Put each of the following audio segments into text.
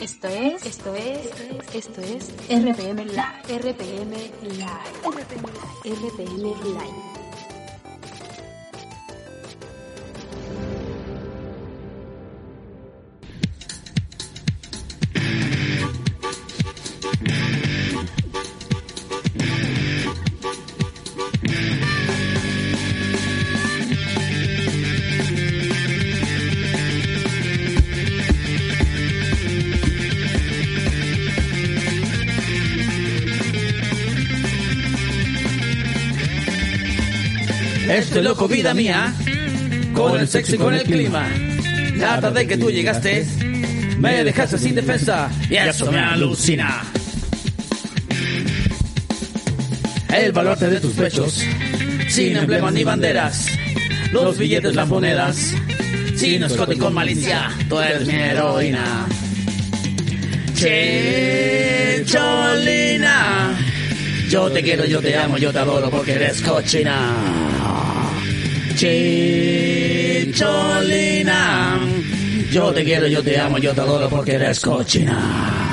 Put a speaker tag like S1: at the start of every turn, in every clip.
S1: Esto es, esto es, esto es RPM Live. RPM Live. RPM Live.
S2: Esto es loco, vida mía. Con el sexo y con el clima. Nada de que tú llegaste. Me dejaste sin defensa. Y eso me alucina. El valor de tus pechos. Sin emblemas ni banderas. Los billetes, las monedas. Sin escote y con malicia. Tú eres mi heroína. Chicholina. Yo te quiero, yo te amo, yo te adoro porque eres cochina. Chicholina. Yo te quiero, yo te amo, yo te adoro porque eres cochina.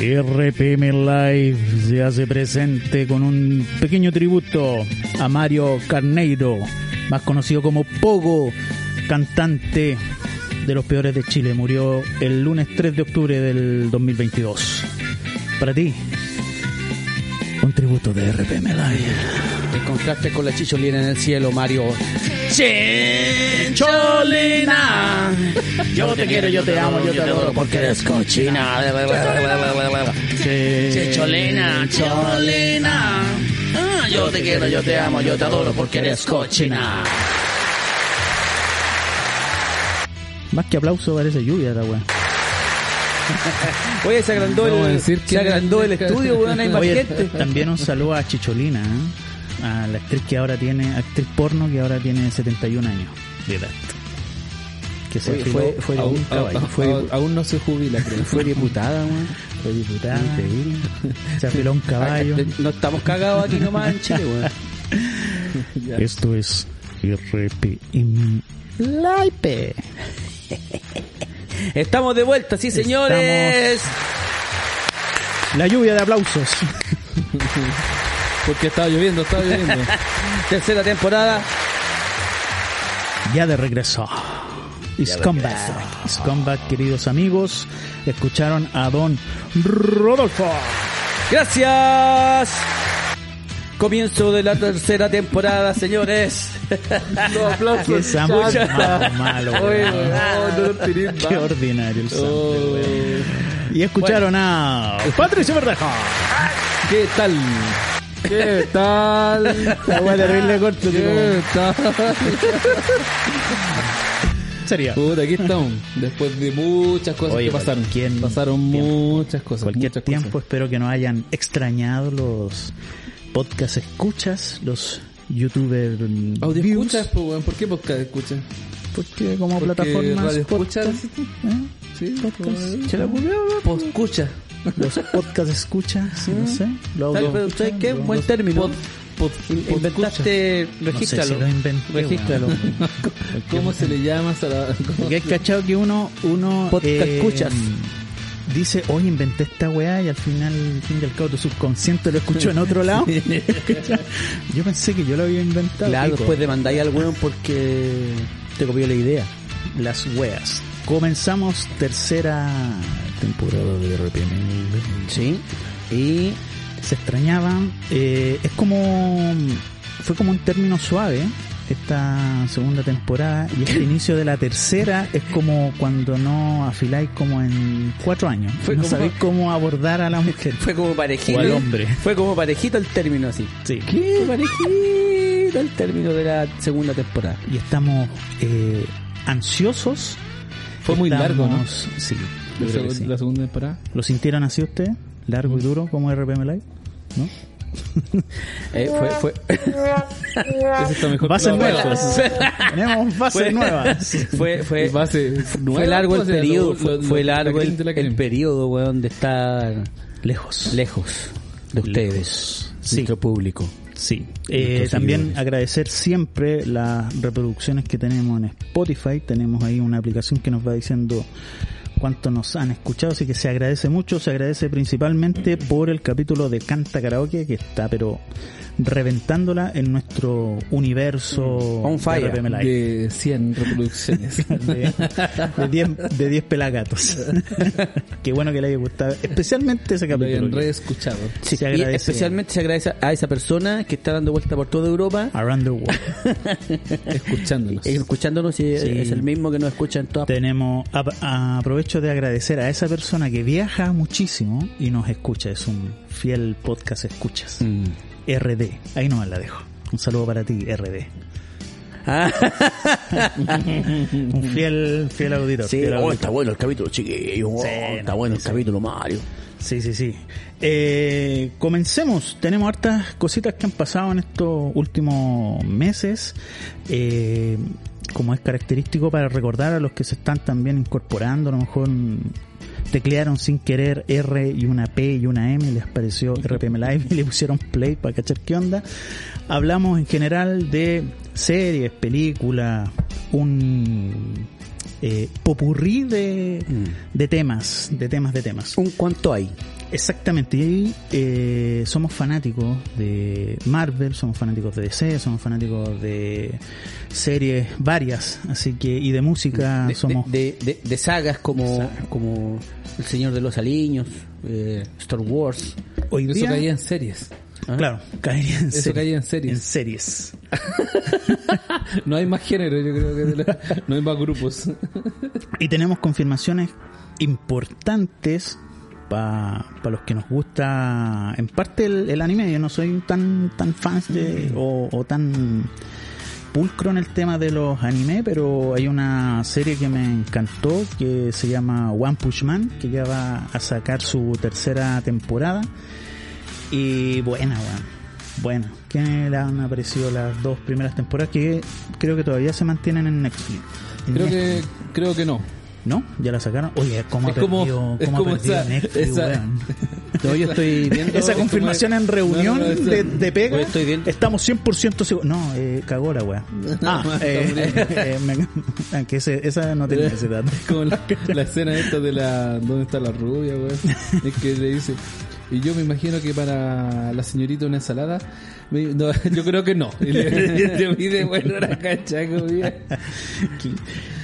S3: RPM Live se hace presente con un pequeño tributo a Mario Carneiro, más conocido como Pogo, cantante de los peores de Chile. Murió el lunes 3 de octubre del 2022. Para ti, un tributo de RPM Live.
S2: Te encontraste con la chicholina en el cielo, Mario. Chicholina. Yo te quiero, yo te amo, yo te adoro porque eres cochina. Chicholina, cholina. Ah, Yo te quiero, yo te amo, yo te adoro porque eres cochina.
S3: Más que aplauso parece lluvia la weá.
S2: Oye, se agrandó
S4: Vamos a
S2: el,
S4: decir
S2: se
S4: que-
S2: agrandó el estudio, weón, hay más
S3: Oye,
S2: gente.
S3: también un saludo a Chicholina, ¿eh? a la actriz que ahora tiene, actriz porno que ahora tiene 71 años de edad. Que se
S4: Oye,
S3: afiló
S4: fue, fue,
S3: a un
S4: aún,
S3: caballo.
S4: aún- aún- aún no se jubila, creo.
S2: Fue diputada, weón.
S3: Fue diputada. Se afiló a un caballo.
S2: No estamos cagados aquí nomás en Chile, weón.
S3: Esto es RPM Live.
S2: Estamos de vuelta, sí, señores.
S3: La lluvia de aplausos.
S4: Porque estaba lloviendo, estaba lloviendo.
S2: Tercera temporada.
S3: Ya de regreso. It's come back. It's come back, queridos amigos. Escucharon a Don Rodolfo.
S2: Gracias. Comienzo de la tercera temporada, señores.
S4: No, aplausos.
S3: Qué sándwich más malo.
S4: Oye,
S3: weón.
S4: no, no, no, tirín,
S3: Qué
S4: va.
S3: ordinario el sándwich,
S4: Oh,
S3: weón. Y escucharon a Patricio Verdejo.
S4: ¿Qué tal? ¿Qué tal?
S3: La weá terrible corto,
S4: ¿Qué tal?
S3: Sería.
S4: Puta, aquí estamos. Después de muchas cosas
S3: Oye,
S4: que pasaron.
S3: cualquier
S4: pasaron
S3: tiempo.
S4: muchas cosas.
S3: Cualquier
S4: muchas
S3: tiempo
S4: cosas.
S3: espero que no hayan extrañado los podcast escuchas, los youtubers
S4: Audio escuchas, po, weón. ¿Por qué podcast escuchas?
S3: porque como
S4: Porque
S3: plataformas
S4: radio
S3: podcast,
S4: escuchas.
S3: ¿eh?
S4: Sí,
S3: Podcast.
S4: Se la Poscucha.
S3: los podcast escuchas, no sé, los audio
S2: ¿Sabes
S3: escuchas,
S2: qué?
S3: los-
S2: Buen término.
S4: Pod, pod, podcucha.
S2: Inventaste,
S3: no sé si
S2: regístralo.
S3: lo inventé, weón.
S2: regístralo.
S4: ¿Cómo se le llama a la.? cómo-
S3: Porque hay cachado que uno, uno eh,
S2: Podcast escuchas.
S3: dice, hoy inventé esta weá y al final, al fin y al cabo, tu subconsciente lo escuchó en otro lado. yo pensé que yo lo había inventado.
S2: Claro, pues.
S3: pico.
S2: después demandáis al weón porque te copió la idea.
S3: las weas. Comenzamos tercera temporada de RPM.
S2: Sí. Y
S3: Se extrañaban. eh, es como. Fue como un término suave esta segunda temporada y este inicio de la tercera es como cuando no afiláis como en cuatro años.
S2: Fue
S3: no
S2: como-
S3: sabéis cómo abordar a la mujer.
S2: fue como
S3: O
S2: parejita.
S3: al hombre.
S2: Fue como parejita el término así.
S3: Sí.
S2: ¿Qué parejita el término de la segunda temporada?
S3: Y estamos eh, ansiosos.
S4: Fue muy largo, ¿no?
S3: Estamos- Sí. yo
S4: La,
S3: creo que
S4: seg-
S3: sí.
S4: la segunda temporada.
S3: ¿Lo sintieron así ustedes? ¿Largo y duro como RPM Live? ¿No?
S2: Eh, fue, fue,
S4: Ese está mejor.
S3: Bases
S4: que la otra.
S3: nuevas. Tenemos bases nuevas.
S2: fue, fue,
S4: Base
S2: Fue
S4: nueva,
S2: largo el
S4: o sea,
S2: periodo,
S4: lo-
S2: fue,
S4: lo-
S2: fue
S4: lo- la
S2: largo
S4: crema
S2: el,
S4: de la
S2: el
S4: crema.
S2: periodo, weón, de estar
S3: Lejos.
S2: lejos de ustedes,
S3: Sí.
S2: nuestro público.
S3: Sí. Eh,
S2: Nuestros
S3: también
S2: seguidores.
S3: agradecer siempre las reproducciones que tenemos en Spotify. Tenemos ahí una aplicación que nos va diciendo cuánto nos han escuchado, así que se agradece mucho, se agradece principalmente por el capítulo de Canta Karaoke que está pero reventándola en nuestro universo
S2: On fire.
S3: de RPM Live.
S4: de 100 reproducciones.
S3: de de 10 de 10 pelagatos. Qué bueno que le haya gustado, especialmente ese
S4: Lo
S3: capítulo.
S4: hayan reescuchado.
S2: Sí,
S3: Se
S2: y
S3: agradece.
S2: especialmente se agradece a esa persona que está dando vuelta por toda Europa,
S3: Around the World.
S4: Escuchándonos.
S2: escuchándonos y
S3: Sí.
S2: es el mismo que nos escucha en todas
S3: Tenemos ap- a- aprovecho de agradecer a esa persona que viaja muchísimo y nos escucha, es un fiel podcast escuchas.
S2: Mm.
S3: RD, ahí nomás la dejo. Un saludo para ti, RD.
S2: Ah,
S3: Un fiel fiel auditor.
S2: Mm, sí,
S3: fiel
S2: oh,
S3: auditor.
S2: está bueno el capítulo, chiquillo. oh,
S3: Sí,
S2: está
S3: no,
S2: bueno el capítulo, Mario.
S3: Sí, sí, sí. Eh, comencemos. Tenemos hartas cositas que han pasado en estos últimos meses. Eh, como es característico para recordar a los que se están también incorporando, a lo mejor mm, teclearon sin querer R y una P y una M, les pareció RPM Live y le pusieron play para cachar qué onda. Hablamos en general de series, películas, un eh, popurrí de, de temas, de temas, de temas.
S2: ¿Un cuánto hay?
S3: Exactamente, y ahí, eh, somos fanáticos de Marvel, somos fanáticos de DC, somos fanáticos de series varias, así que y de música
S2: de,
S3: Ah, somos
S2: de- de- de sagas como, como El Señor de los Aliños, eh, Star Wars.
S3: hoy
S4: Eso
S3: día,
S4: caía en series.
S3: claro, caería en,
S4: Eso
S3: series,
S4: caía en series.
S3: en series.
S4: No hay más género, yo creo que de la- no hay más grupos.
S3: Y tenemos confirmaciones importantes para los que nos gusta en parte el, el anime. Yo no soy tan tan fan de, o, o tan pulcro en el tema de los anime, pero hay una serie que me encantó que se llama One Punch Man, que ya va a sacar su tercera temporada. Y buena, weón. Buena. ¿Qué le han aparecido las dos primeras temporadas que creo que todavía se mantienen en Netflix? En
S4: Creo que, creo que no.
S3: ¿No? ¿Ya la sacaron? Oye, ¿cómo ha
S4: Es como-
S3: perdido, cómo
S4: es
S3: ha
S4: como
S3: perdido
S4: esa-
S3: Netflix,
S4: esa-
S3: weón?
S2: No, yo estoy viendo.
S3: Esa confirmación en reunión
S4: No, no, no,
S3: de,
S4: no.
S3: de pega,
S2: Oye, estoy viendo-
S3: estamos 100% seguros. No, eh, cagó la weá. Ah, eh, eh, me- que ese- esa no tenía ese dato.
S4: Es como la, la escena esta de la. ¿Dónde está la rubia, weón? Es que le dice. Y yo me imagino que para la señorita una ensalada. me- no, yo creo que no. Y le, te pide, bueno, la cacha, comida.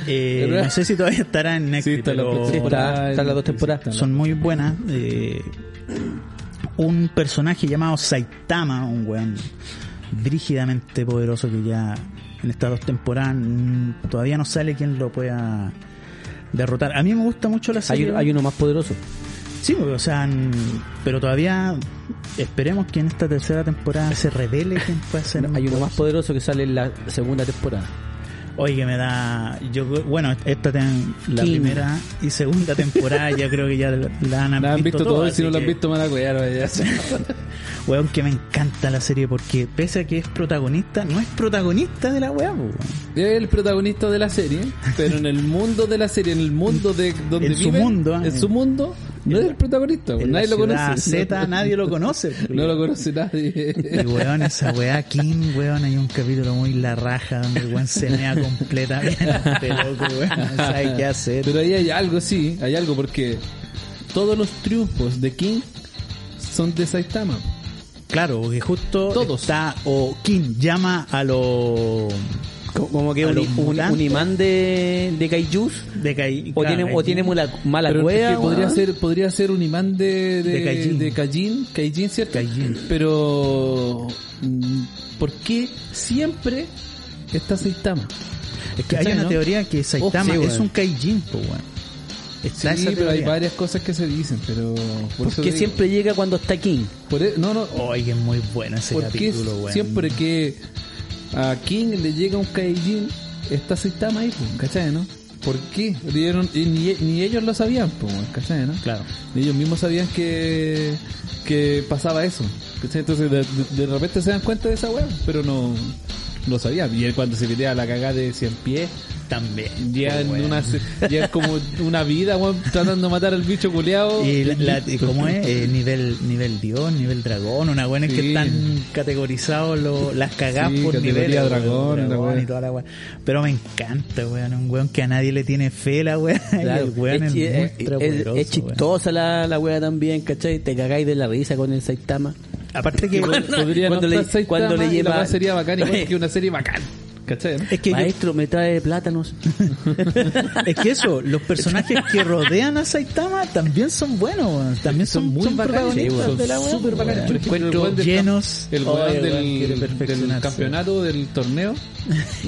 S3: Eh,
S4: ¿Verdad?
S3: no sé si todavía estará en Netflix,
S4: Sí, está la
S3: pero
S4: próxima temporada,
S2: están las dos
S4: sí,
S2: temporadas.
S4: están las-
S3: son muy buenas. eh, un personaje llamado Saitama, un weón brígidamente poderoso que ya en estas dos temporadas mm, todavía no sale quién lo pueda derrotar. A mí me gusta mucho la
S2: Hay,
S3: serie.
S2: hay uno más poderoso.
S3: Sí, o sea, n- pero todavía esperemos que en esta tercera temporada se revele quién puede ser.
S2: Hay uno más poderoso que sale en la segunda temporada.
S3: Oye, que me da. Yo, bueno, esta tem- la
S2: Kim.
S3: primera y segunda temporada ya creo que ya la, la han,
S4: La han visto
S3: todas,
S4: todos y si
S3: así
S4: no la han
S3: que-
S4: visto, me van a cuidar, weón, ya.
S3: Weón, que me encanta la serie porque pese a que es protagonista, no es protagonista de la weá, po, weón.
S4: Es el protagonista de la serie, pero en el mundo de la serie, en el mundo de donde
S3: En su
S4: vive,
S3: mundo, ah.
S4: en su mundo, no es el protagonista,
S3: En
S4: nadie
S3: la
S4: lo conoce.
S3: ciudad Z, nadie lo conoce.
S4: No lo conoce nadie.
S3: Y weón, esa weá Kim, weón, hay un capítulo muy la raja donde el weón se mea completamente, loco, weón, no sabe qué hacer.
S4: Ah, Pero ahí hay algo, sí, hay algo, porque todos los triunfos de King son de Saitama.
S3: Claro, porque justo
S4: Todos.
S3: está, o Kim llama a los
S2: Co- Como que
S3: A
S2: un,
S3: los
S2: un-
S3: mutantes.
S2: un imán de, de kaijus.
S3: de Kai.
S2: O
S3: claro,
S2: tiene, o
S3: Kai-
S2: tiene mala, mala
S4: Pero
S2: cueva, ah.
S4: es que podría
S2: weón.
S4: ser, podría ser un imán de, de,
S3: De Kaijin.
S4: de Kaijin, Kaijin, ¿cierto?
S3: Kaijin.
S4: Pero, mm, ¿por qué siempre está Saitama?
S3: Es que hay una
S4: ¿no?
S3: teoría que Saitama
S2: sí,
S3: es
S2: weón.
S3: un Kaijin, po, weón. Está
S4: Sí,
S3: esa
S4: pero hay
S3: teoría.
S4: varias cosas que se dicen, pero... por eso
S2: Porque
S4: digo.
S2: siempre llega cuando está King.
S4: Por e- no, no,
S3: Oye, que es muy buena ese
S4: porque
S3: capítulo, weón.
S4: siempre que a King le llega un Kaijin, está Saitama ahí, pues, ¿cachai, no? ¿Por qué? Dieron- y ni, ni ellos lo sabían, pues, ¿cachai, no?
S3: Claro.
S4: Ni ellos mismos sabían que, que pasaba eso, ¿cachai? Entonces de, de- de repente se dan cuenta de esa weá, pero no no lo sabían. Y él cuando se pitea la cagada de 100 pies,
S3: también.
S4: Ya, en una, se- ya es como una vida, weón, tratando de matar al bicho culeado.
S3: Y la, la- ¿Cómo es? Eh, nivel, nivel dios, nivel dragón, una buena es que
S4: Sí.
S3: están categorizados lo- las cagadas
S4: Sí,
S3: por
S4: categoría
S3: nivel.
S4: dragón, la wea.
S3: y toda la wea. Pero me encanta, weón, un weón que a nadie le tiene fe la weón.
S2: Claro,
S3: el weón es,
S2: chi-
S3: ultra
S2: es-
S3: poderoso,
S2: es
S3: weón.
S2: chistosa la, la wea también, ¿cachai? Te cagáis de la risa con el Saitama.
S3: Aparte que
S4: Podría
S2: Cuando
S4: no
S2: le-
S4: estar seis
S2: cuando
S4: tamas
S2: le
S4: y
S2: lleva-
S4: La weá sería bacán, igual que una serie bacán. ¿Cachai? no?
S3: es que yo-
S2: Maestro, me trae plátanos.
S3: es que eso, los personajes que rodean a Saitama también son buenos, weón. también son, muy protagonistas
S4: son
S3: de la wea,
S4: súper
S3: weón.
S4: bacanes. Por ejemplo, el
S3: Encuentro
S4: weón del-
S3: llenos
S4: El
S3: Oh,
S4: weón
S3: quiere
S4: del,
S3: perfeccionarse.
S4: del campeonato, del torneo,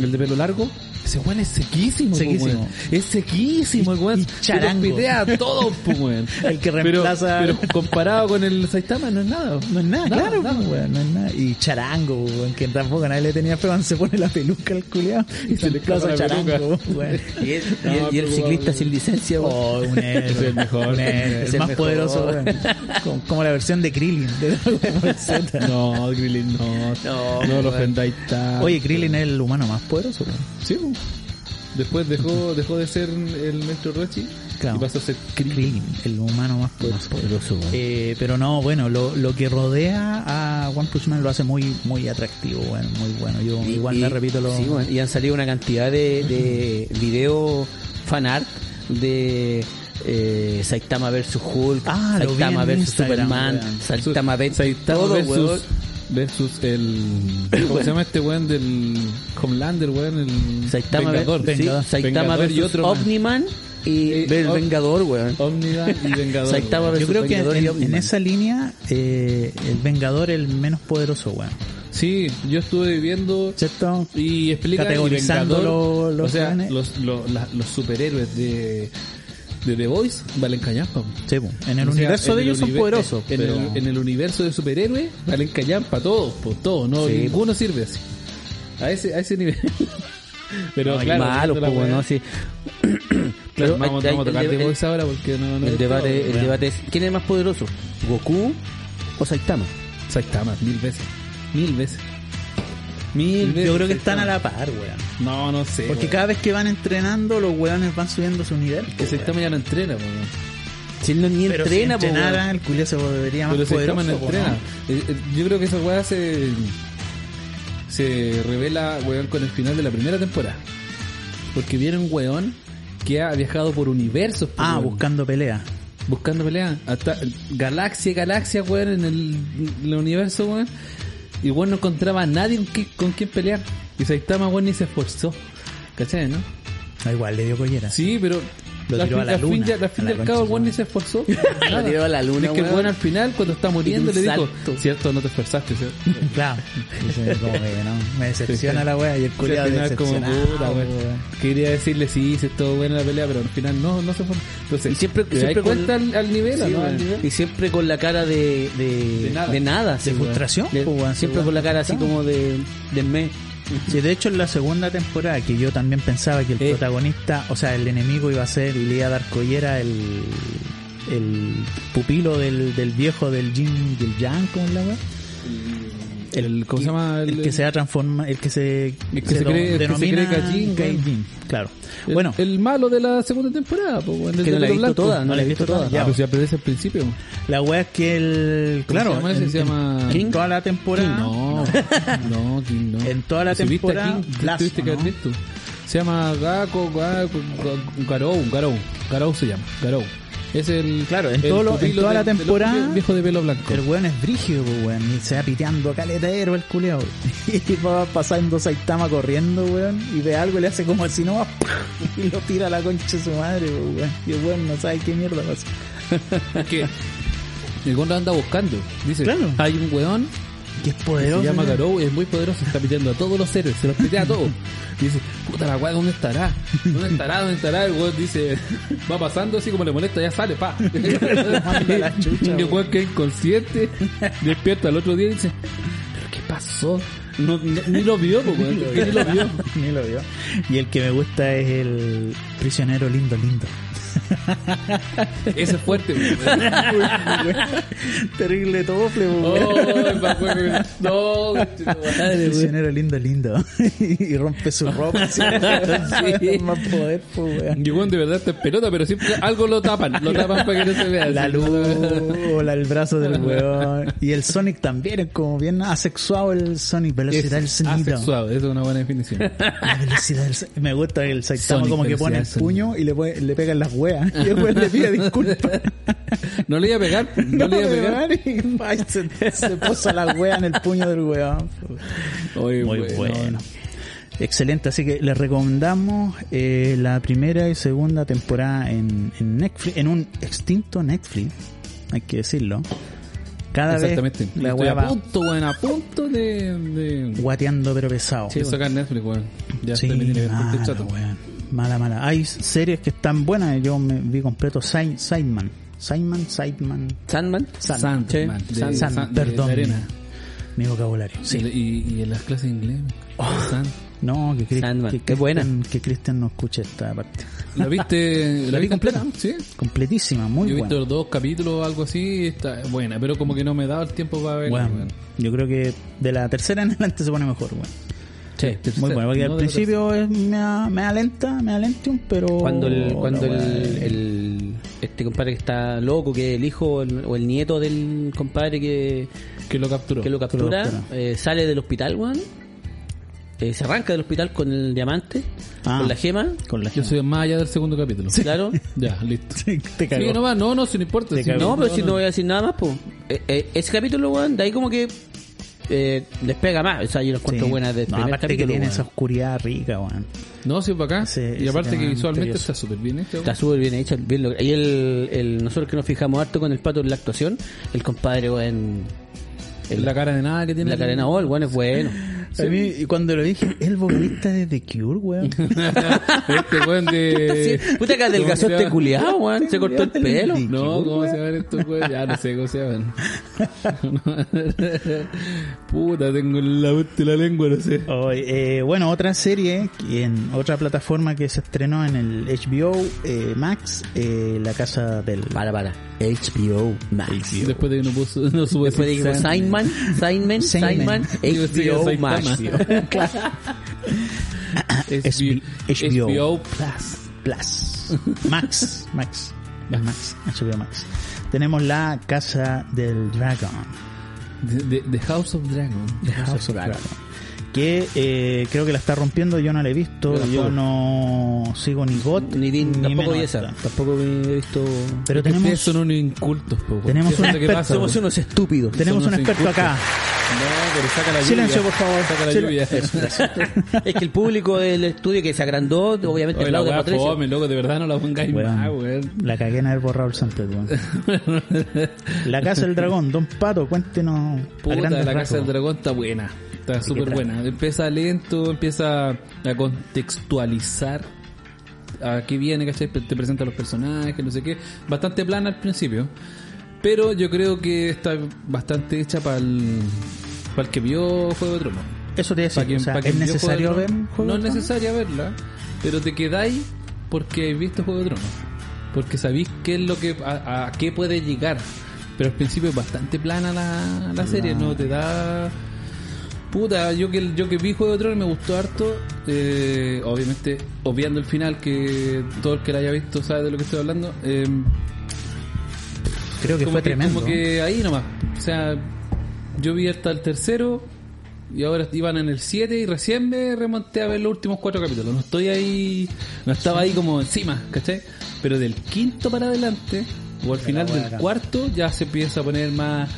S4: el de pelo largo. Ese weón es sequísimo, po,
S3: Sequísimo.
S4: weón. Es sequísimo, el weón.
S3: y charango.
S4: Se los pitea a todos, po, weón.
S3: El que
S4: Pero-
S3: reemplaza-
S4: Pero, comparado con el Saitama, no es nada.
S3: No es nada, claro,
S4: nada,
S3: pues, weón, no es nada. Y charango, weón, que tampoco nadie le tenía fe, weón, se pone la peluca al culiao y se le
S4: escapa
S3: plaza
S4: la
S3: charango, weón.
S2: Y el, y
S4: No,
S2: el- y el
S4: pero-
S2: ciclista sin licencia, weón.
S3: Oh, un héroe,
S4: Es el mejor.
S3: un héroe,
S4: Es
S3: el
S4: el
S3: más
S4: mejor.
S3: poderoso, weón. Como, como la versión de Krillin. de Dragon Ball Z.
S4: No, Krillin, no. No, lo ofendáis tanto.
S3: Oye, Krillin es el humano más poderoso, weón.
S4: Sí, po. Después dejó, dejó de ser el maestro Rochi
S3: Claro.
S4: y pasó a ser Krillin.
S3: Krillin, el humano más poderoso.
S2: Poderoso, weón.
S3: Eh, pero no, bueno, lo, lo que rodea a One Punch Man lo hace muy muy atractivo, weón, muy bueno. Yo
S2: Y-
S3: igual
S2: y-
S3: me repito lo...
S2: sí, bueno, y han salido una cantidad de, de videos fanart de eh, Saitama vs Hulk,
S3: Ah, lo vi
S2: Saitama
S3: en
S2: vs
S3: Instagram,
S2: Superman,
S3: weón.
S2: Saitama vs
S4: Saitama
S2: todo,
S4: versus,
S2: weón.
S4: versus el. ¿Cómo se llama este weón del Homelander, weón? El
S2: Saitama
S4: Vengador.
S2: versus, sí,
S4: Vengador.
S2: Saitama
S4: Vengador y
S2: versus
S4: otro más.
S2: Omniman y
S4: Eh,
S2: el
S4: Om-
S2: Vengador, weón.
S4: Omnida y Vengador.
S2: Saitama
S4: weón.
S2: versus
S3: Yo creo que en,
S2: pues, Vengador y
S3: en
S2: Omniman.
S3: esa línea eh, el Vengador es el menos poderoso, weón.
S4: Sí, yo estuve viendo
S3: ¿Cierto?
S4: y explica
S3: Categorizando los- los
S4: o sea,
S3: weones.
S4: los, los, la- los superhéroes de, de The Voice valen callampa.
S3: Sí, po. en el
S4: O sea,
S3: universo
S4: en
S3: de
S4: el
S3: ellos son
S4: univer-
S3: poderosos.
S4: En,
S3: pero-
S4: el, en el universo de superhéroes valen callampa todos, pues todos, no,
S2: Sí,
S4: ninguno sirve así. A ese, a ese nivel. Pero
S2: No, y
S4: claro, viendo
S2: malos,
S4: la
S2: po, weón,
S4: weá-
S2: ¿no? Sí.
S4: Claro,
S2: Pero
S4: vamos,
S2: hay-
S4: vamos a tocar
S2: el-
S4: The
S2: el-
S4: Voice ahora porque no, no
S2: El
S4: he
S2: debate,
S4: estado,
S2: el
S4: weón.
S2: debate es, ¿quién es más poderoso? ¿Goku o Saitama?
S4: Saitama, mil veces. Mil veces. Mil veces.
S3: yo creo que están
S4: Saitama.
S3: a la par, weón.
S4: No, no sé.
S3: Porque
S4: weón.
S3: cada vez que van entrenando, los weones van subiendo su nivel. po,
S4: Que
S3: weón.
S4: Saitama ya no entrena, weón.
S2: Si él no ni
S3: Pero
S2: entrena, po,
S3: si
S2: weón.
S3: entrenara, el culio se volvería más
S4: Pero Saitama
S3: poderoso.
S4: no
S3: po,
S4: entrena. Eh, eh, Yo creo que esa weá se. Se revela, weón, con el final de la primera temporada. Porque viene un weón que ha viajado por universos. po,
S3: Ah,
S4: weón.
S3: buscando pelea.
S4: Buscando pelea. Hasta galaxia, galaxia, weón, en el, en el universo, weón. Y weón no encontraba a nadie con, qui- con quien pelear. Y Saitama, weón, ni se esforzó. ¿Cachai, no?
S3: Da igual, le dio collera.
S4: Sí, pero.
S3: Lo
S4: la
S3: tiró a
S4: fin-
S3: la
S4: fin
S3: luna,
S4: ya- la
S3: a
S4: fin
S3: la
S4: del cabo, el
S3: concha
S4: weón
S3: de
S4: ni se esforzó.
S2: Lo ah, tiró a la luna,
S4: Es que el
S2: weón.
S4: weón al final, cuando está muriendo,
S2: Y de
S4: le
S2: un
S4: dijo:
S2: salto.
S4: Cierto, no te esforzaste, ¿cierto?
S3: Claro. Dice, como que, no, me decepciona
S4: Sí.
S3: la wea y el
S4: Y al
S3: culiao
S4: final, como
S3: decepcionado,
S4: puta, weón.
S3: po, weón.
S4: Quería decirle: Sí, sí, estuvo buena la pelea, pero al final no, no se fue. Entonces,
S2: Y siempre-
S4: ¿te das
S2: siempre con-
S4: cuenta al, al nivel, o
S2: Sí,
S4: no?
S2: weón.
S4: Al nivel.
S2: y siempre con la cara de de,
S4: De nada.
S2: de nada, sí,
S3: De
S2: weón.
S3: frustración,
S2: De-
S3: po, weón, sí,
S2: siempre
S3: weón.
S2: con la cara así como de de me
S3: Sí, de hecho en la segunda temporada que yo también pensaba que el
S4: Eh.
S3: protagonista, o sea, el enemigo iba a ser le iba a dar collera el, el pupilo del, del viejo del Jin del Yang, ¿cómo es la wea?
S4: El- ¿Cómo se llama?
S3: El, que se transforma, el que se,
S4: que se cree- el que se
S3: denomina
S4: cree Gaijin,
S3: Gaijin, claro. bueno,
S4: El, el malo de la segunda temporada, pues, weón. el
S2: que no
S4: de
S2: la
S4: pelo
S2: he visto
S4: blanco.
S2: toda, no, la he
S3: he
S2: visto toda.
S3: ya.
S4: Ah, pues ya aparece al principio.
S3: la wea es que el
S4: ¿Cómo
S3: claro,
S4: se llama ese?
S3: en-
S4: Se llama-
S3: en
S4: King.
S3: toda la temporada
S4: No, no, King, no.
S3: En toda la
S4: Si viste a
S3: temporada,
S4: King,
S3: Lazo,
S4: tuviste que
S3: ¿no?
S4: haber visto. Se llama Gako, Gako, Ga- Garou, Garou, Garou se llama, Garou. Es el.
S3: Claro, en
S4: el
S3: todo lo- en
S4: pupilo
S3: toda la
S4: del- del otro
S3: temporada-
S4: viejo de pelo blanco.
S3: El weón es brígido, po, weón, y se va piteando caletero el culeo. Y va pasando Saitama corriendo, weón, y ve algo y le hace como el si no va, y lo tira a la concha de su madre, po, weón. Y el weón no sabe qué mierda pasa.
S4: que el Gondra anda buscando. Dice:
S3: Claro.
S4: Hay un weón
S3: Que es
S4: que
S3: poderoso.
S4: se llama
S3: weón.
S4: Garou, es muy poderoso, está piteando a todos los héroes, se los pitea a todos. Y dice: Puta la weá, ¿dónde estará? ¿Dónde estará? ¿Dónde estará? El weón dice: Va pasando así como le molesta, ya sale, pa.
S3: manda a la chucha,
S4: el
S3: weón.
S4: weón queda inconsciente, despierta al otro día y dice: ¿Qué pasó? No, ni, ni lo vio, po, weón. Ni lo vio.
S3: Ni lo vio. Y el que me gusta es el prisionero lindo, lindo.
S4: Ese es fuerte, weón.
S3: Terrible tofle,
S4: Oh,
S3: weón.
S4: el Paco, weón. No,
S3: El prisionero lindo, lindo. y rompe su ropa. así, Es más poder, po, weón.
S4: Yo, weón, de verdad, esto es pelota, pero siempre algo lo tapan. Lo tapan para que no se vea.
S3: La
S4: Así,
S3: luz,
S4: no,
S3: la- el brazo del weón. Y el Sonic también es como bien asexuado el Sonic. Velocidad del
S4: Es
S3: sonido.
S4: asexuado, Ah, esa es una buena definición.
S3: La velocidad del Sonic. Me gusta el Saitama
S4: Sonic,
S3: como que pone el
S4: velocidad del
S3: puño y le, pone- le pegan las weas. Y el weón le pide disculpas.
S4: No le iba a pegar, no, le iba a
S3: me
S4: pegar.
S3: van y- ay, se, se puso la wea en el puño del weón.
S4: Oye,
S3: Muy
S4: weón,
S3: bueno.
S4: no,
S3: Excelente, así que les recomendamos eh, la primera y segunda temporada en, en Netflix, en un extinto Netflix, hay que decirlo. Cada
S4: Exactamente.
S3: vez la
S4: Estoy
S3: wea
S4: a
S3: va
S4: punto, weón, a punto de. de...
S3: guateando pero pesado.
S4: Sí, sacar Netflix, weón. Ya
S3: Sí,
S4: se me tiene bastante
S3: mala,
S4: chato.
S3: weón. mala, mala. Hay series que están buenas, yo me vi completo Sein- Sandman. Sandman, Sandman,
S2: Sandman.
S3: Sandman.
S4: Sandman, de-
S3: Sandman,
S4: Sand- de-
S3: perdón.
S4: de arena.
S3: Mi vocabulario. Sí.
S4: Y, y en las clases de inglés. Sand-
S3: No, que, Chris-
S2: Sandman,
S3: que
S2: qué buena.
S3: Christian- Que Cristian no escuche esta parte.
S4: ¿La viste?
S3: La vi completa.
S4: Sí.
S3: Completísima, muy
S4: Yo he
S3: buena.
S4: visto los dos capítulos o algo así. Está buena, pero como que no me he dado el tiempo para ver.
S3: Bueno, yo creo que de la tercera en adelante se pone mejor, bueno.
S2: Sí.
S3: Muy bueno, porque al principio es- me, a- me alenta, me alentium, pero...
S2: Cuando el,
S4: Oh,
S3: la
S2: cuando el,
S3: weá-
S2: el- este compadre que está loco, que el hijo o el, o el nieto del compadre que,
S4: Que lo capturó.
S2: que lo
S3: Lo
S2: captura,
S3: captura.
S2: eh, sale del hospital, weón. Eh, se arranca del hospital con el diamante,
S3: Ah.
S2: con la gema,
S3: Con la
S4: Yo soy más allá del segundo capítulo.
S2: claro.
S4: Ya, listo.
S3: gente. Te cagó.
S4: Sí, nomás, no, no, si no importa.
S3: Te
S4: si
S3: cago.
S2: No, pero si no
S4: no.
S2: voy a decir nada más, pues. ese capítulo, weón, de ahí como que eh, despega más. O sea, yo lo encuentro
S3: Sí.
S2: buenas del
S3: No,
S2: primer este
S3: aparte
S2: capítulo,
S3: que tiene
S2: weón.
S3: esa oscuridad rica, weón.
S4: No, sí, para acá.
S3: Ese-
S4: y
S3: ese
S4: aparte
S3: tema
S4: que visualmente
S3: misterioso.
S4: está súper bien este hecho.
S2: Está súper bien hecho. Bien logrado. y el, el- nosotros que nos fijamos harto con el pato en la actuación, el compadre, weón. el-
S4: La cara de nada que tiene.
S2: la cadena O, el weón es bueno.
S3: A mí, y cuando lo dije, el vocalista de The Cure, weón.
S4: este weón de.
S2: Sí, puta que adelgazó
S4: ¿Cómo se
S2: este
S4: llama?
S2: culiado, weón. Se cortó el pelo.
S4: No, ¿cómo se llaman estos weones? Ya no sé cómo se llaman. Puta, tengo la mente y la lengua, no sé.
S3: Oh, eh, bueno, otra serie que en otra plataforma que se estrenó en el HBO eh, Max, eh, La Casa del...
S2: Para, para. HBO Max.
S4: Después de que no puso, no supo
S2: Después Pues, de que Seinman, Seinman, Seinman,
S3: Seinman.
S4: Digo, sí,
S2: HBO
S4: Saitama.
S2: Max.
S4: HBO,
S3: HBO.
S4: HBO Plus.
S3: Plus. Max. Max. Max. HBO Max. Tenemos la Casa del Dragon.
S4: The, the- the House of Dragon.
S3: House of Dragon. Que eh, creo que la está rompiendo, yo no la he visto,
S2: Yo
S3: yo
S2: tampoco.
S3: no sigo ni GOT,
S2: Ni, vi- tampoco
S3: Menota.
S2: vi esa. Tampoco he visto.
S3: Pero
S4: Ustedes
S3: tenemos,
S4: son unos incultos, po, weón.
S3: Tenemos
S4: Eso
S3: un
S4: es lo que
S3: experto.
S4: pasa,
S2: Somos
S4: weón.
S2: unos estúpidos.
S3: tenemos
S4: son
S3: un
S4: unos
S3: experto
S4: injustos.
S3: acá.
S4: No, pero saca la lluvia.
S3: Silencio, por favor.
S4: Saca la
S3: Silen-
S4: lluvia.
S2: Es que el público del estudio que se agrandó, obviamente,
S4: Oye, la
S2: aplaude a
S4: weá
S2: Patricio.
S4: fome, loco, de verdad no la pongáis
S3: Weón.
S4: más, ah, weón.
S3: La cagué en haber borrado el sample, weón. La Casa del Dragón, Don Pato, cuéntenos. a
S4: Puta,
S3: grandes
S4: la Casa
S3: rasgos.
S4: del Dragón está buena. Está súper
S3: trata?
S4: buena. Empieza lento, empieza a contextualizar a qué viene, ¿cachai? Te presenta los personajes, no sé qué. Bastante plana al principio. Pero yo creo que está bastante hecha para el, para el que vio Juego de Tronos.
S3: Eso te decía,
S4: Pa' quien-
S3: o sea,
S4: pa'
S3: ¿es
S4: quien vio
S3: necesario
S4: Juego de
S3: ver
S4: Tronos.
S3: Juego
S4: No
S3: de
S4: es
S3: Tronos?
S4: necesaria verla, pero te quedáis porque habéis visto Juego de Tronos. Porque sabéis qué es lo que a, a qué puede llegar. Pero al principio es bastante plana la, la serie, no te da Puta, yo que, yo que vi Juego de Tronos me gustó harto. eh, obviamente, obviando el final, que todo el que la haya visto sabe de lo que estoy hablando. eh,
S3: Creo que
S4: como
S3: fue tremendo.
S4: Como que ahí nomás. O sea, yo vi hasta el tercero y ahora iban en el 7 y recién me remonté a ver los últimos cuatro capítulos. No estoy ahí, no estaba ahí como encima, ¿cachai? Pero del quinto para adelante, o al final
S3: hueá
S4: del
S3: acá.
S4: cuarto, ya se empieza a poner más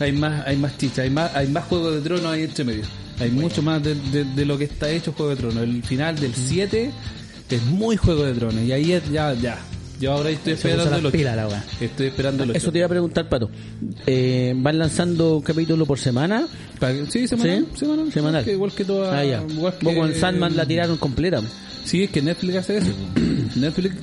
S4: hay más hay más chicha hay más hay más juego de tronos ahí entre medio hay mucho más de, de- de lo que está hecho juego de tronos el final del 7 es muy juego de tronos y ahí es- ya ya yo ahora estoy
S3: Se puso
S4: esperando
S3: las
S4: el 8
S3: pilas la weá.
S4: estoy esperando el 8
S2: Eso te iba a preguntar, Pato. Eh, ¿Van lanzando un capítulo por semana?
S4: sí semanal
S2: ¿Sí?
S4: semanal,
S2: Semanal.
S4: Que igual que toda
S2: Ah, ya.
S4: igual que-
S2: Vos con Sandman la tiraron completa.
S4: sí es que Netflix hace eso Netflix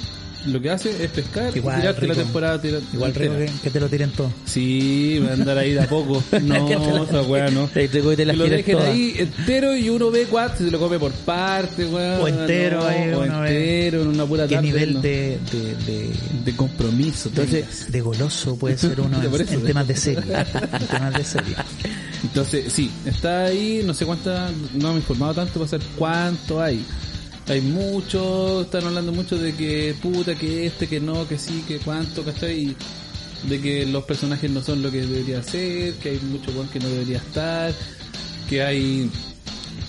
S4: lo que hace es pescar
S3: Igual
S4: y tirarte la
S3: rico.
S4: temporada. tira-
S3: Igual rico
S4: entera.
S3: que, que te lo tiren todo.
S4: Sí, va a andar ahí de a poco. No, esa weá no.
S2: Eh, Te digo y te las
S4: Que lo
S2: tiras
S4: dejen
S2: todas.
S4: ahí entero y uno ve cuat, se lo come por parte, weón.
S3: O entero,
S4: no,
S3: ahí
S4: o
S3: uno ve.
S4: entero, en una pura
S3: ¿Qué
S4: tarde,
S3: nivel
S4: no.
S3: de, de, de-
S4: de compromiso? tengas.
S3: de goloso puede ser uno en,
S4: Por eso.
S3: en temas de serie? En temas de serie.
S4: Entonces, sí, está ahí, no sé cuánta, no me he informado tanto para saber cuánto hay. Hay muchos, están hablando mucho de que puta, que este, que no, que sí, que cuánto, ¿cachai? Y De que los personajes no son lo que debería ser, que hay mucho weón que no debería estar, que hay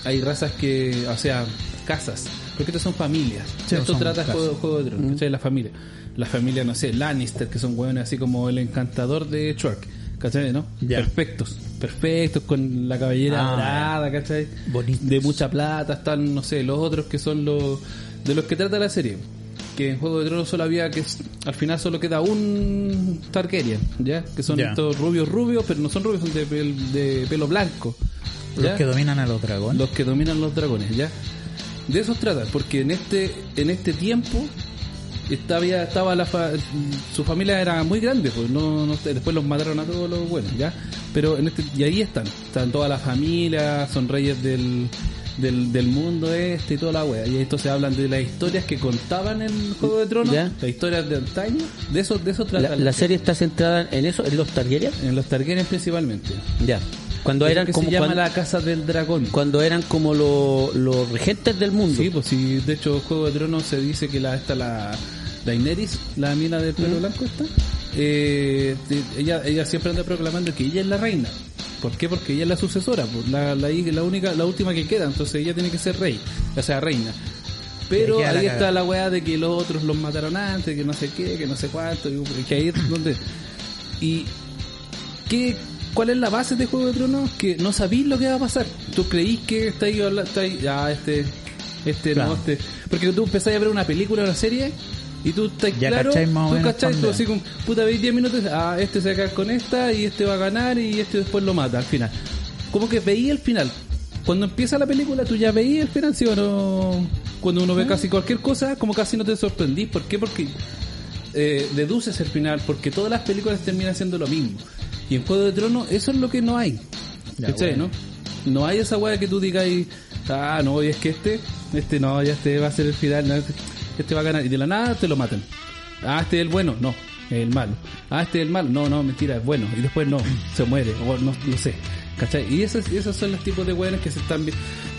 S4: hay razas que, o sea, casas, porque estas son familias. Esto
S3: son
S4: trata
S3: casas.
S4: juego, juego de
S3: Mm.
S4: tronos, ¿cachai? La familia. La familia, no sé, Lannister, que son hueones así como el encantador de Shrek, ¿cachai? ¿No?
S3: Ya.
S4: Perfectos, perfectos, con la cabellera
S3: Ah,
S4: dorada, ¿cachai?
S3: Bonitos.
S4: De mucha plata, están, no sé, los otros que son los. de los que trata la serie. Que en Juego de Tronos solo había que. es- al final solo queda un Targaryen, ¿ya? Que son
S3: Ya.
S4: estos rubios, rubios, pero no son rubios, son de, pel- de pelo blanco. ¿ya?
S3: Los que dominan a los dragones.
S4: Los que dominan los dragones, ¿ya? De eso trata, porque en este, en este tiempo estaba, estaba la fa- su familia era muy grande, pues no, no sé, después los mataron a todos los buenos, ¿ya? Pero en este, y ahí están, están toda la familia, son reyes del, del, del mundo este y toda la wea. Y entonces hablan de las historias que contaban en Juego de Tronos,
S2: ¿Ya?
S4: las historias de antaño, de eso, de eso trata
S2: La, la serie está centrada en eso, en los Targaryen.
S4: en los Targaryen principalmente.
S2: Ya. Cuando
S4: Eso
S2: eran
S4: que
S2: como
S4: se llama
S2: cuan-
S4: la casa del dragón.
S2: cuando eran como lo- los regentes del mundo.
S4: Sí, pues sí, de hecho Juego de Tronos se dice que la esta la Daenerys, la mina de pelo blanco esta, eh, de- ella, ella siempre anda proclamando que ella es la reina. ¿Por qué? Porque ella es la sucesora, pues, la, la, hij- la única, la última que queda, entonces ella tiene que ser rey, o sea reina. Pero
S3: Y queda la
S4: ahí está
S3: cagada.
S4: la weá de que los otros los mataron antes, que no sé qué, que no sé cuánto, y que ahí es donde... Y ¿Qué, ¿Cuál es la base de Juego de Tronos? Que no sabéis lo que va a pasar. Tú creís que está ahí, habla- está ahí ah, este, este,
S3: Claro.
S4: no, este. Porque tú empezás a ver una película, una serie, y tú estás
S3: Ya
S4: claro,
S3: cacháis más o
S4: tú
S3: menos
S4: cacháis, tú
S3: cuándo.
S4: así como, puta, veis 10 minutos, ah, este se va a quedar con esta, y este va a ganar, y este después lo mata al final. Como que veí el final. Cuando empieza la película, tú ya veí el final, ¿sí o no? Cuando uno ve
S3: Mm.
S4: casi cualquier cosa, como casi no te sorprendís. ¿Por qué? Porque eh, deduces el final porque todas las películas terminan siendo lo mismo. Y en Juego de Tronos eso es lo que no hay.
S3: Ya,
S4: ¿Cachai,
S3: bueno.
S4: no? No hay esa weá que tú digas, y, ah, no, y es que este, este no, ya este va a ser el final, no, este, este va a ganar. Y de la nada te lo matan. Ah, este es el bueno, no, es el malo. Ah, este es el malo, no, no, mentira, es bueno. Y después no, se muere, o no, no sé. ¿Cachai? Y esas, esos son los tipos de weones que se están vi-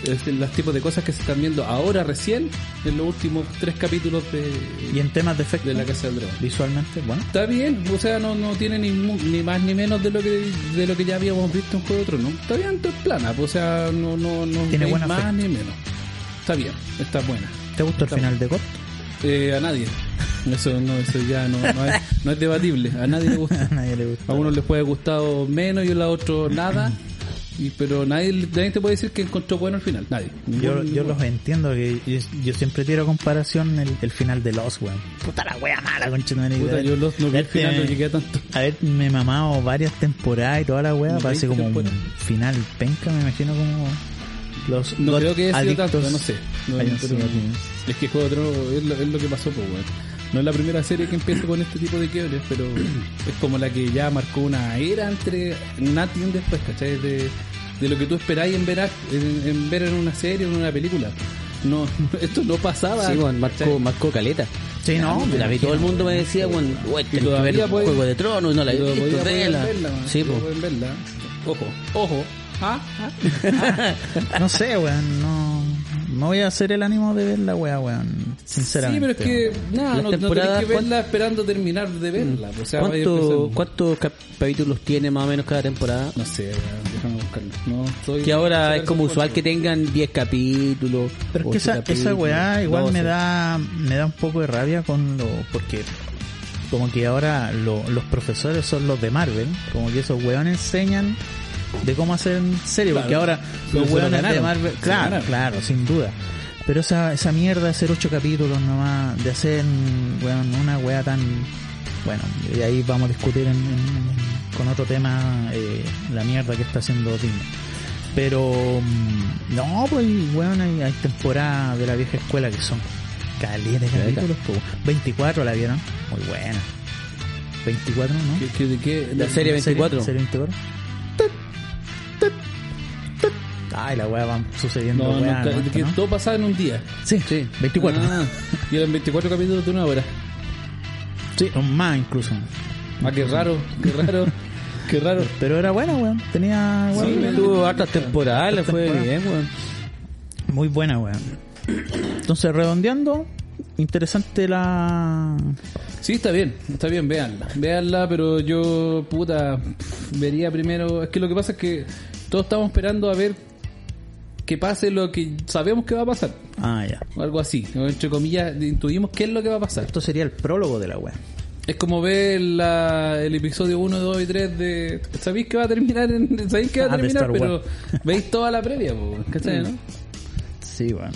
S4: este, los tipos de cosas que se están viendo ahora recién en los últimos tres capítulos
S3: Y
S4: de,
S3: en temas de efectos.
S4: de la Casa del Dragón.
S3: Visualmente, bueno.
S4: Está bien, o sea, no, no tiene ni, mu- ni más ni menos de lo que de lo que ya habíamos visto en Juego de Tronos. Está bien, está plana, pues, o sea, no, no, no
S3: Tiene
S4: ni
S3: buena
S4: más
S3: fe.
S4: ni menos. Está bien, está buena.
S3: ¿Te gustó el final de Got?
S4: Eh, a nadie. Eso no, eso ya no, no, es, no es debatible. A nadie le
S3: A
S4: gusta.
S3: nadie le
S4: A
S3: gustó.
S4: uno les puede haber gustado menos y a la otro nada. Y, pero nadie, nadie te puede decir que encontró bueno el final. Nadie.
S3: Yo,
S4: Ningún-
S3: yo los entiendo, que yo, yo siempre tiro a comparación el, el final de Lost, weón. Puta la wea mala, conchetumare.
S4: Puta, yo los, no vi el
S3: Este,
S4: final, no llegué a tanto.
S3: Haberme mamado varias temporadas y toda la wea,
S4: No,
S3: parece
S4: veinte
S3: como un
S4: temporadas.
S3: final penca, me imagino como los
S4: No
S3: los
S4: creo que haya sido
S3: adictos
S4: tanto, no sé. No,
S3: a
S4: no,
S3: los
S4: pero-
S3: cigarrillos.
S4: es que Juego de Tronos es lo, es lo que pasó, pues, weón. No es la primera serie que empieza con este tipo de quiebres, pero es como la que ya marcó una era entre Nati y después, ¿cachai? De, de lo que tú esperáis en ver, en, en ver en una serie o en una película. No, esto no pasaba.
S2: Sí, bueno,
S4: ¿cachai?
S2: marcó, marcó caleta.
S3: Sí, no,
S2: La vi, todo el mundo me decía, bueno, güey, tenés que ver
S4: todavía puede-
S2: Juego de Tronos, no la
S4: Pero
S2: he visto,
S4: podía- podían
S2: vela.
S4: verla, man.
S2: Sí,
S4: Podían
S2: pues.
S4: verla. Ojo, ojo. Ah, ah.
S3: No sé, weón, no, no voy a hacer el ánimo de ver la wea, weón,
S4: Sí, pero
S3: sinceramente.
S4: es que, nada,
S2: Las
S4: no, no tenés
S2: temporadas,
S4: que verla esperando terminar de verla. pues, O sea, vaya
S2: ¿Cuánto,
S4: empezando.
S2: ¿Cuántos capítulos tiene más o menos cada temporada?
S4: No sé, weón, déjame buscarlo. No, estoy-
S2: Que ahora
S4: sacar
S2: es como
S4: esa
S2: usual que
S4: cuenta.
S2: tengan 10 capítulos.
S3: Pero es que
S2: 8
S3: esa, esa
S2: capítulos,
S3: weá igual
S2: 12.
S3: me da me da un poco de rabia con lo porque como que ahora lo- los profesores son los de Marvel, como que esos weones enseñan de cómo hacer serie,
S4: Claro.
S3: porque ahora
S4: Pero
S3: los
S4: se lo
S3: weones de
S4: ganaron,
S3: Marvel,
S4: se lo
S3: claro,
S4: ganaron.
S3: claro, sin duda. Pero esa, esa mierda de hacer ocho capítulos nomás, de hacer weón, una weá tan bueno, y ahí vamos a discutir en- en- con otro tema eh, la mierda que está haciendo Disney. Pero mm, no, pues weón, hay, hay temporadas de la vieja escuela que son Caleta de capítulos, po. 24 la vieron. Muy buena. 24, ¿no?
S4: ¿Qué- qué- de qué?
S2: La serie 24.
S3: Serie 24. Ay, la weá va sucediendo.
S4: No, no,
S3: weá,
S4: ca-
S3: ¿no?
S4: que
S3: ¿no?
S4: todo pasaba en un día.
S3: Sí, sí, 24.
S4: Ah, y eran 24 capítulos de una hora.
S3: Sí, o más incluso.
S4: Ah, qué raro, qué raro, qué raro.
S3: Pero era buena, weón. Tenía weón,
S4: Sí,
S2: Tuvo hartas temporadas, le fue
S3: Temporada.
S2: bien, weón.
S3: Muy buena, weón. Entonces, redondeando, interesante la.
S4: Sí, está bien, está bien, véanla. Véanla, pero yo, puta, pf, vería primero. Es que lo que pasa es que todos estamos esperando a ver que pase lo que sabemos que va a pasar.
S3: Ah, ya.
S4: O algo así. O Entre comillas, intuimos qué es lo que va a pasar.
S3: Esto sería el prólogo de la weá.
S4: Es como ver la- el episodio 1, 2 y 3 de. Sabéis que va a terminar, en, sabéis que va a
S3: Ah, de
S4: terminar,
S3: Star
S4: pero
S3: Wars.
S4: veis toda la previa, po,
S2: Mm.
S4: ¿cachai, no?
S3: Sí, weón.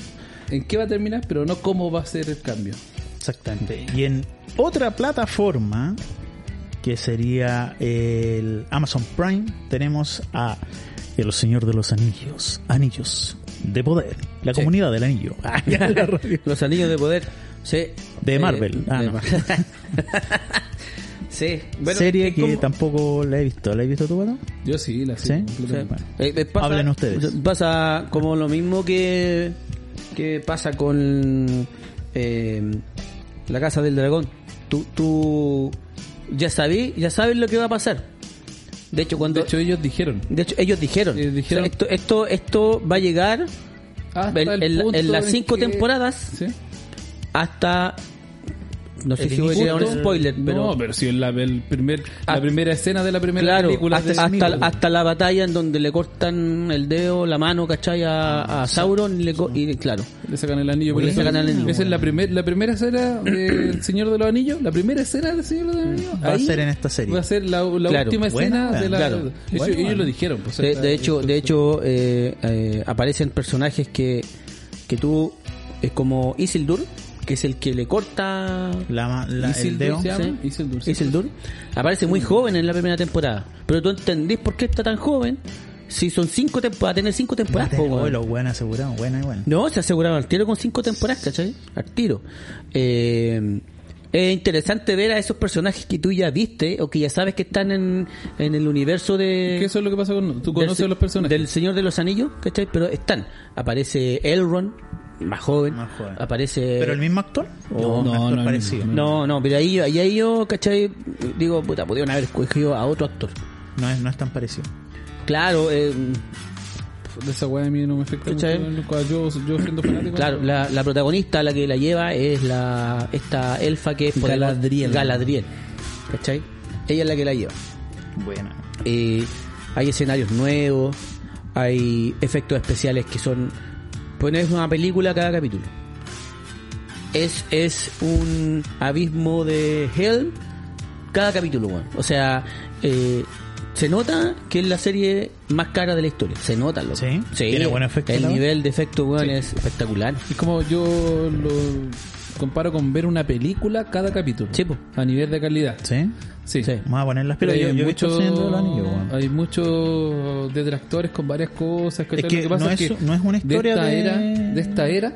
S4: ¿En qué va a terminar? Pero no cómo va a ser el cambio.
S3: Exactamente. Y en otra plataforma, que sería el Amazon Prime, tenemos a El Señor de los Anillos. Anillos de Poder. La comunidad del anillo.
S2: Ah, Los anillos de poder. Sí.
S3: De
S2: Eh,
S3: Marvel. Ah,
S2: de
S3: no.
S2: Marvel. sí. Bueno,
S3: Serie
S2: es
S3: que
S2: como-
S3: tampoco la he visto. ¿La he visto tú, Pato?
S4: Yo sí, la
S3: Sí.
S4: sé.
S2: o sea,
S4: completamente.
S2: eh, eh,
S3: Hablen ustedes.
S2: Pasa como lo mismo que, que pasa con eh, la Casa del Dragón. Tú, tú ya sabí, ya sabes lo que va a pasar. De hecho, cuando...
S4: De hecho, ellos dijeron.
S2: de hecho, ellos dijeron,
S4: Eh, dijeron-
S2: o sea, esto, esto, esto va a llegar
S4: hasta
S2: en,
S4: el
S2: en la- en
S4: punto
S2: las
S4: en
S2: cinco
S4: que-
S2: temporadas
S4: Sí.
S2: hasta no sé
S3: El
S2: si voy a
S3: inicio
S2: tirar un
S3: del-
S2: spoiler pero
S4: No, pero si es la, el primer, la
S2: Ah.
S4: primera escena de la primera
S2: claro
S4: película.
S2: hasta,
S4: de
S2: hasta-
S4: Smith, po.
S2: hasta la batalla en donde le cortan el dedo la mano ¿cachai? a, a Sauron y, le co- y claro
S4: Le sacan el anillo.
S2: Le
S4: por eso-
S2: sacan el anillo.
S4: Esa es la, primer, la primera escena del Señor de los Anillos. La primera escena del Señor
S2: Mm.
S4: de los Anillos.
S3: Va a
S4: ahí
S3: ser en esta serie.
S4: Va a ser la, la
S2: Claro.
S4: última
S3: Buena,
S4: escena de la.
S2: claro.
S4: de hecho,
S3: Buena,
S4: ellos
S3: buena.
S4: lo dijeron. pues,
S2: de,
S4: está-
S2: de hecho de hecho eh, eh, aparecen personajes que que tú es como Isildur que es el que le corta
S3: La, ma- la- el
S4: Isildur
S3: dedo.
S4: se llama,
S2: Sí.
S4: Isildur, sí. Mm.
S2: Isildur aparece muy joven en la primera temporada pero tú entendís por qué está tan joven si son cinco temporadas va a tener cinco
S3: Va a
S2: temporadas
S3: tener-
S2: po,
S3: oh,
S2: weón.
S3: lo bueno asegurado. Buena, buena.
S2: ¿eh? No, se aseguraron al tiro con cinco temporadas, ¿cachai? Al tiro. Eh, es interesante ver a esos personajes que tú ya viste o que ya sabes que están en, en el universo de...
S4: Que eso Eh, es lo que pasa con. Tú
S2: del
S4: conoces
S2: se-
S4: a los personajes.
S2: Del Señor de los Anillos, ¿cachai? Pero están. Aparece Elrond, más joven.
S3: Más joven.
S2: Aparece...
S3: ¿Pero el mismo actor? ¿O
S4: No,
S3: un
S4: no,
S3: actor
S4: no, el
S3: parecido?
S4: mismo.
S2: No, no, pero ahí, ahí, ahí yo, ¿cachai? Digo, puta, pudieron haber escogido a otro actor.
S3: No es, no es tan parecido.
S2: Claro, eh,
S4: De esa weá a mí no me afecta. mucho,
S2: ¿Cachai?
S4: en lo cual Yo, yo siendo fanático.
S2: claro, la, la protagonista, la que la lleva, es la esta elfa que es poderosa-
S4: Galadriel.
S2: Galadriel. ¿Cachai? Ella es la que la lleva.
S3: Buena.
S2: Eh, hay escenarios nuevos, hay efectos especiales que son... Pues no es una película cada capítulo. Es, es un abismo de Helm cada capítulo, weón. O sea, eh, se nota que es la serie más cara de la historia. Se nota, loco.
S3: Sí, tiene buen efecto,
S2: El
S3: la weá.
S2: nivel de efecto, weón, es espectacular.
S4: Es como yo lo comparo con ver una película cada capítulo.
S2: Sí, po.
S4: A nivel de calidad.
S3: ¿Sí?
S4: Sí.
S2: Sí.
S3: Vamos a poner las
S4: Pero
S3: pilas. Yo,
S4: hay
S3: yo he visto
S4: muchos
S3: el Señor de los Anillos, weón.
S4: hay muchos detractores con varias cosas. ¿cachai?
S3: Es que
S4: Lo pasa
S3: no es- no es una historia
S4: esta
S3: de-
S4: Era, de esta era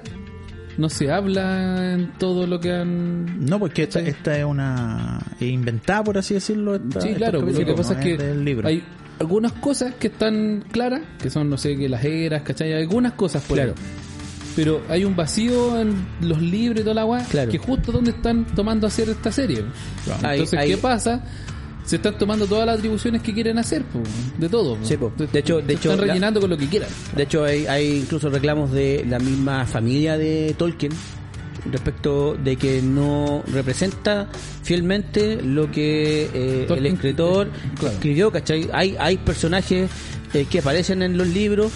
S4: no se habla en todo lo que han...
S3: No, porque esta, esta es una inventada, por así decirlo. esta-
S4: sí,
S3: estos
S4: claro, pero lo que
S3: capítulos,
S4: pasa
S3: no
S4: es que
S3: del libro.
S4: hay algunas cosas que están claras, que son, no sé, que las eras, ¿cachai? Algunas cosas, por
S2: Claro.
S4: ahí. Pero hay un vacío en los libros y toda la agua
S2: Claro.
S4: que justo donde están tomando a hacer esta serie.
S2: Hay-
S4: Entonces,
S2: hay-
S4: ¿qué pasa? Se están tomando todas las atribuciones que quieren hacer, po, de todo. po.
S2: Sí, po. De hecho- de
S4: Se
S2: hecho,
S4: están
S2: la-
S4: rellenando con lo que quieran.
S2: De hecho, hay, hay incluso reclamos de la misma familia de Tolkien respecto de que no representa fielmente lo que eh, el
S4: Tolkien,
S2: escritor
S4: claro.
S2: escribió, ¿cachai? Hay, hay personajes eh, que aparecen en los libros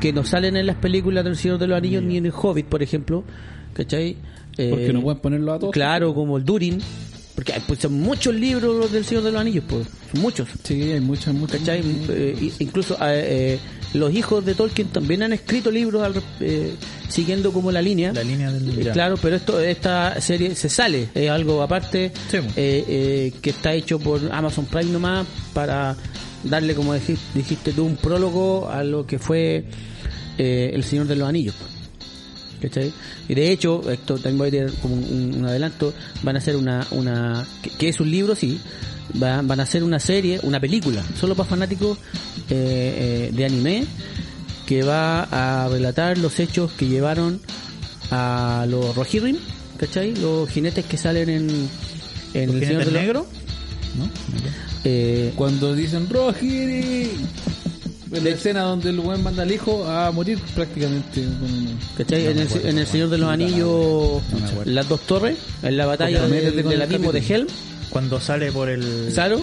S2: que no salen en las películas del Señor de los Anillos ni en el Hobbit, por ejemplo, ¿cachai? Eh,
S4: Porque no pueden ponerlo a todos.
S2: Claro, como el Durin, porque hay, pues, son muchos libros los del Señor de los Anillos, pues, muchos.
S4: Sí, hay muchas, muchas.
S2: ¿Cachai? Eh, i- incluso eh, eh, los hijos de Tolkien también han escrito libros al re- eh, siguiendo como la línea.
S3: La línea del-
S2: Eh,
S3: ya.
S2: Claro, pero esto esta serie se sale, es algo aparte
S3: Sí.
S2: eh, eh, que está hecho por Amazon Prime nomás para darle, como dijis- dijiste tú, un prólogo a lo que fue eh, El Señor de los Anillos. ¿Cachai? Y de hecho, esto también voy a tener como un, un adelanto, van a hacer una, una que, que es un libro, sí, va- van a hacer una serie, una película, solo para fanáticos eh, eh, de anime, que va a relatar los hechos que llevaron a los Rohirrim, ¿cachai? Los jinetes que salen en, en
S3: ¿Los
S2: El Señor
S3: jinetes
S2: de los-
S3: negros? ¿No?
S2: Eh,
S4: Cuando dicen Rogiri. En la escena donde el buen manda al hijo a morir prácticamente. con-
S2: ¿Cachai? en, el, en el Señor de los Anillos, las dos torres, en la batalla
S4: Porque lo
S2: del,
S4: meten con
S2: del
S4: el
S2: abismo de
S4: capítulo.
S2: Helm,
S3: Cuando sale por el...
S2: ¿Salo?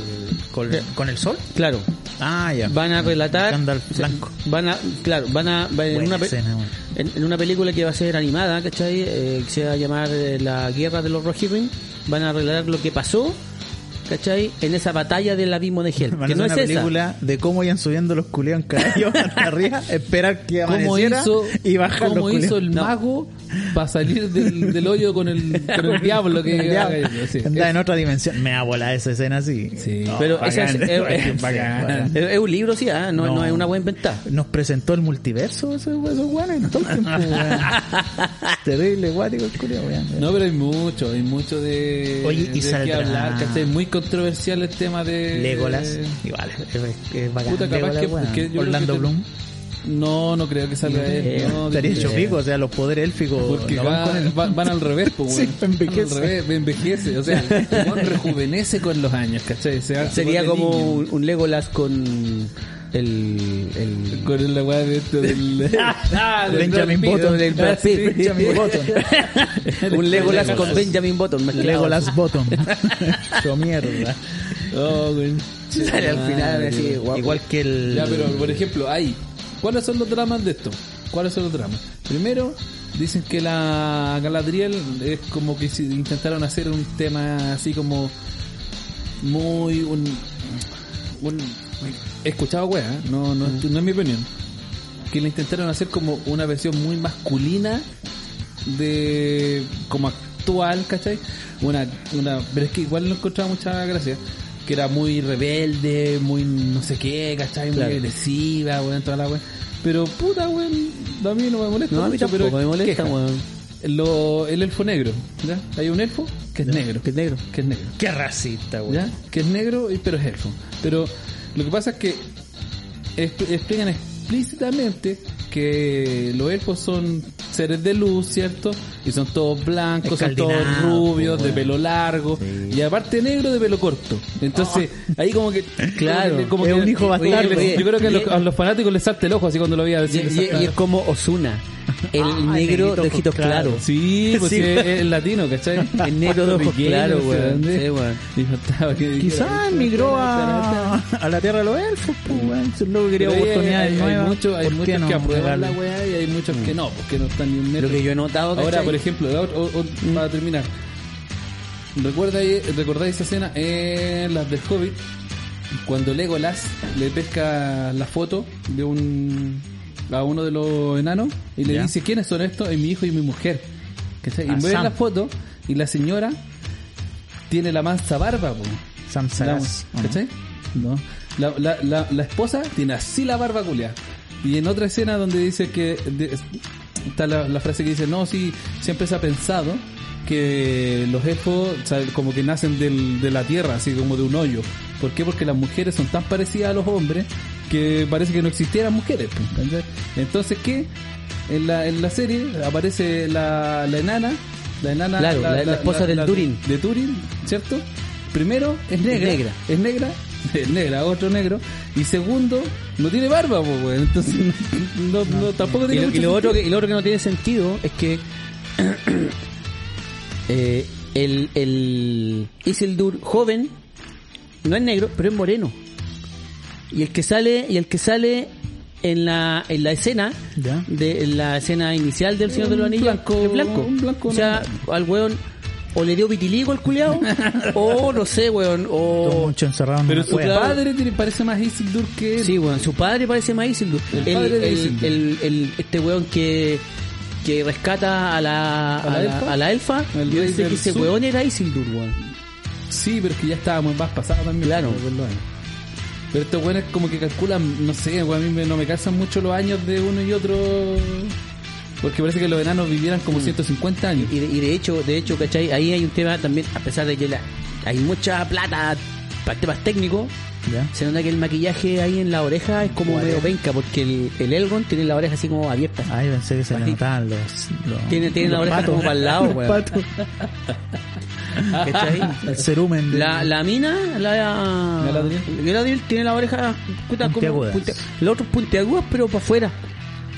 S3: Con, con el sol.
S2: claro,
S3: Ah, ya.
S2: van a relatar,
S3: Gandalf blanco.
S2: van a, claro, van a, van en,
S3: Buena
S2: una, pe-
S3: escena, bueno.
S2: en, en una película que va a ser animada, ¿cachai? Eh, que se va a llamar eh, La Guerra de los Rohirrim, van a relatar lo que pasó, ¿cachai? En esa batalla del abismo de Helm,
S3: Van a
S2: que
S3: hacer
S2: no es
S3: una
S2: esa.
S3: película de cómo ian subiendo los culeos en caballo hasta arriba, esperar que
S4: ¿Cómo
S3: amaneciera
S4: hizo,
S3: y bajar
S4: cómo
S3: los
S4: hizo
S3: culeos.
S4: el mago para salir del, del hoyo con el, con el diablo que Sí,
S3: Anda en otra dimensión. Me abola esa escena así.
S4: Sí.
S3: No,
S2: Pero esa es,
S3: bacán,
S2: es- es-
S3: bacán.
S2: es- es un libro, sí, ah, no,
S3: No.
S2: no es una buena inventada.
S3: Nos presentó el multiverso esos esos weones en Tolkien, pues, weón. Terrible, guático el culeo, weón.
S4: No, pero hay mucho, hay mucho de,
S3: Oye, y
S4: de qué
S3: saldrá.
S4: hablar, ¿cachai? Muy controversial el tema de...
S3: Legolas, igual, es, es- es bacán.
S4: eh, Puta, capaz
S3: Legolas,
S4: que-
S3: weón.
S4: que yo creo que
S3: Orlando
S4: te-
S3: Bloom. Eh,
S4: No, no creo que salga él. no,
S3: Estaría
S4: que-
S3: hecho pico, o sea, los poderes élficos.
S4: Porque
S3: no
S4: va-
S3: van con él.
S4: va- van al revés, pues,
S3: Sí,
S4: weón.
S3: envejece.
S4: Van al revés, envejece. O sea, el Pokémon rejuvenece con los años, ¿cachai? Se hace
S2: Sería
S4: igual de
S2: como
S4: niño.
S2: un, un Legolas con el, el
S4: Con la weá de esto del... Ah, del
S3: Benjamin
S4: Brad Pitt.
S3: Button,
S2: del Brad
S4: Ah, sí.
S2: Pitt.
S3: Benjamin Button.
S2: Un Legolas con Benjamin Button. mezclado.
S3: Legolas Bottom. Yo mierda.
S4: Oh, weón.
S2: Sale al final
S4: Madre,
S2: así, guapo.
S3: Ah, Igual que el.
S4: Ya, pero por ejemplo, ahí. ¿Cuáles son los dramas de esto? ¿Cuáles son los dramas? Primero, dicen que la Galadriel es como que si intentaron hacer un tema así como muy un, un he escuchado weá, ¿eh? no, no, no es mi opinión. Que le intentaron hacer como una versión muy masculina de como actual, ¿cachai? Una, una, pero es que igual no encontraba mucha gracia. Que era muy rebelde, muy no sé qué, ¿cachai? Muy
S2: Claro.
S4: agresiva, weón, toda la weón. Pero puta, weón, a mí no me molesta.
S2: No, a mí
S4: mucho,
S2: tampoco
S4: pero
S2: me
S4: queja.
S2: molesta, weón.
S4: Lo- el elfo negro, ¿ya? Hay un elfo que es negro,
S2: Que es negro.
S4: que es negro.
S3: Qué racista, weón.
S4: ¿ya? Que es negro, y- pero es elfo. Pero lo que pasa es que exp- explican explícitamente que los elfos son seres de luz, ¿cierto? Y son todos blancos, son todos
S3: Escaldinados,
S4: rubios,
S3: pues,
S4: de pelo largo, y aparte negro de pelo corto. Entonces, ahí como que...
S2: Oh. Claro,
S4: como
S3: es un hijo
S4: oye,
S3: bastardo.
S4: oye, yo creo que a los,
S2: Y-
S4: a los fanáticos les salta el ojo así cuando lo veía
S2: Y,
S4: decir. les
S2: y-
S4: salta-
S2: y es como Osuna. El
S3: Ah, el
S2: negro
S3: negrito
S2: de ojitos
S3: con- claro.
S2: claros.
S4: Sí, pues
S3: Sí.
S4: sí, es, es latino, ¿cachai?
S2: El negro de ojos
S4: Puertorriqueño,
S2: claros,
S4: no sé
S2: weón.
S4: dónde.
S2: Sí, weón.
S4: Y no estaba que-
S3: Quizás migró a, a la tierra de los elfos, pues, weón. Si el loco quería
S4: Pero hay-
S3: oportunidades
S4: hay, hay
S3: nuevas.
S4: muchos, hay
S3: ¿por qué
S4: muchos
S3: no
S4: que aprueban la
S3: negarlo?
S4: weá y hay muchos que no, porque no están ni un metro.
S2: Lo que yo he notado,
S4: Ahora,
S2: ¿cachai?
S4: por ejemplo, la otra- o-
S3: Mm.
S4: o- para terminar. Recuerda, ¿Recordáis esa escena en las del Hobbit? Cuando Legolas le pesca la foto de un a uno de los enanos y le
S3: Ya.
S4: dice quiénes son estos, es mi hijo y mi mujer. ¿Cachai?
S3: Ah,
S4: Y ve
S3: Sam.
S4: la foto y la señora tiene la mansa barba, po.
S3: Sam Saras.
S2: ¿Ah,
S4: La- ¿Cachai? No. La, la, la, la esposa tiene así la barba culia. Y en otra escena donde dice que. de- está la, la frase que dice: No, sí, siempre se ha pensado que los elfos o sea, como que nacen del- de la tierra, así como de un hoyo. ¿Por qué? Porque las mujeres son tan parecidas a los hombres que parece que no existieran mujeres. pues, ¿cachai? Entonces, ¿qué? En la, en la serie aparece la, la enana. La enana.
S2: Claro, la- la esposa del Durin.
S4: De Turing, ¿cierto? Primero, es negra.
S2: Es negra.
S4: Es negra. Es negra, otro negro. Y segundo, no tiene barba, po, weón. Entonces, no, no, tampoco
S2: Y
S4: tiene
S2: lo,
S4: mucho
S2: y lo otro que,
S4: sentido.
S2: y lo otro que no tiene sentido es que eh, el, el Isildur joven no es negro, pero es moreno. Y el que sale, y el que sale en la, en la escena
S3: Ya.
S2: de en la escena inicial del Señor de los
S4: Un
S2: Anillos
S4: blanco,
S2: es blanco.
S4: un blanco
S2: o sea, al weón o le dio vitiligo al culiao o no sé, weón,
S3: Todo
S2: o
S3: mucho encerrado en
S4: Pero
S3: una
S4: su
S3: cueva.
S2: Claro.
S4: padre tiene- parece más Isildur que él.
S2: Sí, weón, su padre parece más Isildur.
S4: El
S2: El,
S4: padre de
S2: el-
S4: Isildur.
S2: el- el- este weón que, que rescata a la,
S4: ¿A la
S2: a la-
S4: elfa?
S2: a la elfa.
S4: El
S2: Yo
S4: rey
S2: pensé
S4: del
S2: que ese
S4: sur.
S2: weón era Isildur, weón.
S4: Sí, pero es que ya estábamos más pasados también.
S2: Claro.
S4: po, con los años. Pero estos weones como que calculan, no sé, weón, a mí me- no me calzan mucho los años de uno y otro. Porque parece que los enanos vivieran como
S3: Mm.
S4: 150 años.
S2: Y de, y de hecho, de hecho, ¿cachai? Ahí hay un tema también, a pesar de que la- hay mucha plata para temas técnicos,
S3: ¿Ya?
S2: se nota que el maquillaje ahí en la oreja es como medio penca, porque el, el Elrond tiene la oreja así como abierta.
S4: Ah,
S3: Ay, pensé que se le
S2: Bajito.
S3: notaban los, los-
S2: Tiene, tiene la
S3: los
S2: oreja
S3: patos.
S2: como para el lado,
S3: Los
S2: weón.
S3: patos.
S2: ¿Cachai?
S3: El cerumen. de-
S2: La, la mina, la.
S4: Galadriel.
S2: Galadriel tiene la oreja puta, como.
S3: Puntiagudas.
S2: punte- los otros puntiagudas, pero para afuera.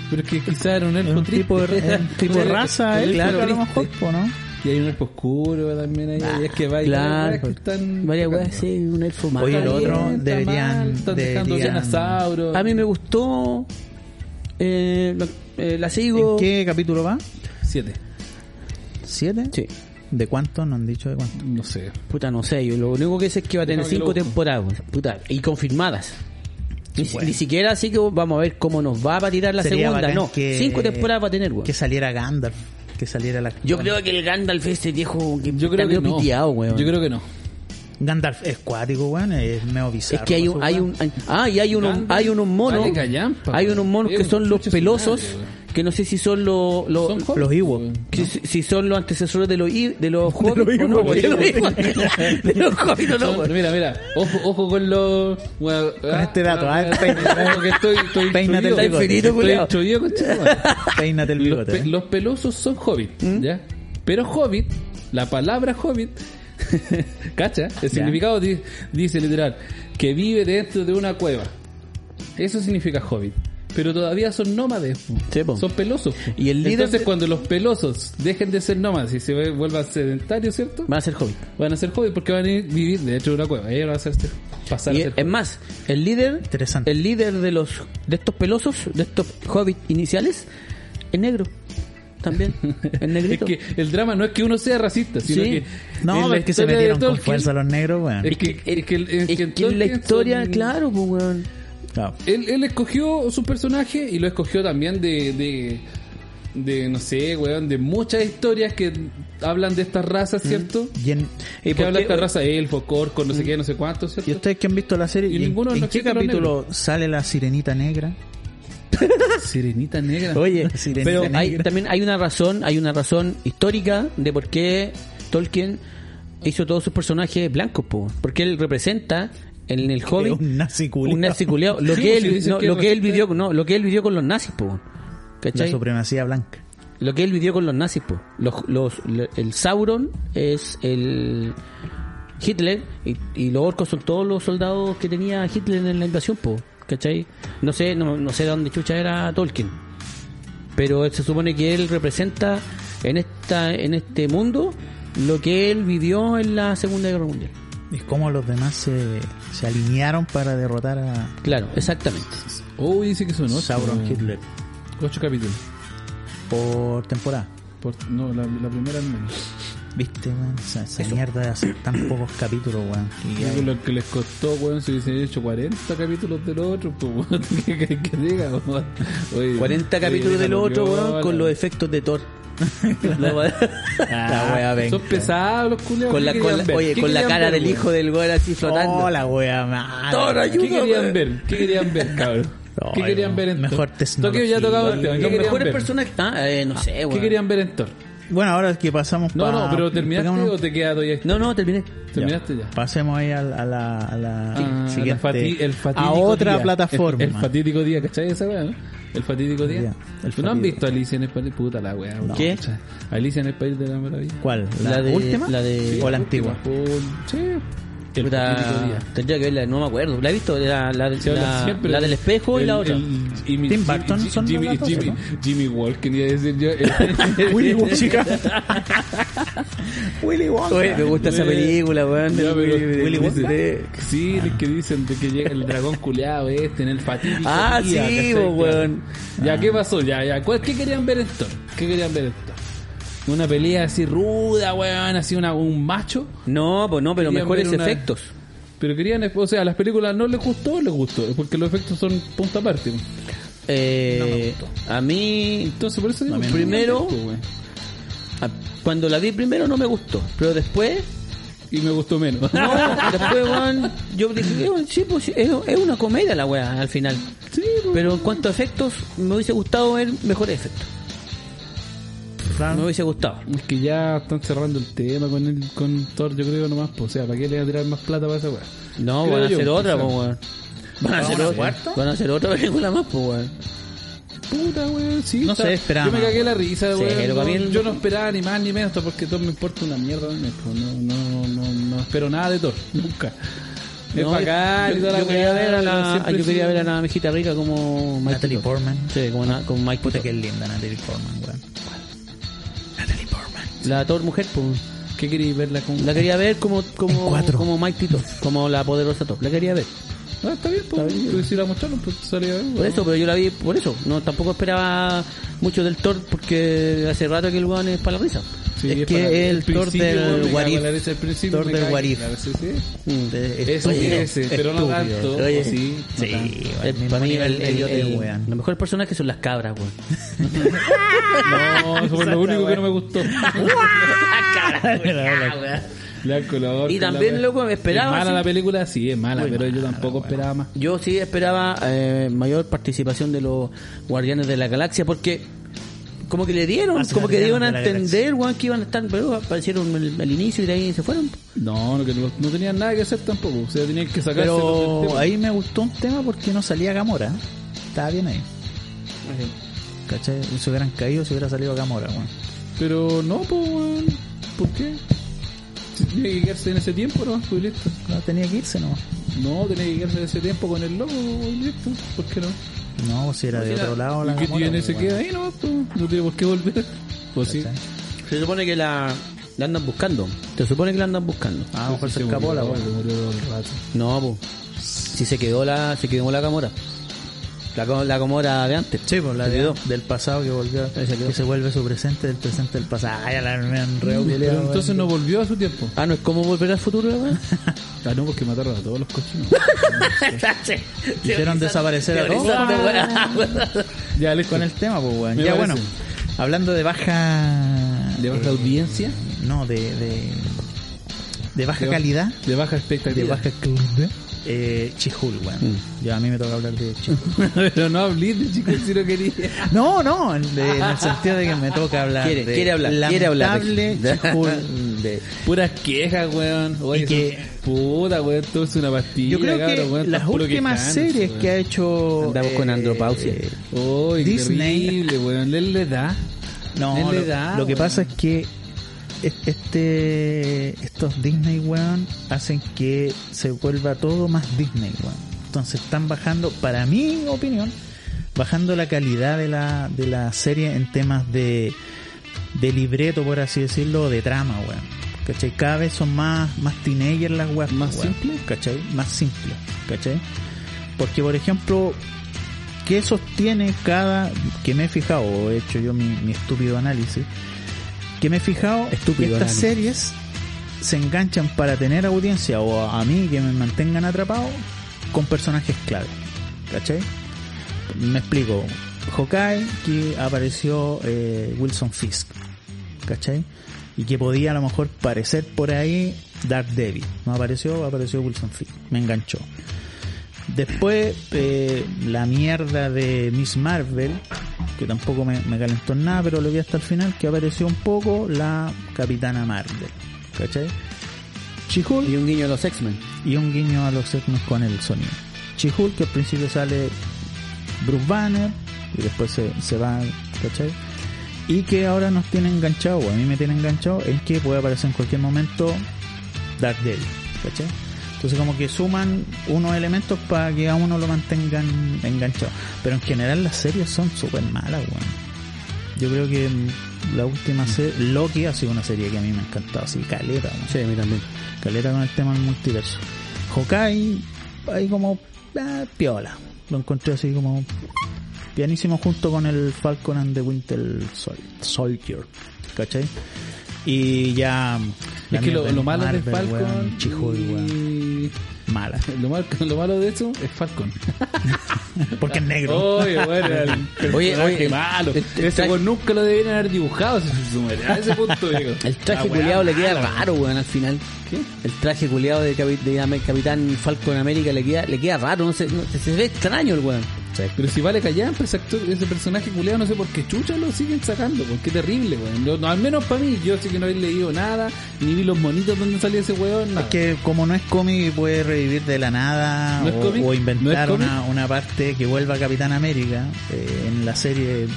S4: Pero es que quizá era un
S3: Es
S4: elfo
S3: un
S4: triste.
S3: tipo de, es un tipo de raza,
S4: El
S3: él,
S4: elfo
S3: claro, a lo
S4: triste.
S3: mejor, po, ¿no?
S4: Y hay un elfo oscuro también ahí. y es que va y
S2: Ah, Claro.
S4: varias weas que están
S2: Varias
S4: tocando.
S2: weas, sí, un elfo más.
S3: Oye, el
S2: Está
S3: otro
S2: bien.
S4: Está
S3: deberían-
S4: mal, Están dejando
S3: deberían-
S4: dinosauros.
S2: A mí me gustó. Eh, lo- eh, la
S3: ¿En
S2: sigo.
S3: qué capítulo va?
S4: Siete.
S3: ¿Siete?
S2: Sí.
S3: ¿De cuánto? No han dicho de cuánto.
S4: No sé.
S2: Puta, no sé. Yo lo único que sé es que va a tener
S4: Déjame que lo
S2: cinco
S4: busco.
S2: temporadas. weón. Puta, y confirmadas. Ni, si- ni siquiera así que vamos a ver cómo nos va a tirar la
S3: Sería
S2: segunda.
S3: bacán
S2: No,
S3: que-
S2: cinco temporadas va a tener, weón.
S3: Que saliera Gandalf, que saliera la...
S2: Yo creo que el Gandalf este viejo que
S4: Yo creo
S2: está
S4: que
S2: medio
S4: no.
S2: piteado, weón.
S4: Yo creo que no.
S3: Gandalf es cuático, weón, es medio
S2: Es
S3: bizarro.
S2: que hay
S3: su
S2: un, hay
S3: weón.
S2: un, hay- ah, y hay unos,
S4: Gandalf,
S2: hay unos monos,
S4: vale callampa,
S2: hay unos monos
S4: weón.
S2: que son los
S4: Chucha su
S2: pelosos,
S4: madre, weón.
S2: que no sé si son los, los-
S4: Son
S3: Los
S4: jóvenes,
S3: Ewoks.
S4: weón.
S2: si, si- si son los antecesores de los i- de los hobbits, o no,
S4: Ewoks.
S2: de los Ewoks. de los hobbits, no, pues.
S4: Son-
S2: weón.
S4: mira, mira, ojo, ojo con los.
S3: Con este dato, ah, peínate.
S4: Porque estoy, estoy
S3: Peínate el
S4: instruido.
S3: bigote.
S2: Está infinito,
S4: Estoy
S2: culiao.
S4: instruido, conchetumare.
S3: Peínate el
S4: los,
S3: bigote. ¿eh?
S4: pe- los pelosos son hobbit,
S2: ¿Mm?
S4: ¿ya? Pero hobbit, la palabra hobbit, ¿cacha? El significado di- dice literal, que vive dentro de una cueva. Eso significa hobbit. Pero todavía son nómades, po.
S2: Sí, po.
S4: son pelosos. po.
S2: Y el líder
S4: Entonces,
S2: de-
S4: cuando los pelosos dejen de ser nómadas y se ve- vuelvan sedentarios, ¿cierto?
S2: Van a ser hobbits.
S4: Van a ser hobbits porque van a ir- vivir dentro de una cueva. Ellos van a ser, pasar
S2: Y
S4: a
S2: es
S4: ser
S2: es más, el líder,
S3: Interesante.
S2: el líder de los, de estos pelosos, de estos hobbits iniciales, es negro, también, es
S4: hobbits.
S2: negrito.
S4: Es que el drama no es que uno sea racista, sino
S2: Sí.
S4: que.
S3: No,
S4: en
S3: pero
S4: la
S3: es que se
S4: historia de
S3: metieron con
S4: Tolkien,
S3: fuerza los negros, weón.
S4: Es que, es que, el- es que
S2: Es que en la
S4: Tolkien
S2: historia,
S4: son-
S2: claro, pues, weón.
S3: Claro.
S4: Él, él escogió su personaje y lo escogió también de, de, de, no sé, weón, de muchas historias que hablan de estas razas, ¿cierto?
S3: Y, en-
S4: Y
S2: Mm. ¿Y
S4: que
S2: por
S4: habla de
S2: qué, Mm.
S4: esta
S2: weón?
S4: raza elfo, corco, no sé qué, no sé cuánto, ¿cierto?
S3: y ustedes que han visto la serie,
S4: Y
S3: ¿y en-
S4: ninguno de
S3: ¿en,
S4: los
S3: qué
S4: que eran
S3: capítulo sale la sirenita negra?
S4: Sirenita negra.
S2: Oye,
S3: Sirenita
S2: pero hay,
S3: negra.
S2: también hay una razón, hay una razón histórica de por qué Tolkien hizo todos sus personajes blancos, po. porque él representa en el Hobbit
S3: un nazi culiao.
S2: un nazi culiao. lo
S4: Sí,
S2: que
S4: pues, si
S2: él
S4: dicen
S2: no,
S4: que
S2: lo que él
S4: representa-
S2: vivió, no, lo que él vivió con los nazis, po.
S3: La
S2: ¿Cachai?
S3: supremacía blanca.
S2: Lo que él vivió con los nazis, po. Los, los- lo- el Sauron es el Hitler y, y los orcos son todos los soldados que tenía Hitler en la invasión, po. ¿Cachai? No sé, no, no sé de dónde chucha era Tolkien. Pero se supone que él representa en esta en este mundo lo que él vivió en la Segunda Guerra Mundial.
S3: Y cómo los demás se, se alinearon para derrotar a
S2: Claro, exactamente.
S4: Oh, dice que son ocho.
S3: Sauron
S4: weón.
S3: Hitler
S4: Ocho capítulos.
S3: por temporada.
S4: Por- no, la, la primera al menos.
S3: ¿Viste, weón? Esa, esa mierda de hacer tan pocos capítulos, weón. Y
S4: Yo
S3: ya-
S4: creo que Lo que les costó, weón, si hubiesen hecho 40 capítulos del otro, pues, weón, que, que, que diga, weón. Oye,
S2: 40
S4: oye,
S2: capítulos del
S4: la
S2: otro, weón, con
S4: weona.
S2: los efectos de Thor.
S3: La wea venga.
S4: Son pesados los culiados.
S2: con
S4: ¿qué
S2: la,
S4: querían
S2: con la-
S4: ver?
S2: oye,
S4: ¿Qué
S2: con la
S4: querían
S2: cara
S4: ver,
S2: del
S4: weón?
S2: hijo del gol así flotando.
S3: Oh, la wea mala.
S2: Ahora
S4: ¿Qué
S2: ayuda,
S4: querían
S2: weón.
S4: ver? ¿Qué querían ver, cabrón? ¿Qué
S3: Ay,
S4: querían ver en Thor?
S3: mejor
S4: Tokio ya tocaba el
S2: Los
S4: tema. ¿Qué querían
S2: mejores
S4: ver?
S2: personajes. Ah, eh, no sé,
S4: ¿Qué
S2: weón.
S4: querían ver en Thor?
S3: Bueno, ahora que pasamos
S4: No,
S3: pa-
S4: no, pero ¿terminaste
S3: pegámonos-
S4: o te queda todavía?
S2: No, no, terminé.
S4: ¿Terminaste ya?
S3: Pasemos ahí a, la- a la, a la
S4: Ah,
S3: siguiente.
S4: la fati- el fatídico
S3: a otra
S4: día.
S3: plataforma.
S4: El, el fatídico día, ¿cachai esa weá, no? El fatídico día.
S3: Día, el
S4: ¿No han
S3: fatídico.
S4: visto Alicia en el país? Puta la weá. weón.
S2: ¿Qué?
S4: Pucha. Alicia en el país de la maravilla.
S3: ¿Cuál? ¿La,
S2: La de-
S3: última?
S2: la de-
S3: ¿O la antigua?
S4: Un- Sí. El
S2: Puta,
S4: fatídico día.
S2: tendría que verla, no me acuerdo. La he visto, la, la,
S4: Se habla
S2: la-
S4: siempre
S2: la
S4: de-
S2: del espejo y
S4: el-
S2: la otra.
S4: el Jimmy-
S3: Tim Burton
S4: Jimmy-
S3: son
S4: Jimmy,
S3: las dos,
S4: Jimmy,
S3: ¿no?
S4: Jimmy Walken, iba a decir yo.
S3: Willy Wonka. Willy Wonka.
S2: Oye, me gusta esa película,
S4: Ya,
S2: weón.
S4: pero-
S2: Willy Wonka.
S4: dice- Sí, el que dicen de que llega el dragón culeado este en el fatídico.
S2: Ah,
S4: día,
S2: sí,
S4: ¿cachai?
S2: bo,
S4: Ya.
S2: weón.
S4: Ya, ¿qué pasó? Ya, ya. ¿Cuál- ¿Qué querían ver en Thor? ¿Qué querían ver en Thor? Una pelea así ruda, weón, así una, un macho.
S2: No, pues no, pero
S4: Querían
S2: mejores
S4: ver una-
S2: efectos.
S4: Pero querían, o sea, a las películas no les gustó, les gustó, porque los efectos son punta aparte.
S2: Eh, a mí,
S4: Entonces, por eso digo,
S2: También primero-
S4: no me gustó, weón.
S2: a- cuando la vi primero no me gustó, pero después
S4: y me gustó menos.
S2: No, después, weón, yo dije, eh, weón, sí, pues, sí, es, es una comedia la weá al final.
S4: Sí,
S2: Pero en cuanto a efectos, me hubiese gustado ver mejores efectos.
S3: ¿verdad?
S2: Me hubiese gustado.
S4: Es que ya están cerrando el tema con el con Thor, yo creo nomás. pues, o sea, ¿para qué le van a tirar más plata para esa weá?
S2: No,
S4: Creo
S2: van a
S4: yo,
S2: hacer otra,
S4: quizá.
S2: pues, weón. Van a hacer
S5: ¿Una
S2: otra.
S5: cuarta?
S2: Van a hacer otra película más, pues, weón.
S4: Puta, weón, sí.
S3: No
S4: está-
S3: sé, esperaba
S4: Yo me
S3: más.
S4: cagué la risa,
S2: Sí,
S4: weón.
S2: pero para mí
S4: no,
S2: el-
S4: Yo no esperaba ni más ni menos, hasta porque Thor me importa una mierda. weón, pues, No, no, no, no espero nada de Thor, nunca. Es
S2: No,
S4: bacán y
S2: yo,
S4: toda la
S2: yo quería
S4: weá,
S2: ver a
S4: pero
S2: la,
S4: siempre
S2: yo quería
S4: sí.
S2: ver a la mejita rica como Mike
S3: Natalie
S2: Tito.
S3: Portman.
S2: Sí, como na- con Mike
S3: Puta
S2: Tito.
S3: que es linda Natalie Portman, weón. Natalie Portman.
S2: La Thor mujer, pues.
S4: ¿Qué queréis verla con.?
S2: La quería ver como
S3: En
S2: como
S3: cuatro.
S2: como Mike Tito, como la poderosa Thor. La quería ver.
S4: Ah, está bien, pues. pues, si la mostraron, pues salió. eh,
S2: Por
S4: weón.
S2: eso, pero yo la vi por eso. No tampoco esperaba mucho del Thor porque hace rato que el weón es para la risa.
S4: Sí,
S2: es,
S4: para-
S2: que el Thor
S4: principio, weón, me
S2: del
S4: cago
S2: What
S4: en
S2: If.
S4: la risa, el principio
S2: Thor
S4: me
S2: del
S4: cago en
S2: What If.
S4: la risa, sí.
S2: Mm, de-
S4: Eso
S2: estúpido.
S4: ese, pero no
S2: Estúpido.
S4: tanto.
S2: Oye,
S4: o sí, no
S3: Sí,
S4: tanto.
S3: weón,
S2: Eh,
S3: mismo
S2: para mí,
S3: nivel
S2: el,
S3: de
S2: el,
S3: idiote,
S2: el-
S3: weón.
S2: los mejores personajes son las cabras, weón.
S4: No, eso fue lo único que no me gustó.
S3: Ah,
S4: La color,
S2: Y
S4: con la
S2: también,
S4: wea.
S2: loco, me esperaba
S4: Es mala
S2: así.
S4: la película, sí, es mala, pero yo tampoco esperaba más.
S2: Yo sí esperaba eh, mayor participación de los Guardianes de la Galaxia porque como que le dieron,
S3: Más
S2: como que
S3: Guardianes
S2: dieron a
S3: Ah, de la
S2: entender, weón, que iban a estar, pero aparecieron al, al inicio y de ahí se fueron.
S4: No, no, que no, no tenían nada que hacer tampoco. O sea, tenían que sacarse los
S3: Pero
S4: del
S3: ahí me gustó un tema porque no salía Gamora. Estaba bien ahí. ¿Cachai? Se hubieran caído, se hubiera salido Gamora, weón.
S4: tema. Pero no, pues, weón, ¿por qué? Si Tenía que quedarse en ese tiempo, ¿no? Pues listo.
S3: No tenía que irse nomás.
S4: No, tenía que quedarse en ese tiempo con el lobo, pues, listo. ¿Por qué no?
S3: No, si era de otro lado la
S4: ¿Y qué
S3: Gamora,
S4: tiene? Se
S3: weón.
S4: queda ahí, ¿no? Pues, no tiene por qué volver. Pues sí.
S3: ¿Cachai?
S2: Se supone que la, la andan buscando. Se supone que la andan buscando. Ah,
S3: A lo Ah, mejor se
S4: Sí,
S3: escapó
S4: murió,
S3: la weón.
S4: murió todo el rato.
S2: No, po. Si se quedó la, se quedó la Gamora. La, co- la Gamora de antes.
S3: Sí, pues la de- del pasado que volvió, que se vuelve su presente, del presente del pasado. Ay, a la me enreo,
S4: Pero
S3: culiao,
S4: entonces
S3: weón.
S4: no volvió a su tiempo.
S2: Ah, no es como volver al futuro, weón.
S4: Ah, no, porque mataron a todos los cochinos.
S3: Hicieron desaparecer a todos
S4: ya, les
S3: con el tema, pues, weón.
S4: Me
S3: Ya,
S4: parece.
S3: bueno, hablando de baja...
S4: De baja
S3: eh,
S4: audiencia.
S3: No, de... de, de baja
S4: De ba-
S3: calidad.
S4: De baja
S3: De
S4: expectativa.
S3: baja calidad. Eh, Chihul,
S4: Mm.
S3: weón. Ya a mí me toca hablar de Chihul.
S4: Pero no hablé de chicos si no quería.
S3: No, no, en, de- en el sentido de que me toca hablar
S2: Quiere-
S3: de
S2: quiere hablar, quiere hablar de-
S3: lamentable Chihul de-
S4: Puras quejas, weón. Oye,
S3: Y que-
S4: eso- puta, weón, todo es una pastilla.
S3: Yo creo que
S4: cabrón, weón,
S3: las
S4: tan puro
S3: últimas
S4: quejándose,
S3: series
S4: weón.
S3: que ha hecho... eh,
S2: Andamos con andropausia.
S4: Oy, qué
S3: Disney-
S4: terrible, weón. Le, le da.
S3: No,
S4: Denle
S3: lo,
S4: edad,
S3: lo que
S4: weón.
S3: pasa es que es- este estos Disney weón hacen que se vuelva todo más Disney weón. Entonces están bajando, para mi opinión, bajando la calidad de la, de la serie en temas de, de libreto, por así decirlo, o de trama, weón. ¿Cachai? Cada vez son más, más teenager las weas.
S4: ¿Más
S3: weón.
S4: simple?
S3: ¿Cachai? Más simple, ¿cachai? Porque, por ejemplo, ¿Qué sostiene cada... que me he fijado, o he hecho yo mi, mi estúpido análisis, que me he fijado
S2: Estúpido
S3: que estas
S2: análisis.
S3: series se enganchan para tener audiencia o a, a mí que me mantengan atrapado con personajes clave. ¿Cachai? Me explico. Hawkeye, que apareció eh, Wilson Fisk. ¿Cachai? Y que podía a lo mejor parecer por ahí Dark Devil. No apareció, apareció Wilson Fisk. Me enganchó. Después, eh, la mierda de Miss Marvel, que tampoco me, me calentó en nada, pero lo vi hasta el final, que apareció un poco la Capitana Marvel. ¿Cachai? Chihul
S2: y un guiño a los X-Men.
S3: y un guiño a los X-Men con el sonido. Chihul, que al principio sale Bruce Banner y después se, se va, ¿cachai? Y que ahora nos tiene enganchado, o a mí me tiene enganchado, es que puede aparecer en cualquier momento Dark Devil, ¿cachai? Entonces como que suman unos elementos para que a uno lo mantengan enganchado. Pero en general las series son súper malas, weón. Yo creo que mm, la última serie, Loki ha sido una serie que a mí me ha encantado, así caleta, weón.
S2: Sí, a mí también.
S3: Caleta con el tema del multiverso. Hawkeye, ahí como ah, piola. Lo encontré así como pianísimo junto con el Falcon and the Winter Sol- Soldier. ¿Cachai? Y ya... la
S4: Es que lo,
S3: mierda
S4: lo malo de
S3: Marvel,
S4: Falcon.
S3: weón, She-Hulk, weón.
S4: y-
S3: Mala.
S4: Lo malo, lo malo de eso es Falcon.
S3: Porque es negro.
S4: Oye, bueno, el
S2: Oye,
S4: oye,
S2: oye,
S4: qué malo.
S2: el- el
S4: Ese
S2: traje-
S4: weón nunca lo debían haber dibujado. Si se sumara. a ese punto, digo.
S2: El traje
S4: La weá
S2: culiado le queda
S4: mala,
S2: raro, weón, al final.
S4: ¿Qué?
S2: El traje culiado de, capi- de Am- Capitán Falcon América le queda, le queda raro, no sé, no- se, se ve extraño el weón. Sí.
S4: Pero si vale callampa, ese, actor, ese personaje culeado, no sé por qué chucha lo siguen sacando, porque qué terrible, weón. No- no, al menos para mí, yo sí que no he leído nada, ni vi los monitos donde salía ese weón, nada.
S3: Es que como no es cómic puede revivir de la nada
S4: ¿No es
S3: o,
S4: cómic?
S3: o
S4: ¿No es
S3: inventar
S4: cómic?
S3: una, una parte que vuelva a Capitán América eh, en la serie.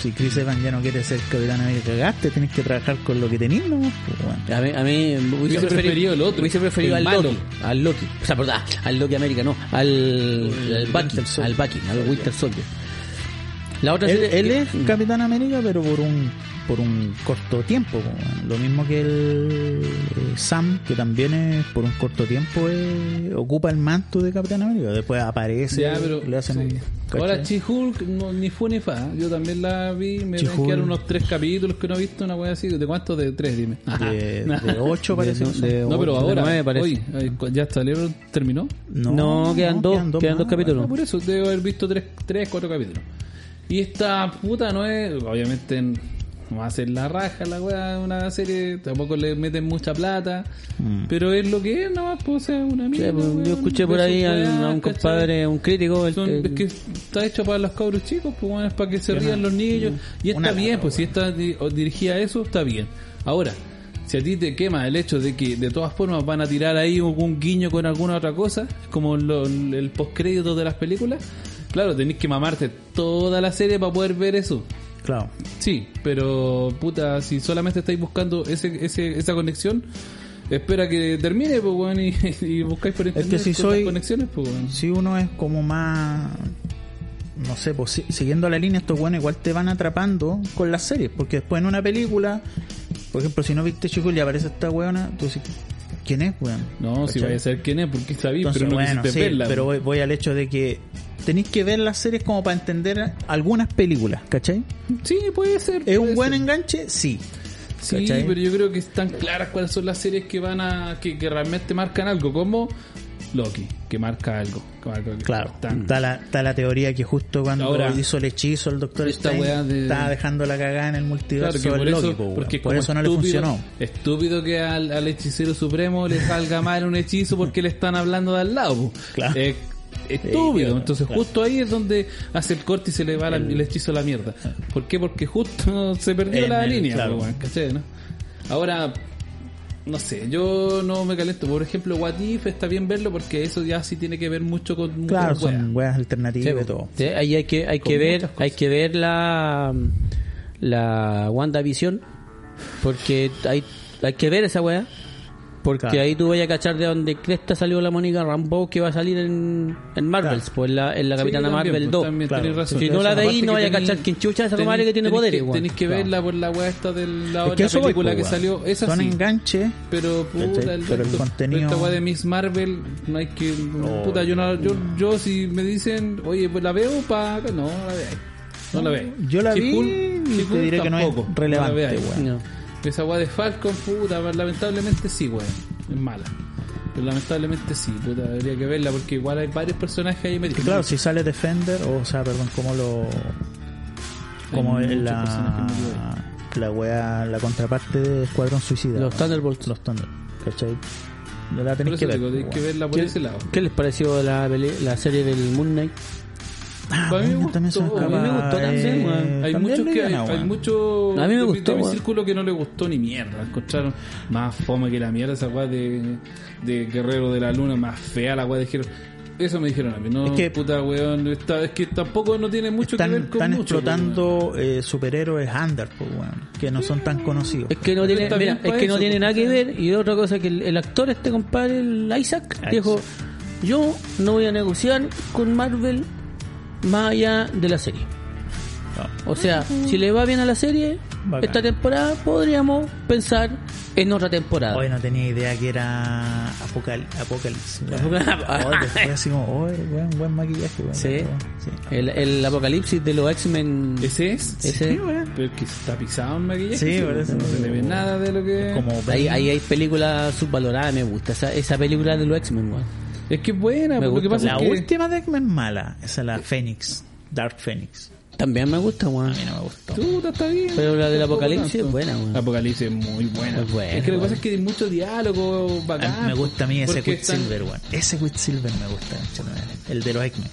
S3: Si Chris Evans ya no quiere ser Capitán América, cagaste, tienes que trabajar con lo que tenés, ¿no? Pues, bueno.
S2: A mí, a mí hubiese
S4: preferido
S2: preferido
S4: el otro,
S2: Hubiese preferido
S4: el
S2: al
S4: malo.
S2: Loki. Al Loki. O sea, perdón, ah, al Loki América, no. Al, al Bucky.
S3: Winter Soldier.
S2: Al Bucky, al Winter Soldier. La otra
S3: Él,
S2: serie-
S3: él es
S2: Mm.
S3: Capitán América, pero por un por un corto tiempo. po, weón. Lo mismo que el eh, Sam, que también es por un corto tiempo eh, ocupa el manto de Capitán América. Después aparece,
S4: Ya, pero-
S3: le hacen un-
S4: sí.
S3: ¿cachai?
S4: Ahora Chihulk no, ni fue ni fa. Yo también la vi, me
S3: She-Hulk.
S4: quedaron unos tres capítulos que no he visto, una wea así. ¿De cuántos? De tres, dime. Ah.
S3: de, de 8 parece. que son.
S4: no, pero
S2: de
S4: ahora,
S2: nueve, parece.
S4: hoy, eh, cu- ya salieron, terminó.
S2: No, quedan dos, quedan dos
S3: más,
S2: capítulos.
S4: Ah, por eso debo haber visto tres, tres, cuatro capítulos. Y esta puta no es, obviamente, n- no va a ser la raja la wea, una serie, tampoco le meten mucha plata, pero es lo que es, nada más, pues, o sea, una
S2: Mm. Sí,
S4: mierda.
S2: pues, yo
S4: weón,
S2: escuché por
S4: de
S2: ahí
S4: sus
S2: al-
S4: weas,
S2: a un
S4: ¿cachai?
S2: compadre, un crítico. el-
S4: Son-
S2: el-
S4: es que está hecho para los cabros chicos, pues bueno, es para que se rían los niños. Y está
S3: una
S4: bien,
S3: lata,
S4: pues si está di- o dirigida a eso, está bien. Ahora, si a ti te quema el hecho de que de todas formas van a tirar ahí algún guiño con alguna otra cosa, como lo- el postcrédito de las películas, claro, tenés que mamarte toda la serie para poder ver eso.
S3: Claro.
S4: Sí, pero puta, si solamente estáis buscando ese, ese, esa conexión, espera que termine, pues bueno, y, y buscáis por internet
S3: si
S4: otras
S3: soy-
S4: conexiones, pues
S2: Mm.
S4: bueno.
S3: Si uno es como más. No sé, pues, si- siguiendo la línea, estos buenos igual te van atrapando con las series. Porque después en una película, por ejemplo, si no viste Chico y aparece esta weona, tú dices, ¿quién es, weón?
S4: No, si
S3: ¿Cachai?
S4: vaya a ser quién es, porque sabí,
S3: Entonces,
S4: pero no
S3: bueno,
S4: quisiste
S3: sí,
S4: verla.
S3: pero voy, voy al hecho de que tenéis que ver las series como para entender algunas películas, ¿cachai?
S4: Sí, puede ser.
S3: ¿Es un
S4: puede
S3: buen
S4: ser.
S3: enganche? Sí.
S4: Sí,
S3: ¿cachai?
S4: pero yo creo que están claras cuáles son las series que van a. que, que realmente marcan algo, como Loki, que marca algo. que marca algo.
S3: Claro,
S4: Tan-
S3: está la, está la teoría que justo cuando
S4: Ahora,
S3: hizo el hechizo el doctor
S4: esta weá
S3: Strange
S4: de-
S3: estaba dejando la cagada en el multiverso
S4: Claro, que por
S3: del
S4: eso,
S3: Loki, po, weón.
S4: porque
S3: por
S4: como
S3: eso no le
S4: estúpido-
S3: funcionó.
S4: Estúpido que al, al hechicero supremo le salga mal un hechizo porque le están hablando de al lado. po.
S3: Claro.
S4: Eh, estúpido.
S3: claro,
S4: Entonces
S3: claro.
S4: justo ahí es donde hace el corte y se le va la- el, hechizo a la mierda. ¿Por qué? Porque justo se perdió
S3: En
S4: la
S3: el-
S4: línea.
S3: claro.
S4: po, weón, ¿cachai, no? Ahora, no sé, yo no me calento. Por ejemplo, What If está bien verlo porque eso ya sí tiene que ver mucho con...
S3: Claro,
S4: con weas.
S3: son weas alternativas y todo.
S2: Sí, ahí hay que, hay
S4: Con
S2: que ver,
S4: muchas cosas.
S2: hay que ver la, la WandaVision, porque hay, hay que ver esa weá. Porque
S3: Claro.
S2: ahí tú vayas a cachar de donde cresta salió la Mónica Rambo que va a salir en, en Marvels,
S3: Claro.
S2: pues en la, en la
S4: Sí,
S2: Capitana
S4: también,
S2: Marvel
S4: pues,
S2: 2.
S4: también
S3: Claro.
S4: tenés razón.
S2: Si no la
S4: Aparte
S2: veis, no vaya a
S4: tenés-
S2: cachar quién chucha es esa
S4: tenés-
S2: comadre que tiene
S4: tenés
S2: poderes,
S4: que-
S2: weón.
S4: Tenés que
S3: Claro.
S4: verla por la weá esta de la
S3: Es que
S4: otra
S3: eso voy,
S4: película
S3: po,
S4: que
S3: weón.
S4: salió. Esa
S3: son
S4: sí.
S3: enganches.
S4: Pero
S3: ¿Cachai?
S4: puta, el
S3: Pero el
S4: resto.
S3: contenido- Oh.
S4: Esta weá de Miss Marvel, no hay que. puta, yo, no, yo, yo si me dicen, oye, pues la veo pa. No, no la veáis. No la veáis.
S3: Yo la vi
S4: She-Hulk-
S3: y te
S4: She-Hulk
S3: diré que no es
S4: tampoco. la
S3: relevante,
S4: veáis.
S3: weón.
S2: No.
S4: Esa weá de Falcon, puta, lamentablemente sí, weón. Es mala. Pero lamentablemente sí, puta, habría que verla porque igual hay varios personajes ahí
S3: Que
S4: metidos.
S3: claro, si sale Defender, o sea, perdón, como lo. Como
S4: muchas
S3: la.
S4: personas que no
S3: La wea, la contraparte de Escuadrón Suicida.
S2: Los Thunderbolts.
S3: Los Thunder, ¿cachai? La
S4: Por
S3: tenés
S4: eso te
S3: que ver.
S4: digo, tenés que
S3: weón.
S4: verla por
S2: ¿Qué,
S4: ese lado.
S2: qué les pareció la, peli- la serie del Moon Knight?
S3: Ah,
S4: A mí me
S3: bueno, también se
S4: gustó, a mí me
S3: acaba,
S2: gustó también,
S3: eh,
S2: weón.
S4: Hay
S3: también
S4: muchos que hay,
S3: liviana,
S4: hay
S3: weón.
S4: muchos
S2: A mí me
S4: de mi-
S2: gustó,
S4: de mi
S2: weón.
S4: círculo que no le gustó ni mierda. Encontraron más fome que la mierda esa weá de, de Guerrero de la Luna, más fea la weá dijeron. Eso me dijeron a mí, no
S3: Es que-
S4: puta weón, está- es que tampoco no tiene mucho que
S3: Están,
S4: ver con
S3: están
S4: mucho, pues, weón.
S3: explotando eh, superhéroes under, pues, weón, que no son tan conocidos.
S2: Es que no
S4: Pero
S2: tiene,
S4: está
S2: mira,
S4: bien
S2: es
S4: pa'
S2: que no
S4: eso,
S2: tiene
S4: pues,
S2: nada que ver. Y otra cosa que el, el actor este compadre, el Isaac,
S3: Isaac.
S2: dijo, yo no voy a negociar con Marvel más allá de la serie. O sea, si le va bien a la serie,
S3: Bacán.
S2: esta temporada podríamos pensar en otra temporada.
S3: Hoy no tenía idea que era Apocal Apocalipsis. weón.
S2: Apocal-
S3: Hoy después así como, "Oye, weón, buen maquillaje, weón".
S2: Sí.
S3: Sí.
S2: El, el apocalipsis de los X-Men.
S4: Ese es,
S2: Ese-
S3: Sí, weón.
S4: pero es que está pisado en maquillaje.
S3: Mm. Sí, por
S4: weón,
S3: eso.
S4: No se le ve nada de lo que.
S3: Como
S2: Ahí, ahí hay películas subvaloradas, me gusta. Esa, esa película de los X-Men, weón.
S4: Es que es buena,
S2: Me
S4: lo que
S2: gusta,
S4: pasa
S3: La
S4: es que.
S3: última de X-Men mala, esa es la Fénix, Dark Phoenix.
S2: También me gusta, weón.
S3: A mí no me gustó.
S4: Puta, está bien.
S2: Pero la del
S4: Tampoco
S2: Apocalipsis
S4: tanto.
S2: es buena, weón.
S4: Apocalipsis es muy buena.
S2: Es buena,
S4: es que lo que
S2: weón.
S4: pasa es que hay mucho diálogo
S3: A
S4: bacán.
S3: mí me gusta a mí ese
S4: Ah, porque están-
S3: Quicksilver, weón. Ese Quicksilver me gusta, conchetumare. el de los X-Men.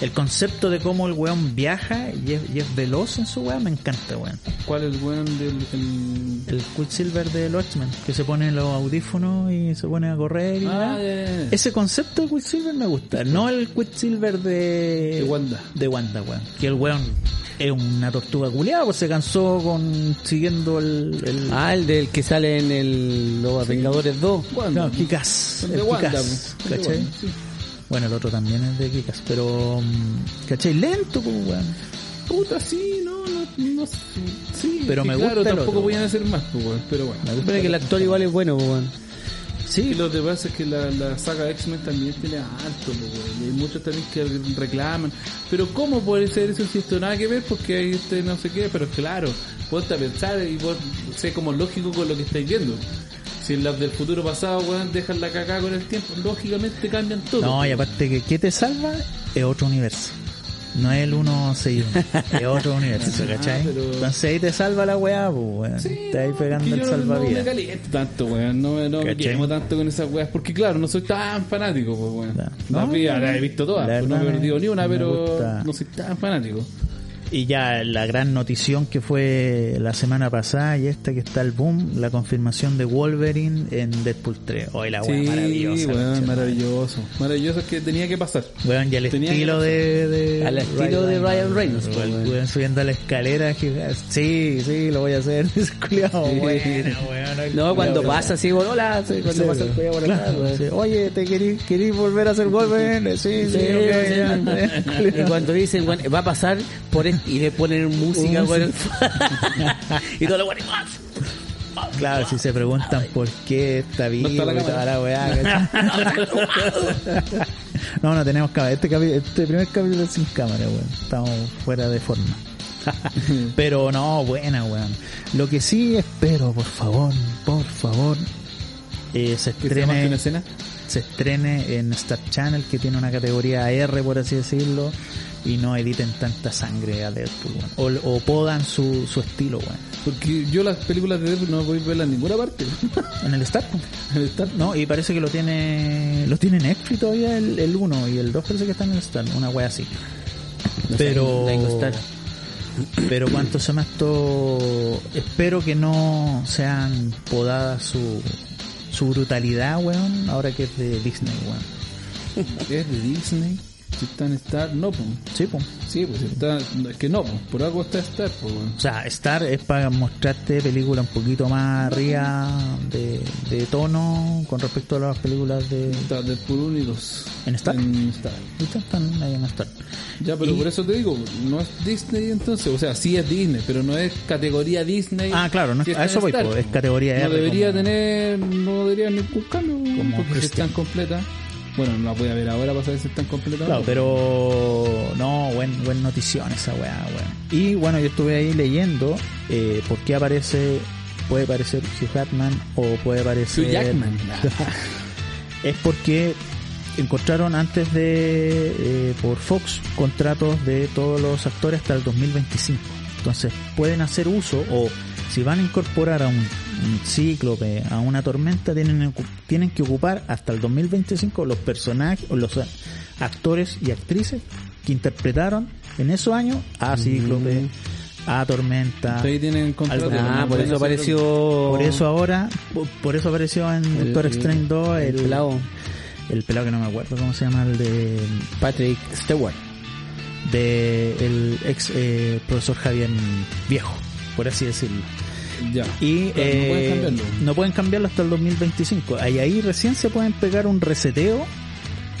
S3: El concepto de cómo el weón viaja y es, y es veloz en su weá me encanta, weón.
S4: ¿Cuál es el weón del. el-
S3: El Quicksilver de Watchmen, que se pone los audífonos y se pone a correr y
S4: Ah,
S3: nada.
S4: ya, ya, ya.
S3: Ese concepto de Quicksilver me gusta, no el Quicksilver de...
S4: De Wanda.
S3: De Wanda, weón. Que el weón es una tortuga culiada, pues se cansó con siguiendo el... el
S2: Ah, el del que sale en el, los Vengadores 2.
S4: Wanda.
S3: no, Kikas.
S4: De
S3: el
S4: Wanda,
S3: Kikas,
S4: pues. De
S3: ¿cachai?
S4: Wanda, sí.
S3: Bueno, el otro también es de Kikas, pero... mm, ¿Cachai? Lento, pues, weón.
S4: Puta, sí, no, no, no sí,
S3: Pero
S4: que
S3: me
S4: claro,
S3: gusta el
S4: tampoco
S3: otro,
S4: podían hacer más, pues, weón, pero bueno.
S2: Pero que el actor igual es bueno, pues, weón.
S4: Sí, lo que pasa es que la, la saga X-Men también tiene harto, pues, weón, y hay muchos también que reclaman, pero ¿cómo puede ser eso si esto nada que ver? Porque hay este no sé qué, pero claro, ponte a pensar y vos sé como lógico con lo que estáis viendo. Si en las del futuro pasado, weón, dejan la cagada con el tiempo, lógicamente cambian todo.
S3: No,
S4: pues.
S3: y aparte que ¿qué te salva? Es otro universo. No es el 161, es otro universo, ¿cachai?
S4: Ah, pero-
S3: Entonces ahí te salva la weá, pues, weón.
S4: Sí,
S3: te ahí
S4: no, que
S3: pegando el
S4: yo No me
S3: salvavidas.
S4: caliento tanto, weón. No, me- no me
S3: ¿Cachai?
S4: quemo tanto con esas weas. Porque, claro, no soy tan fanático, pues, weón.
S3: Ya.
S4: Las
S3: No,
S4: vi-
S3: no,
S4: las he visto todas.
S3: la
S4: pues, no
S3: verdad
S4: he perdido ni una,
S3: me
S4: pero
S3: gusta.
S4: no soy tan fanático.
S3: Y ya la gran notición que fue la semana pasada y esta que está el boom, la confirmación de Wolverine en Deadpool 3. Hoy la weá maravillosa.
S4: weón,
S3: conchetumare.
S4: maravilloso. Maravilloso es que tenía que pasar.
S3: Weón, y al
S4: Tenía
S3: estilo de, de.
S2: Al estilo de Ryan Reynolds,
S3: Weón,
S2: weón.
S3: weón, subiendo a la escalera. gigante. Sí, sí, lo voy a hacer. Es culiao, buena, weón. el
S2: No, cuando
S3: culiao.
S2: pasa así, weón, hola, sí, cuando
S3: Sí,
S2: pasa el
S3: weón.
S2: cuello por acá,
S3: Claro,
S2: weón.
S3: sí. Oye, ¿te querís, querís volver a ser Wolverine? Sí, sí,
S2: Sí,
S3: ok,
S2: sí.
S3: ya.
S2: Y cuando dicen, weón, va a pasar por este- y le ponen música, weón. y todo lo weón,
S3: Ah, Claro, si se preguntan por qué está vivo
S4: está la
S3: y
S4: cámara.
S3: toda la weá, ¿cachai? No, no tenemos cámara. Este, capi- este primer capítulo es sin cámara, weón. Estamos fuera de forma. Pero no, buena, weón. Lo que sí espero, por favor, por favor, eh, se
S4: Que sea más que una
S3: estrene,
S4: escena.
S3: se estrene en Star Channel, que tiene una categoría R, por así decirlo, y no editen tanta sangre a Deadpool, weón. O, o podan su, su estilo, weón.
S4: Porque yo las películas de Deadpool no voy a verlas en ninguna parte.
S3: En el Star, pues.
S4: El Star,
S3: No, y parece que lo tiene lo tiene Netflix todavía el, el 1 y el 2 parece que están en el Star, una wea así. Pero
S2: tengo Star.
S3: pero cuanto se me esto espero que no sean podadas su su brutalidad, weón, ahora que es de Disney, weón.
S4: es de Disney. Si está en Star, no, pues.
S3: Sí, po.
S4: Sí, pues está. no, Es que no, pues. Por algo está Star, pues, weón.
S3: O sea, Star es para mostrarte películas un poquito más arriba de, de tono con respecto a las películas de...
S4: Está Deadpool 1 y 2.
S3: ¿En Star?
S4: En Star.
S3: ¿Viste? Están ahí en Star.
S4: Ya, pero
S3: Y-
S4: por eso te digo, no es Disney entonces, o sea, sí es Disney, pero no es categoría Disney.
S3: Ah, claro, no,
S4: Si está
S3: a
S4: en
S3: eso voy,
S4: Star,
S3: po, es categoría
S4: No
S3: R
S4: debería
S3: como-
S4: tener, no debería ni buscarlo,
S3: Como
S4: porque si
S3: Christian.
S4: están completas. Bueno, no la voy a ver ahora para saber si están completas.
S3: Claro, pero no, buen, buen notición esa weá, weón. Y bueno, yo estuve ahí leyendo eh, por qué aparece, puede aparecer Hugh Jackman o puede aparecer...
S4: Hugh Jackman.
S3: es porque encontraron antes de, eh, por Fox, contratos de todos los actores hasta el 2025. Entonces pueden hacer uso o si van a incorporar a un, un cíclope, a una tormenta, tienen, ocu- tienen que ocupar hasta el 2025 los personajes o los a- actores y actrices que interpretaron en esos años a cíclope, a tormenta.
S4: Ahí tienen contrato.
S3: Algo-
S2: Ah,
S4: ¿no?
S2: por
S4: Pueden hacerlo.
S2: eso apareció.
S3: Por eso ahora, por, por eso apareció en Doctor Strange 2 el,
S2: el pelado
S3: el pelado que no me acuerdo cómo se llama, el de,
S2: Patrick Stewart.
S3: de el ex eh, profesor Javier Viejo, por así decirlo.
S4: Ya.
S3: Y
S4: Claro, no pueden
S3: eh,
S4: cambiarlo.
S3: no pueden cambiarlo hasta el 2025. Ahí, ahí recién se pueden pegar un reseteo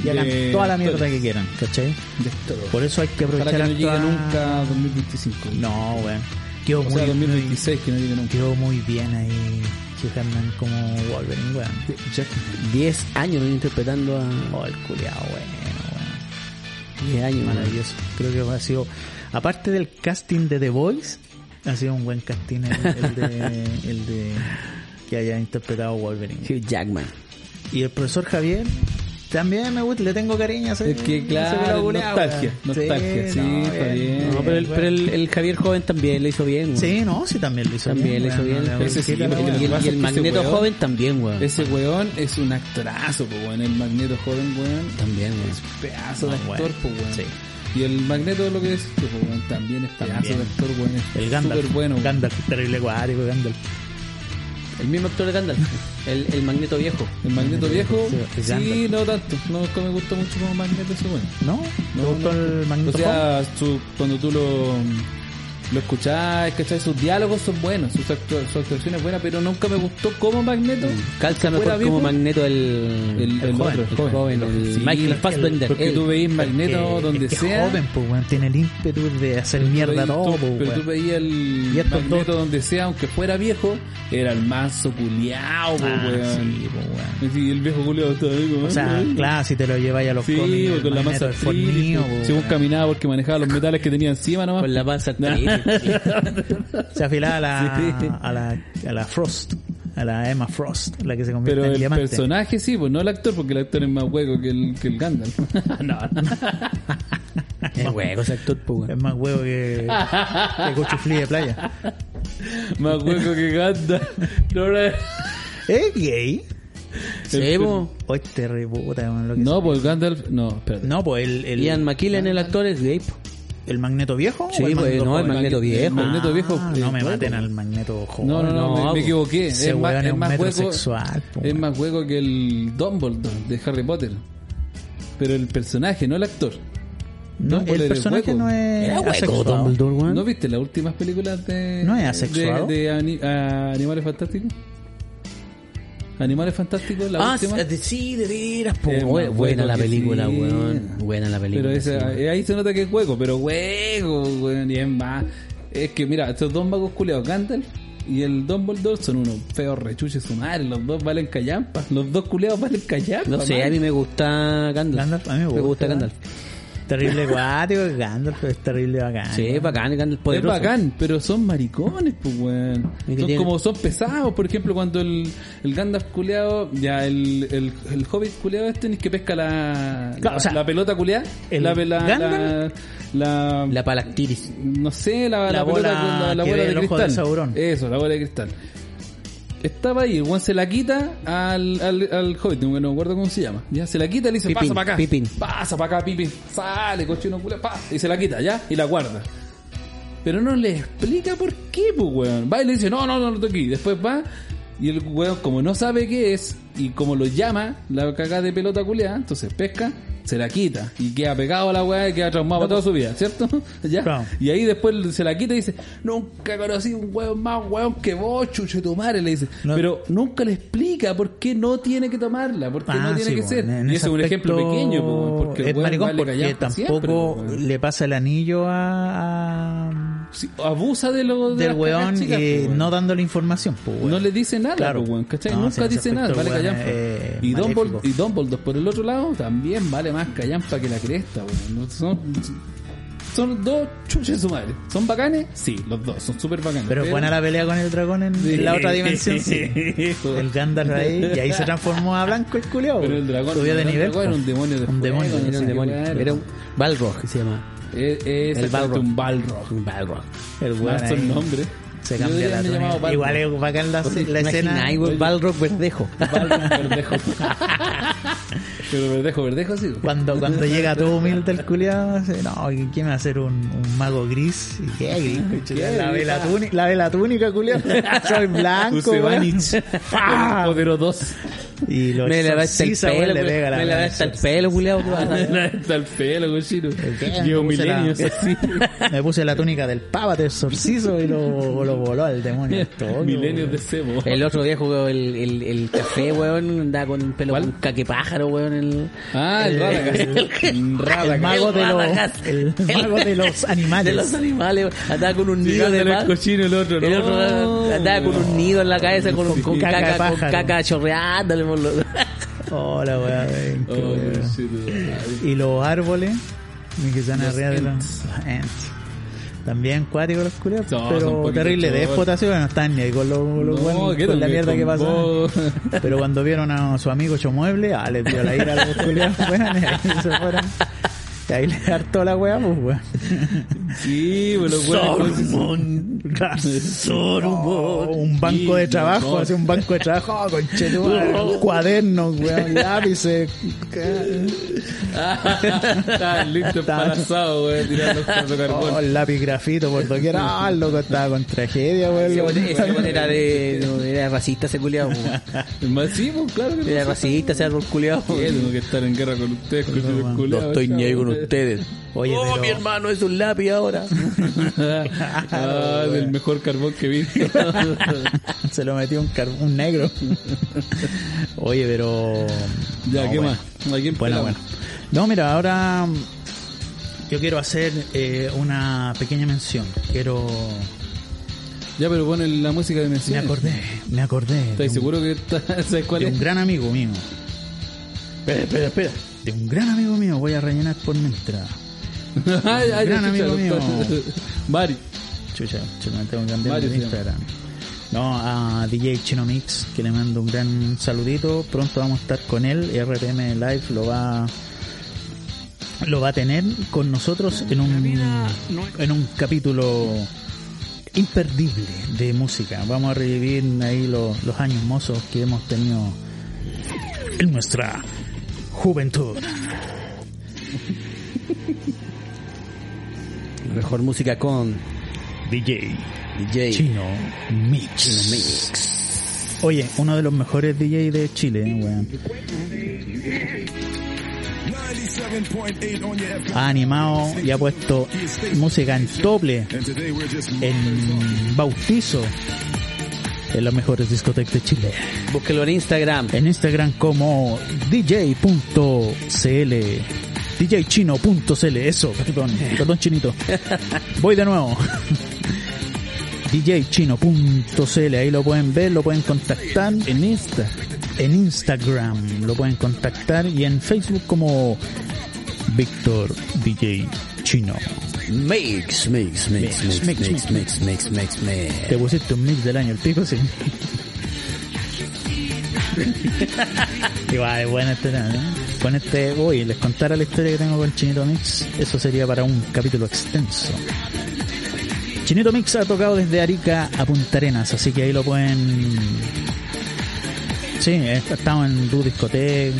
S3: y hagan
S4: De
S3: toda la mierda
S4: actores.
S3: que quieran, ¿cachai?
S4: De todo.
S3: Por eso hay que
S4: Ojalá
S3: aprovechar
S4: que no llegue
S3: actuar-
S4: nunca a 2025.
S3: No, weón. Quedó,
S4: O sea,
S3: muy-
S4: 2026 que no llegue nunca.
S3: quedó muy bien ahí Hugh Jackman como Wolverine, weón.
S4: Jackman.
S2: 10 años interpretando a.
S3: Oh, el culiao, bueno, bueno.
S2: 10 años, maravilloso.
S3: maravilloso. Creo que ha sido, aparte del casting de The Voice, ha sido un buen casting el, el de, el de que haya interpretado Wolverine.
S2: Hugh Jackman.
S3: Y el profesor Javier, también me gusta, le tengo cariño. ese-
S4: Es que,
S3: ese
S4: claro,
S3: pelado culiao,
S4: nostalgia,
S3: weón.
S4: nostalgia, sí, está bien.
S2: No, pero, el, pero el, el Javier joven también lo hizo bien, weón.
S3: Eh, Sí, no, sí, también lo hizo
S2: También
S3: bien.
S2: lo hizo
S3: weón,
S2: bien.
S3: no le
S4: Ese sí,
S3: hago-
S4: porque
S2: Y el- y el,
S4: Además, ese
S2: Magneto
S4: weón-
S2: joven también, weón.
S4: Ese weón es un actorazo, pues, weón. El magneto joven, weón.
S2: También, weón.
S4: Pedazo de
S3: No,
S4: actor,
S3: weón.
S4: pues, weón.
S3: Ah, Sí.
S4: Y el Magneto, lo que es, tú, pues, weón, también es pedazo
S3: También.
S4: de actor, weón. es
S3: El Gandalf.
S4: súper bueno. weón.
S3: Gandalf, terrible guárico, Gandalf.
S2: El mismo actor de Gandalf, el, el magneto viejo.
S4: El Magneto viejo,
S3: Sí,
S4: sí,
S3: el Gandalf.
S4: no tanto. No es que me gusta mucho como Magneto ese, weón.
S3: ¿No? ¿Te
S4: No,
S3: gustó
S4: no.
S3: el
S4: O
S3: Magneto Jones?
S4: sea, su- cuando tú lo, lo escuchás, ¿cachai? Sus diálogos son buenos, sus, actua- sus actuaciones buenas, pero nunca me gustó como Magneto.
S3: Mm.
S2: Calza
S4: fuera
S2: mejor
S4: vivo,
S2: como magneto el,
S4: El, el,
S3: el joven,
S4: otro, el
S3: el
S4: joven.
S2: joven, el
S4: Sí,
S2: Michael Fassbender. eh,
S4: porque
S2: él.
S4: tú veís Magneto
S3: Porque
S4: donde
S3: eh, es que
S4: sea.
S3: joven, pues, weón, tiene el ímpetu de hacer mierda
S4: Pero tú-
S3: todo, pues,
S4: Pero tú
S3: weón.
S4: veías el
S3: Y estos
S4: Magneto donde sea, aunque fuera viejo, era el manso culiao, po,
S3: Ah,
S4: weón.
S3: sí, pues, weón.
S4: Sí, el viejo culiao está ahí, weón.
S3: O sea, claro, si te lo lleváis a los
S4: Sí,
S3: cómics,
S4: o
S3: el
S4: con la
S3: Magneto
S4: masa
S3: es fornido,
S4: actriz,
S3: pues,
S4: según
S3: weón.
S4: caminaba porque manejaba los metales que tenía encima nomás.
S2: Con la panza
S3: Se afilaba a la,
S4: Sí.
S3: a la, a la Frost, a la Emma Frost, la que se convierte
S4: Pero
S3: en
S4: el
S3: diamante.
S4: personaje sí, pues no el actor, porque el actor es más hueco que el, que el Gandalf. no,
S2: El hueco ese actor, po,
S3: Es
S2: weón.
S3: más huevo que, que cochuflí de playa.
S4: más hueco que Gandalf. No, no,
S3: ¿Es gay?
S2: Sí, po.
S3: Oye, te reputa, weón, lo que
S4: no, pues Gandalf, no, espérate.
S3: sea. No, pues el, el,
S2: Ian McKellen, el actor, es gay. po.
S3: el magneto viejo.
S2: Sí,
S3: o el
S2: pues,
S3: magneto
S2: no, el
S3: joven?
S2: magneto viejo.
S4: Magneto viejo. eh,
S3: Ah, no me maten al magneto joven.
S4: No, no, no,
S2: No,
S4: me, me
S2: po.
S4: equivoqué.
S3: Ese
S4: es más,
S3: weón es
S4: es
S3: un
S4: más hueco.
S3: metrosexual, po,
S4: es
S3: weón.
S4: más hueco que el Dumbledore de Harry Potter. Pero el personaje, no el actor.
S3: No,
S4: Dumbledore
S3: el
S4: es
S3: personaje
S4: hueco.
S3: no es.
S2: Era hueco
S3: asexuado.
S2: Dumbledore, weón.
S4: ¿No viste las últimas películas de.
S3: ¿No es asexuado?
S4: De, de ani- ah, Animales Fantásticos. Animales Fantásticos, la
S2: Ah,
S4: última.
S2: de- sí, de veras, po.
S4: Es más
S2: Buena,
S4: hueco
S2: la
S4: que
S2: película,
S4: sí.
S2: weón. Buena la película.
S4: Pero
S2: sí,
S4: ese-
S2: weón.
S4: ahí se nota que es hueco, pero hueco, weón, y es más. Es que mira, estos dos magos culiados, Gandalf y el Dumbledore, son unos feos rechuches su madre, los dos valen callampa, los dos culiados valen callampa.
S2: No sé,
S4: man.
S2: a mí me gusta Gandalf.
S3: Gandalf, a mí me gusta.
S2: Gandalf.
S3: Terrible guático, es Gandalf, pero es terrible bacán.
S2: Sí, es bacán, Gandalf
S4: Es
S2: poderoso.
S4: bacán, pero son maricones, pues, weón.
S2: Y que
S4: Son
S2: tienen-
S4: como, son pesados. Por ejemplo, cuando el, el Gandalf culeado, ya el, el, el hobbit culeado este, ni que pesca la,
S3: Claro,
S4: la,
S3: o sea,
S4: la pelota culeada.
S3: el
S4: La, la, la,
S3: Gandalf-
S4: la,
S2: La Palactiris.
S4: no sé, la, la, pelota
S3: La bola
S4: con la, la
S3: que
S4: bola
S3: ve
S4: de
S3: el ojo de
S4: cristal.
S3: Sauron.
S4: Eso, la bola de cristal. Estaba ahí, el weón se la quita al, al, al hobbit, no me acuerdo cómo se llama. Ya, se la quita y le dice,
S2: Pipín,
S4: pasa para acá.
S2: Pipín.
S4: Pasa para acá, Pipín. Sale, cochino culo, pa. Y se la quita, ya, y la guarda. Pero no le explica por qué, pues, weón. Va y le dice, no, no, no, no toqué. Después va, y el weón, como no sabe qué es, y como lo llama, la cagada de pelota culeada, entonces pesca, se la quita. Y queda pegado a la weá y queda traumado para toda su vida, ¿cierto? ya.
S3: Claro.
S4: Y ahí después se la quita y dice, nunca conocí un weón más weón que vos, chucho de tu madre, le dice.
S3: No.
S4: Pero nunca le explica por qué no tiene que tomarla, por qué
S3: Ah,
S4: no tiene
S3: sí,
S4: que
S3: po,
S4: ser.
S3: en
S4: Y
S3: ese
S4: ese es un ejemplo
S3: aspecto
S4: pequeño, po, porque el
S3: es
S4: weón
S3: maricón
S4: vale
S3: porque
S4: callampa siempre, po,
S3: tampoco
S4: weón.
S3: le pasa el anillo a, a-
S4: Sí, abusa de lo de
S3: del
S4: las
S3: weón
S4: cacas chicas,
S3: eh,
S4: po, weón.
S3: no dándole información. po, weón.
S4: No le dice nada,
S3: Claro.
S4: po, weón, ¿cachai?
S3: No, sí,
S4: Nunca
S3: en ese
S4: dice nada,
S3: aspecto,
S4: vale
S3: weón,
S4: callampa.
S3: eh,
S4: y, Dumbledore,
S3: maléfico.
S4: y Dumbledore, por el otro lado, también vale más callampa que la cresta, weón. No, Son, son dos chuches su madre. ¿Son bacanes? Sí, los dos, son súper bacanes.
S3: Pero es buena la pelea con el dragón en,
S4: Sí.
S3: en la otra dimensión. sí. El Gandalf ahí, y ahí se transformó a blanco el culeado.
S4: Pero el dragón,
S3: Subió de
S4: el
S3: nivel.
S4: dragón era
S3: po.
S4: un demonio de
S3: Un
S4: fuego,
S3: demonio,
S4: no
S2: Era
S4: sé
S2: un
S4: qué
S2: demonio.
S4: weá
S2: Era un Balrog, que se llama.
S4: Eh, eh,
S2: El
S4: exactamente,
S2: Balrog.
S4: un Balrog.
S2: Un Balrog.
S3: El weón
S4: Más el
S3: ahí
S4: nombre.
S3: se
S4: Yo
S3: cambia
S4: debería
S3: la
S4: haberme llamado
S3: túnica.
S4: Balrog.
S3: Igual es bacán la, la escena.
S2: Ahí, weón, Balrog verdejo.
S4: Balrog Verdejo. Pero Verdejo, Verdejo sí.
S3: Cuando, cuando llega todo humilde el culiado, no, ¿quién va a ser un, un mago gris? ¿Y qué gris? coche?
S4: Ah, ¿Qué
S3: la,
S4: gris?
S3: ve la, túnica, la ve la túnica, culiado. Soy blanco, weón.
S4: Usebanich.
S3: ¡Ah!
S4: Podero 2.
S3: Y lo
S2: Me lavaste el
S3: exorciza, weón,
S2: pelo,
S3: le
S2: weón.
S3: pega la
S2: Me
S3: mano.
S2: lavaste el pelo, culiao.
S4: Está el pelo, cochino. Llevo
S3: puse la-
S4: milenios así.
S3: Me puse la túnica del pava, te exorcizo y lo, lo voló al demonio. Todo,
S4: Milenios de cebo.
S2: El otro viejo, el, el, el café, weón, andaba con pelo
S4: ¿Cuál?
S2: con caque pájaro, weón. El...
S4: Ah, el Radagast. El
S3: El
S4: Radagast.
S3: mago, de los,
S2: Radagast.
S3: el mago de los
S2: De
S3: animales.
S2: los animales, weón. andaba con un nido de
S4: Llegándole el
S2: pájaro.
S4: cochino, el otro.
S2: El
S4: no.
S2: otro andaba con un nido en la cabeza, con,
S4: Sí.
S2: con
S3: Caca de
S2: caca, con
S3: pájaro.
S2: caca chorreándole por los-
S3: Hola, weón.
S4: Oh, cochino.
S3: Y los árboles, ni que están arriba de
S4: ants.
S3: los los ants. También cuáticos los culiados,
S4: No, son
S3: pero
S4: poquito
S3: terrible,
S4: chorros.
S3: de explotación no están ni ahí con, lo, lo
S4: No,
S3: bueno,
S4: ¿qué
S3: con la
S4: tal
S3: mierda
S4: con
S3: que pasa.
S4: vos?
S3: Pero cuando vieron a su amigo Chomueble, ah, les dio la ira a los culiados, weón, y ahí se fueron. Y ahí le hartó la weá, pues weón.
S4: Sí, bueno, pues,
S5: Sormon.
S3: Oh,
S5: Sormon.
S3: un banco de
S4: Sí,
S3: trabajo,
S4: no.
S3: así un banco de trabajo, oh, conchetumare, cuadernos, weón, lápices.
S4: Estaba listo para asado, güey, tirar los cuatro
S3: Oh,
S4: carbón.
S3: lápiz grafito por doquiera. Ah, el loco estaba con tragedia,
S2: Ese
S3: weón.
S2: weón- ese weón era de. no, Era racista ese culiado.
S4: Más sí, pues, claro que
S2: Era
S4: no.
S2: racista ese árbol culiado.
S4: Sí, Tengo que estar en guerra con ustedes, con los
S2: No
S4: culiados,
S2: estoy ni ahí con
S4: chavales.
S2: ustedes.
S3: Oye,
S2: oh,
S3: pero-
S2: mi hermano es un lápiz ahora.
S4: ah, del mejor carbón que he visto.
S3: Se lo metió un, car- un negro. Oye, pero.
S4: ya,
S3: no,
S4: ¿qué
S3: bueno.
S4: más? ¿A quién
S3: Bueno,
S4: pelamos?
S3: bueno. No, mira, ahora mm, yo quiero hacer eh, una pequeña mención. Quiero.
S4: Ya, pero pon el- la música de
S3: Me
S4: menciones.
S3: acordé, me acordé.
S4: ¿Estás seguro que está- sabes cuál
S3: de un
S4: es?
S3: gran amigo mío.
S5: Espera, espera, espera.
S3: De un gran amigo mío, voy a rellenar por mientras.
S4: Ay, ay,
S3: gran
S4: ya,
S3: amigo
S4: chucha,
S3: mío.
S4: Mari.
S3: Chucha, chucha, me tengo que cambiar
S4: Varios
S3: de Instagram. No, a DJ Chino Mix, que le mando un gran saludito. Pronto vamos a estar con él. RPM Live lo va lo va a tener con nosotros en un en un capítulo imperdible de música. Vamos a revivir ahí lo- los años mozos que hemos tenido en nuestra juventud.
S2: Mejor música con
S3: DJ
S2: DJ.
S3: Chino Mix. Oye, uno de los mejores DJ de Chile, eh, weón. Ha animado y ha puesto música en doble, en bautizo, en las mejores discotecas de Chile.
S2: Búsquelo en Instagram.
S3: En Instagram como dj.cl, djchino.cl, eso, perdón, perdón chinito. Voy de nuevo. djchino.cl, ahí lo pueden ver, lo pueden contactar. En Insta. En Instagram lo pueden contactar y en Facebook como Víctor DJ Chino.
S2: Mix, mix, mix, mix, mix, mix, mix, mix, mix.
S3: Te pusiste un mix del año, el pico, sí. Igual, es bueno este tema, ¿no? Con este, uy, les contara la historia que tengo con Chinito Mix, eso sería para un capítulo extenso. Chinito Mix ha tocado desde Arica a Punta Arenas, así que ahí lo pueden... Sí, eh, estamos en Du Discotec,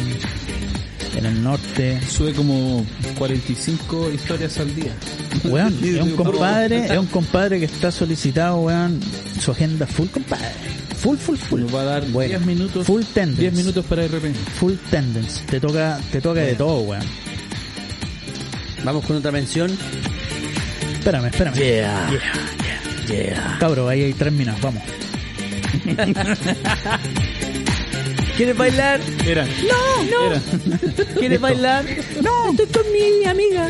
S3: en el norte,
S4: Sube como 45 historias al día.
S3: Weón,
S4: Y
S3: es un
S4: digo, ¿cómo?
S3: compadre, es un compadre que está solicitado, weón, su agenda full, compadre. Full, full, full.
S4: Nos va a dar
S3: Bueno,
S4: 10 minutos.
S3: Full tendence.
S4: 10 minutos para RPM.
S3: Full tendence. Te toca, te toca de todo, weón.
S2: Vamos con otra mención.
S3: Espérame, espérame.
S2: Yeah.
S3: Yeah.
S2: Yeah.
S3: Cabro, ahí hay tres minas, vamos.
S2: ¿Quieres bailar?
S4: Era.
S2: No, no.
S4: Era.
S2: ¿Quieres bailar? No, estoy con mi amiga.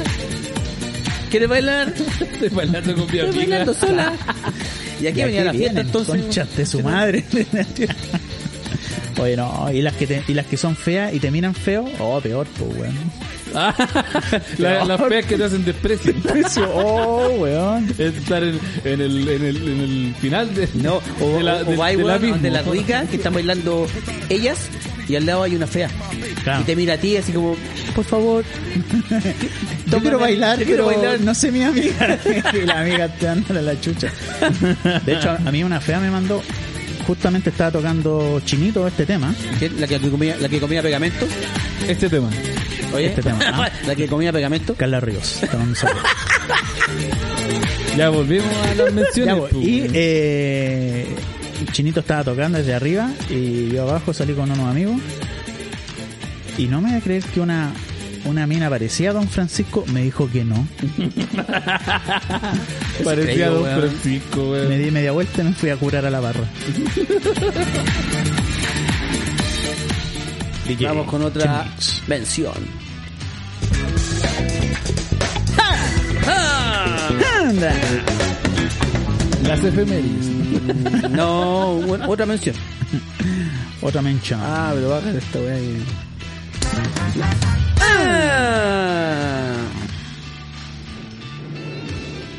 S2: ¿Quieres bailar?
S4: Estoy bailando con mi
S2: Estoy
S4: amiga.
S2: bailando sola. Y aquí venía la fiesta
S3: vienen,
S2: entonces.
S3: Conchas de su madre. Oye, no, y las que te- y las que son feas y te miran feo, oh, peor, pues, weón.
S4: Ah, la- las feas que te hacen desprecio.
S3: Precio, oh, weón.
S4: Estar en, en, el, en, el, en el final de,
S2: No, o,
S4: de la,
S2: o
S4: de,
S2: vai,
S4: del
S2: weón,
S4: abismo.
S2: de la rica que están bailando ellas y al lado hay una fea.
S3: Claro.
S2: Y te mira a ti así como, por favor.
S3: Yo quiero bailar,
S2: yo quiero
S3: pero
S2: bailar.
S3: no sé mi amiga. y la amiga te anda la chucha. De hecho, a mí una fea me mandó, justamente estaba tocando chinito este tema.
S2: ¿Qué? La que comía, la que comía pegamento.
S4: Este tema.
S2: Oye,
S3: Este tema, ah.
S2: la que comía pegamento.
S3: Carla Ríos. te mando un saludo.
S4: Ya volvimos a las menciones.
S3: Ya, pues,
S4: pues,
S3: y
S4: weón.
S3: eh, chinito estaba tocando desde arriba y yo abajo salí con unos amigos. Y no me voy a creer que una, una mina parecía a Don Francisco, me dijo que no.
S4: Parecía
S2: creyó,
S4: Don
S2: weón.
S4: Francisco, weón.
S3: Me di media vuelta y me fui a curar a la barra. DJ
S2: Vamos con otra
S3: Chemix.
S2: mención.
S4: Las efemérides.
S2: No, bueno, otra mención.
S3: Otra mención.
S2: Ah, pero baja esta weá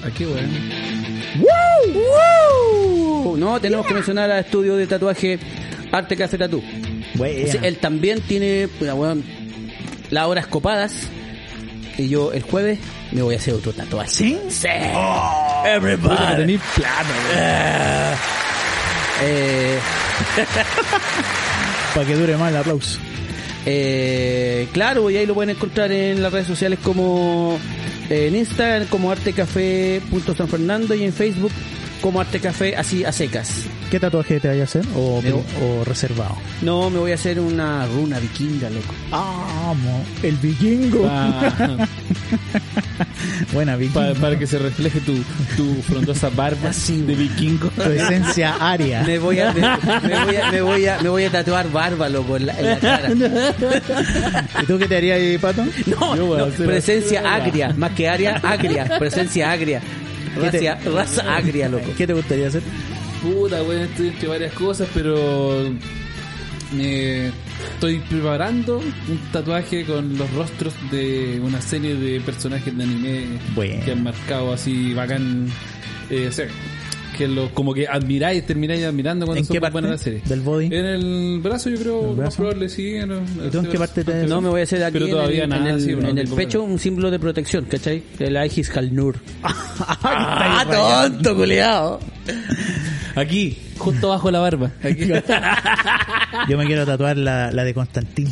S4: Aquí, weón.
S2: Uh, No, tenemos que mencionar a Estudio de Tatuaje Arte Café Tatú.
S3: Buena.
S2: Sí, Él también tiene pues, la weón, las horas copadas. Y yo el jueves me voy a hacer otro tatuaje.
S3: ¿Sí? Oh.
S2: Sí.
S4: Puta, que
S5: Everybody.
S4: tenéis plata, weón.
S2: Eh,
S3: Para que dure más el aplauso.
S2: eh, claro, y ahí lo pueden encontrar en las redes sociales como eh, en Instagram como artecafé.sanfernando y en Facebook como artecafé así a secas.
S3: ¿Qué tatuaje te vayas a hacer? ¿O,
S2: Me-
S3: o reservado?
S2: No, me voy a hacer una runa vikinga, loco.
S3: Ah, mo- el vikingo.
S4: Pa-
S3: Buena, vikingo.
S4: pa- para que se refleje tu, tu frondosa barba
S2: Ah, Sí,
S4: de
S2: weón.
S4: vikingo.
S3: Tu esencia aria.
S2: Me voy a, me, me voy a, me voy a, me voy a tatuar barba, loco, en la, en la cara.
S3: ¿Y tú qué te harías ahí, Pato?
S2: No,
S4: Yo voy a
S2: no,
S4: hacer
S2: presencia
S4: así.
S2: agria, más que área, agria, presencia agria.
S3: ¿Qué te-
S2: Raza, raza agria, loco.
S3: ¿Qué te gustaría hacer?
S4: Puta, weón, estoy entre varias cosas, pero me estoy preparando un tatuaje con los rostros de una serie de personajes de anime
S3: Bueno.
S4: que han marcado así bacán. Eh, o sea, que lo, como que admiráis, termináis admirando cuando
S3: ¿En
S4: son
S3: qué
S4: muy
S3: parte
S4: buenas las series.
S3: del body?
S4: En el brazo, yo creo,
S3: ¿El
S4: más
S3: brazo?
S4: probable, sí. En,
S3: ¿Y tú en qué parte te-
S2: No me voy a hacer aquí
S4: Pero
S2: en
S4: todavía
S2: el,
S4: nada,
S2: en el,
S4: sí, bueno,
S2: en el
S4: tampoco.
S2: pecho un símbolo de protección, ¿cachai? El Aegis Kalnur.
S3: Ah,
S2: tonto, culiao.
S4: Aquí, justo bajo la barba. Aquí.
S3: Yo me quiero tatuar la, la de Constantín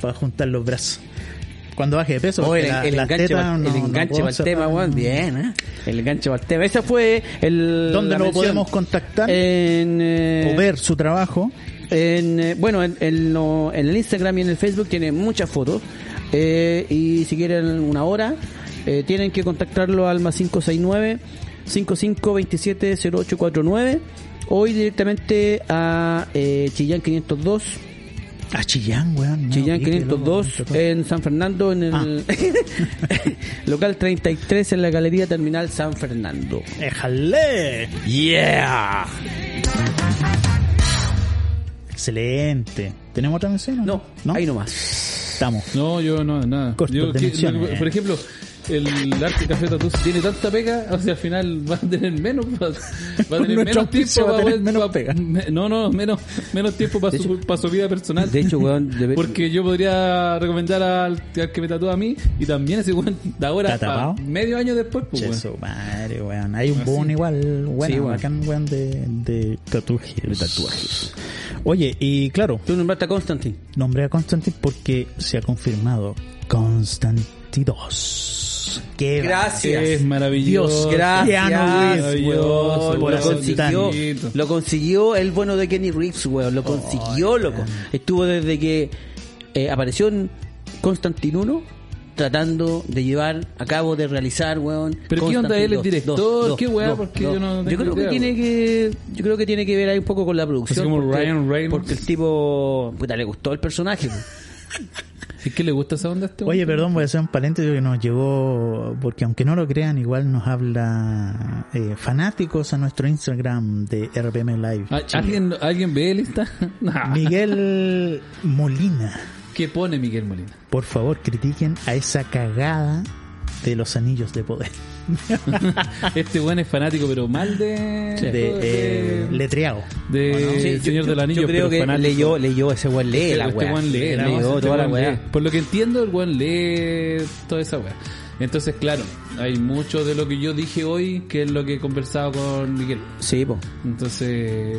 S3: para juntar los brazos. Cuando baje de peso,
S2: Oh,
S3: porque
S2: el,
S3: la-
S2: el
S3: las
S2: enganche,
S3: tetas
S2: pa'l-
S3: no-
S2: el
S3: no
S2: enganche
S3: puedo
S2: para el tema,
S3: cerrar.
S2: weón. Bien, ¿eh? El enganche para el tema. Ese fue el.
S3: ¿Dónde
S2: la
S3: lo
S2: mención.
S3: podemos contactar?
S2: En. eh,
S3: O ver su trabajo.
S2: En, eh, bueno, en, en lo- en el Instagram y en el Facebook tiene muchas fotos. eh, y si quieren una hora, eh, tienen que contactarlo al más 569 5527 0849 o ir directamente a eh, Chillán 502.
S3: A Chillán, weón. no,
S2: Chillán eh.
S3: pique, loco,
S2: 502
S3: mucho todo.
S2: en San Fernando, en el
S3: Ah.
S2: local 33 en la Galería Terminal San Fernando.
S3: ¡Éjale!
S5: Yeah.
S3: Excelente. ¿Tenemos otra mención? o
S2: No,
S3: ¿No?
S2: ahí nomás.
S3: Estamos.
S4: No, yo no, nada.
S3: Corto,
S4: Yo que-
S3: dimensiones.
S4: por ejemplo, el arte café tatú si tiene tanta pega, o sea, al final va a tener menos, va, va a tener
S3: Nuestro
S4: menos
S3: auspicio
S4: tiempo
S3: va a
S4: para
S3: tener menos
S4: pa-
S3: pega.
S4: me- no, no, menos, menos tiempo para
S2: De
S4: su, para su vida personal.
S2: De hecho, weón, debe-
S4: porque yo podría recomendar al, al que me tatúa a mí y también ese weón de ahora
S3: ¿Está
S4: pa-
S3: tapado?
S4: medio año después, pues,
S3: Che,
S4: weón.
S3: su madre, weón. Hay un boom igual, bueno,
S2: Uh, Sí, weón.
S3: bacán, weón, de, de tatuajes. tatuajes. Oye, y claro,
S2: Tú nombraste a Constantin.
S3: nombré a Constantin porque se ha confirmado Constantinos. ¡Qué
S2: Gracias.
S4: Es maravilloso.
S3: Dios,
S2: Gracias,
S3: Keanu Reeves,
S4: maravilloso,
S2: weón. Lo
S3: weón,
S2: consiguió,
S4: Titanic.
S2: lo consiguió el bueno de Kenny Reeves, weón. Lo consiguió, loco. Estuvo desde que eh, apareció en Constantinuno tratando de llevar a cabo, de realizar, weón.
S4: Pero ¿qué onda él, el
S2: Constantine dos,
S4: director?
S2: dos, dos,
S4: ¿Qué weá?
S2: dos,
S4: Porque
S2: dos.
S4: yo no
S2: Yo
S4: tengo
S2: creo que
S4: idea,
S2: tiene
S4: weón.
S2: que yo creo que tiene que ver ahí un poco con la producción.
S4: Así como
S2: porque-
S4: Ryan Reynolds.
S2: Porque el tipo, puta, le gustó el personaje. weón.
S4: ¿Es que le gusta esa onda a este
S3: Oye,
S4: weón?
S3: perdón, voy a hacer un paréntesis que nos llegó, porque aunque no lo crean, igual nos habla eh, fanáticos a nuestro Instagram de RPM Live.
S4: ¿Al-
S3: Chile.
S4: Ah, ¿Alguien, ¿Alguien ve el Insta? Nah.
S3: Miguel Molina,
S4: ¿Qué pone Miguel Molina?
S3: por favor, critiquen a esa cagada de los anillos de poder.
S4: Este weón es fanático, pero mal de.
S3: De eh, letreado.
S4: de
S2: Sí, yo-
S4: Eh, Señor
S2: yo-
S4: del Anillo.
S2: Yo creo
S4: pero
S2: que
S4: fanático.
S2: leyó, leyó ese weón, lee
S4: Este-
S2: la
S4: este
S2: weá.
S4: weón lee, la
S2: Leyó
S4: weá, este
S2: toda la
S4: weón
S2: weá.
S4: lee. Por lo que entiendo, el weón lee toda esa weá. Entonces, claro, hay mucho de lo que yo dije hoy que es lo que he conversado con Miguel.
S2: Sí, po.
S4: Entonces.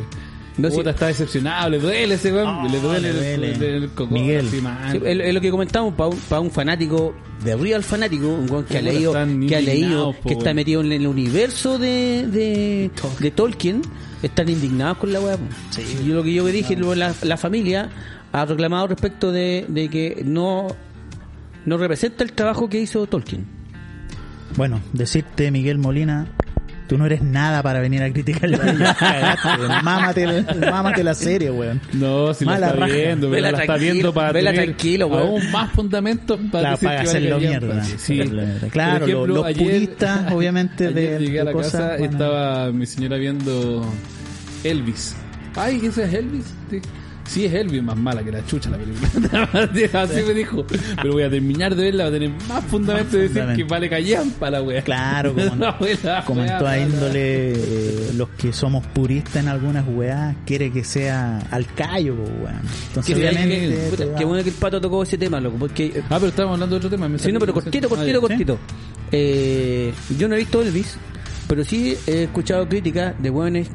S2: No,
S4: puta,
S2: sí.
S4: está decepcionado, le duele ese weón,
S3: Ah,
S4: le duele,
S3: le
S4: el-
S3: duele.
S4: el cocón,
S3: Miguel.
S4: así, mal.
S2: Sí, es, es lo que comentamos para un, pa' un fanático de real fanático, un weón que ha
S4: Puta,
S2: leído,
S4: están
S2: que ha leído,
S4: indignados, po,
S2: que está
S4: weón.
S2: metido en el universo de, de, de Tolkien, están indignados con la weá. po. Yo lo que yo dije, lo- la, la familia ha reclamado respecto de, de que no, no representa el trabajo que hizo Tolkien.
S3: Bueno, decirte, Miguel Molina, tú no eres nada para venir a criticar los anillos. Cagaste, weón. mámate, el- mámate la serie, weón.
S4: No, si la
S3: Mala
S4: está
S3: raja.
S4: viendo, pero
S2: Vela
S4: la está
S2: tranquilo,
S4: viendo para
S2: vela
S4: tener
S2: tranquilo, weón.
S4: aún más fundamentos para,
S3: La-
S4: decir
S3: para
S4: que
S3: hacerlo
S4: valga bien,
S3: mierda.
S4: pues, sí.
S3: Hacerlo mierda.
S4: Por
S3: Claro, los
S4: ayer-
S3: puristas, obviamente, de-
S4: ayer llegué a
S3: de
S4: la
S3: cosas,
S4: casa,
S3: bueno.
S4: estaba mi señora viendo Elvis. Ay, ¿ese es Elvis? Sí. Sí, es Elvin más mala que la chucha la película. Así me dijo. Pero voy a terminar de verla, va a tener más fundamento de decir
S3: fundamento.
S4: que vale callampa la wea.
S3: Claro, como,
S4: La wea, la
S3: como en
S4: wea,
S3: toda
S4: la-
S3: índole, eh, los que somos puristas en algunas weas, quiere que sea al callo, po, weón.
S2: Que,
S3: Entonces,
S2: que-
S3: obviamente.
S2: puta,
S3: te va-
S2: qué bueno que el pato tocó ese tema, loco, porque. eh,
S4: Ah, pero estábamos hablando de otro tema. me
S2: sí, no,
S4: salió-
S2: pero cortito,
S4: Ah, ya.
S2: cortito, cortito. Eh, yo no he visto Elvis, pero sí he escuchado críticas de hueones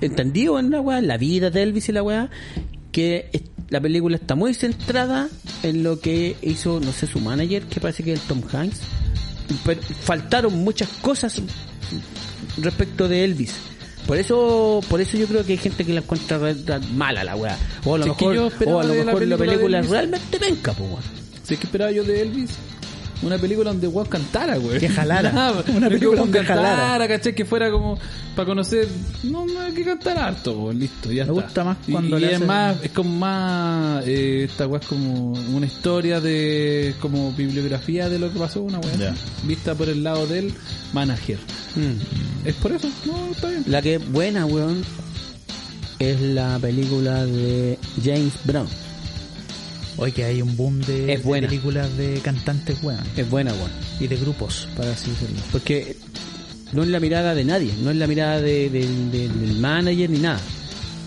S2: entendidos en la weá, en la vida de Elvis y la weá, que es- la película está muy centrada en lo que hizo, no sé, su manager, que parece que es el Tom Hanks. Pero faltaron muchas cosas respecto de Elvis. Por eso, por eso yo creo que hay gente que la encuentra re- re- mala la weá. O a lo
S4: Sí, es que
S2: mejor,
S4: yo
S2: o
S4: esperaba
S2: a lo
S4: de la
S2: mejor la
S4: película de
S2: película
S4: Elvis.
S2: realmente venga, pues weón.
S4: Si es que esperaba yo de Elvis, una película donde Juan cantara, güey.
S3: Que jalara.
S4: una película donde
S3: jalara.
S4: cantara, ¿cachai? Que fuera como para conocer. No, no hay que cantar harto, po, listo, ya está.
S3: Me gusta más
S4: Y-
S3: cuando
S4: y,
S3: le
S4: es
S3: hacen-
S4: más, es como más. eh, esta weá es como una historia de. como bibliografía de lo que pasó, una weá.
S3: Ya.
S4: así, Vista por el lado del manager. Mm. Es por eso, no, está bien.
S2: La que es buena, weón, es la película de James Brown.
S3: Oye, que hay un boom de,
S2: Es
S3: de
S2: buena.
S3: películas de cantantes, weón.
S2: Es buena, weón.
S3: Y de grupos, para así decirlo.
S2: Porque no es la mirada de nadie, no es la mirada de- del- del- del manager ni nada.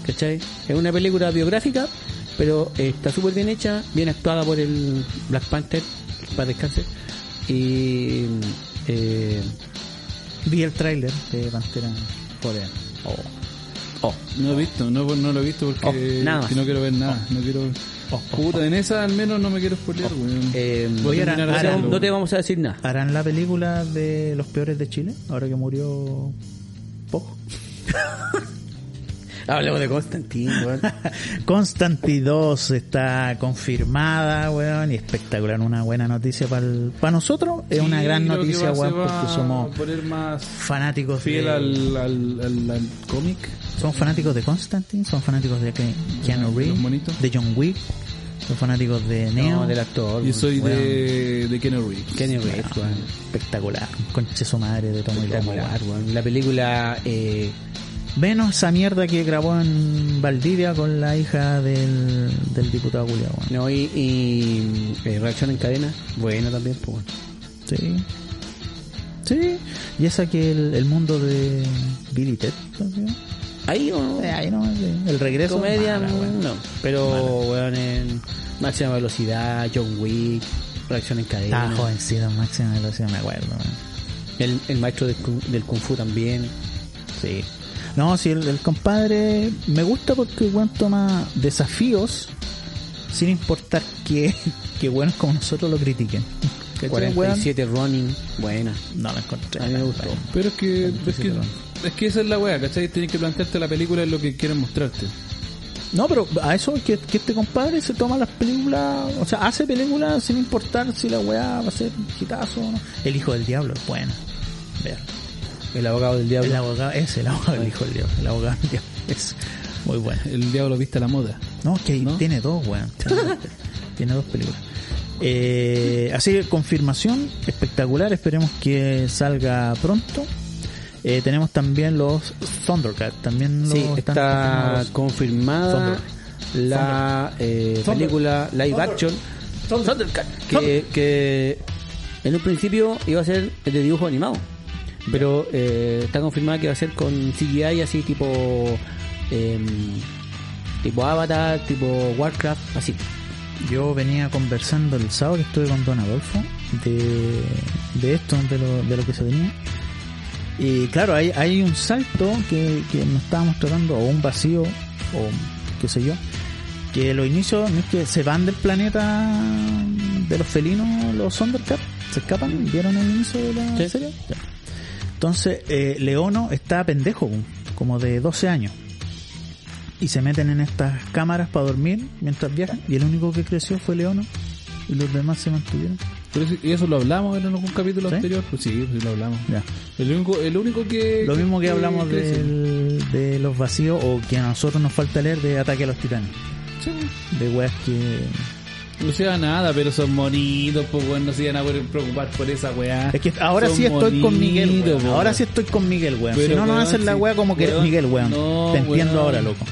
S2: ¿Cachai? Es una película biográfica, pero está súper bien hecha, bien actuada por el Black Panther, para descanse. Y. eh,
S3: Vi el tráiler de Pantera Corea.
S2: oh,
S4: No he visto, no, no lo he visto porque
S2: Oh, nada más.
S4: que no quiero ver nada. Oh, No quiero. Puta, en esa al menos no me quiero spoilear, weón.
S2: eh,
S4: Voy a
S2: no te-
S4: terminar
S2: no te vamos a decir nada.
S3: ¿Harán la película de Los Peores de Chile? Ahora que murió Poco.
S2: Hablemos de Constantine, weón.
S3: Constanti 2 está confirmada, weón, y espectacular. Una buena noticia para nosotros. Es una
S4: Sí,
S3: gran
S4: creo que
S3: noticia,
S4: va-
S3: weón,
S4: se va
S3: porque
S4: a
S3: somos
S4: poner más
S3: fanáticos
S4: fiel
S3: de...
S4: al, al, al, al cómic.
S3: Son fanáticos de Constantine, son fanáticos de Ke- Keanu
S4: Los
S3: Reeves,
S4: monitos.
S3: de John Wick, son fanáticos de Neo.
S2: No, del actor.
S4: Yo soy
S2: weón.
S4: de, de Kenny Reeves.
S2: Kenny Reeves, weón.
S3: Espectacular. Conche su madre de Tomo y Lomo,
S2: Espectacular,
S3: weón.
S2: weón. La película. Eh,
S3: Menos esa mierda que grabó en Valdivia con la hija del, del diputado Julián,
S2: no, y, y, eh, Reacción en cadena. Buena también, pues, weón.
S3: Sí. Sí. Y esa que el, el mundo de Billy Ted. ¿sí?
S2: Ahí, weón.
S3: Eh, ahí nomás, sí. El regreso.
S2: Oh. comedia,
S3: mala, weón.
S2: no. Pero, weón, en máxima velocidad, John Wick, Reacción en cadena.
S3: Estaba jovencito, máxima velocidad, me acuerdo. weón.
S2: El, el maestro del, kung- del Kung Fu también.
S3: Sí. No, si el, el compadre me gusta porque el weón toma desafíos sin importar que, que buenos como nosotros lo critiquen. ¿Cachai, weón?
S2: 47 Running. Buena.
S3: No la encontré.
S2: A mí me gustó.
S4: Pero es que, es que,
S3: perdón.
S4: es que esa es la wea, ¿cachai? Tienes que plantearte la película en lo que quieren mostrarte.
S3: No, pero a eso es que, que este compadre se toma las películas, o sea, hace películas sin importar si la weá va a ser un hitazo o no. El hijo del diablo es bueno. Ver.
S2: El abogado del diablo.
S3: El abogado, es el abogado del hijo del diablo, el abogado del diablo. Es muy bueno.
S4: El diablo viste la moda.
S3: No, que
S4: ¿No?
S3: tiene dos, weón. tiene dos películas. Eh, así que confirmación espectacular, esperemos que salga pronto. Eh, tenemos también los Thundercats, también los
S2: Sí,
S3: están
S2: está
S3: confirmados.
S2: confirmada la eh,
S3: Thunder.
S2: película live
S3: Thunder.
S2: action
S3: Thunder.
S2: Thundercat, que,
S3: Thunder.
S2: que en un principio iba a ser de dibujo animado, pero eh, está confirmada que va a ser con CGI así tipo em, tipo Avatar, tipo Warcraft, así.
S3: Yo venía conversando el sábado que estuve con Don Adolfo de, de esto, de lo, de lo que se venía. Y claro, hay, hay un salto que, que nos estábamos tratando, o un vacío, o qué sé yo, que los inicios no es que se van del planeta de los felinos, los Thundercats, se escapan, ¿vieron el inicio de la
S2: Sí.
S3: serie? Ya. Entonces, eh, Leono está pendejo, como de 12 años y se meten en estas cámaras para dormir mientras viajan. Y el único que creció fue Leono y los demás se mantuvieron.
S4: Pero eso, y eso lo hablamos en algún capítulo
S3: ¿Sí?
S4: anterior. Pues sí, sí lo hablamos.
S3: Ya.
S4: El único, el único que...
S3: Lo mismo que hablamos
S4: crece.
S3: del- de los vacíos o que a nosotros nos falta leer de Ataque a los Titanes.
S4: Sí.
S3: De weas que...
S4: No se da nada, pero son bonitos, pues bueno, no se iban a preocupar por esa weá.
S3: Es que ahora
S4: Son
S3: sí estoy con Miguel,
S4: bonitos,
S3: weón.
S4: po,
S3: Ahora
S4: weón.
S3: sí estoy con Miguel, weón.
S4: Pero,
S3: si no, no
S4: weón,
S3: hacen la
S4: sí.
S3: wea como que eres
S4: Weón,
S3: Miguel, weón.
S4: no,
S3: Te entiendo
S4: weón.
S3: ahora, loco.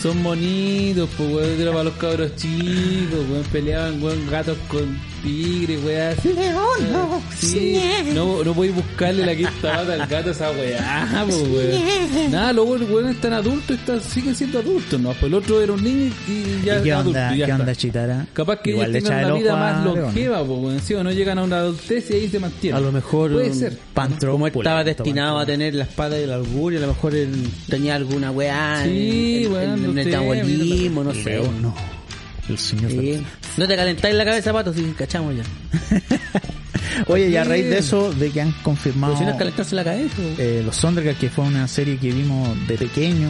S4: Son bonitos, pues, weón. Era para los cabros chicos, weón. Peleaban, weón, gatos con tigres, weón. así. Sí. No, no podéis buscarle la quinta pata al gato a esa weá, po, weón. Nada, los weón- weones están adultos y están- siguen siendo adultos, ¿no? Pues el otro era un niño y ya
S3: ¿Y qué
S4: es adulto,
S3: onda,
S4: y ya
S3: qué
S4: está.
S3: onda, Chitara?
S4: Capaz que este
S3: Igual le
S4: ellos tengan
S3: echa
S4: una
S3: el
S4: vida
S3: ojo a
S4: más
S3: León.
S4: longeva, po, weón. Sí o no llegan a una adultez y ahí se mantienen.
S2: A lo mejor
S4: Puede
S2: un
S4: ser.
S3: Pantro
S2: como estaba
S3: opulento,
S2: destinado a
S3: pantro.
S2: tener la espada del augurio, a lo mejor él tenía alguna weá en-
S4: Sí,
S2: en,
S4: weón,
S2: en-
S4: no
S2: en el
S4: sé,
S2: tabulismo, no
S3: El
S2: sé.
S3: León, no. El señor
S2: Sí.
S3: León.
S2: No te calentáis la cabeza, pato, si cachamos ya.
S3: Oye, y a raíz de eso, de que han confirmado
S2: Pero si no es calentarse la cabeza. weón.
S3: eh, Los Thundercats, que fue una serie que vimos de pequeño.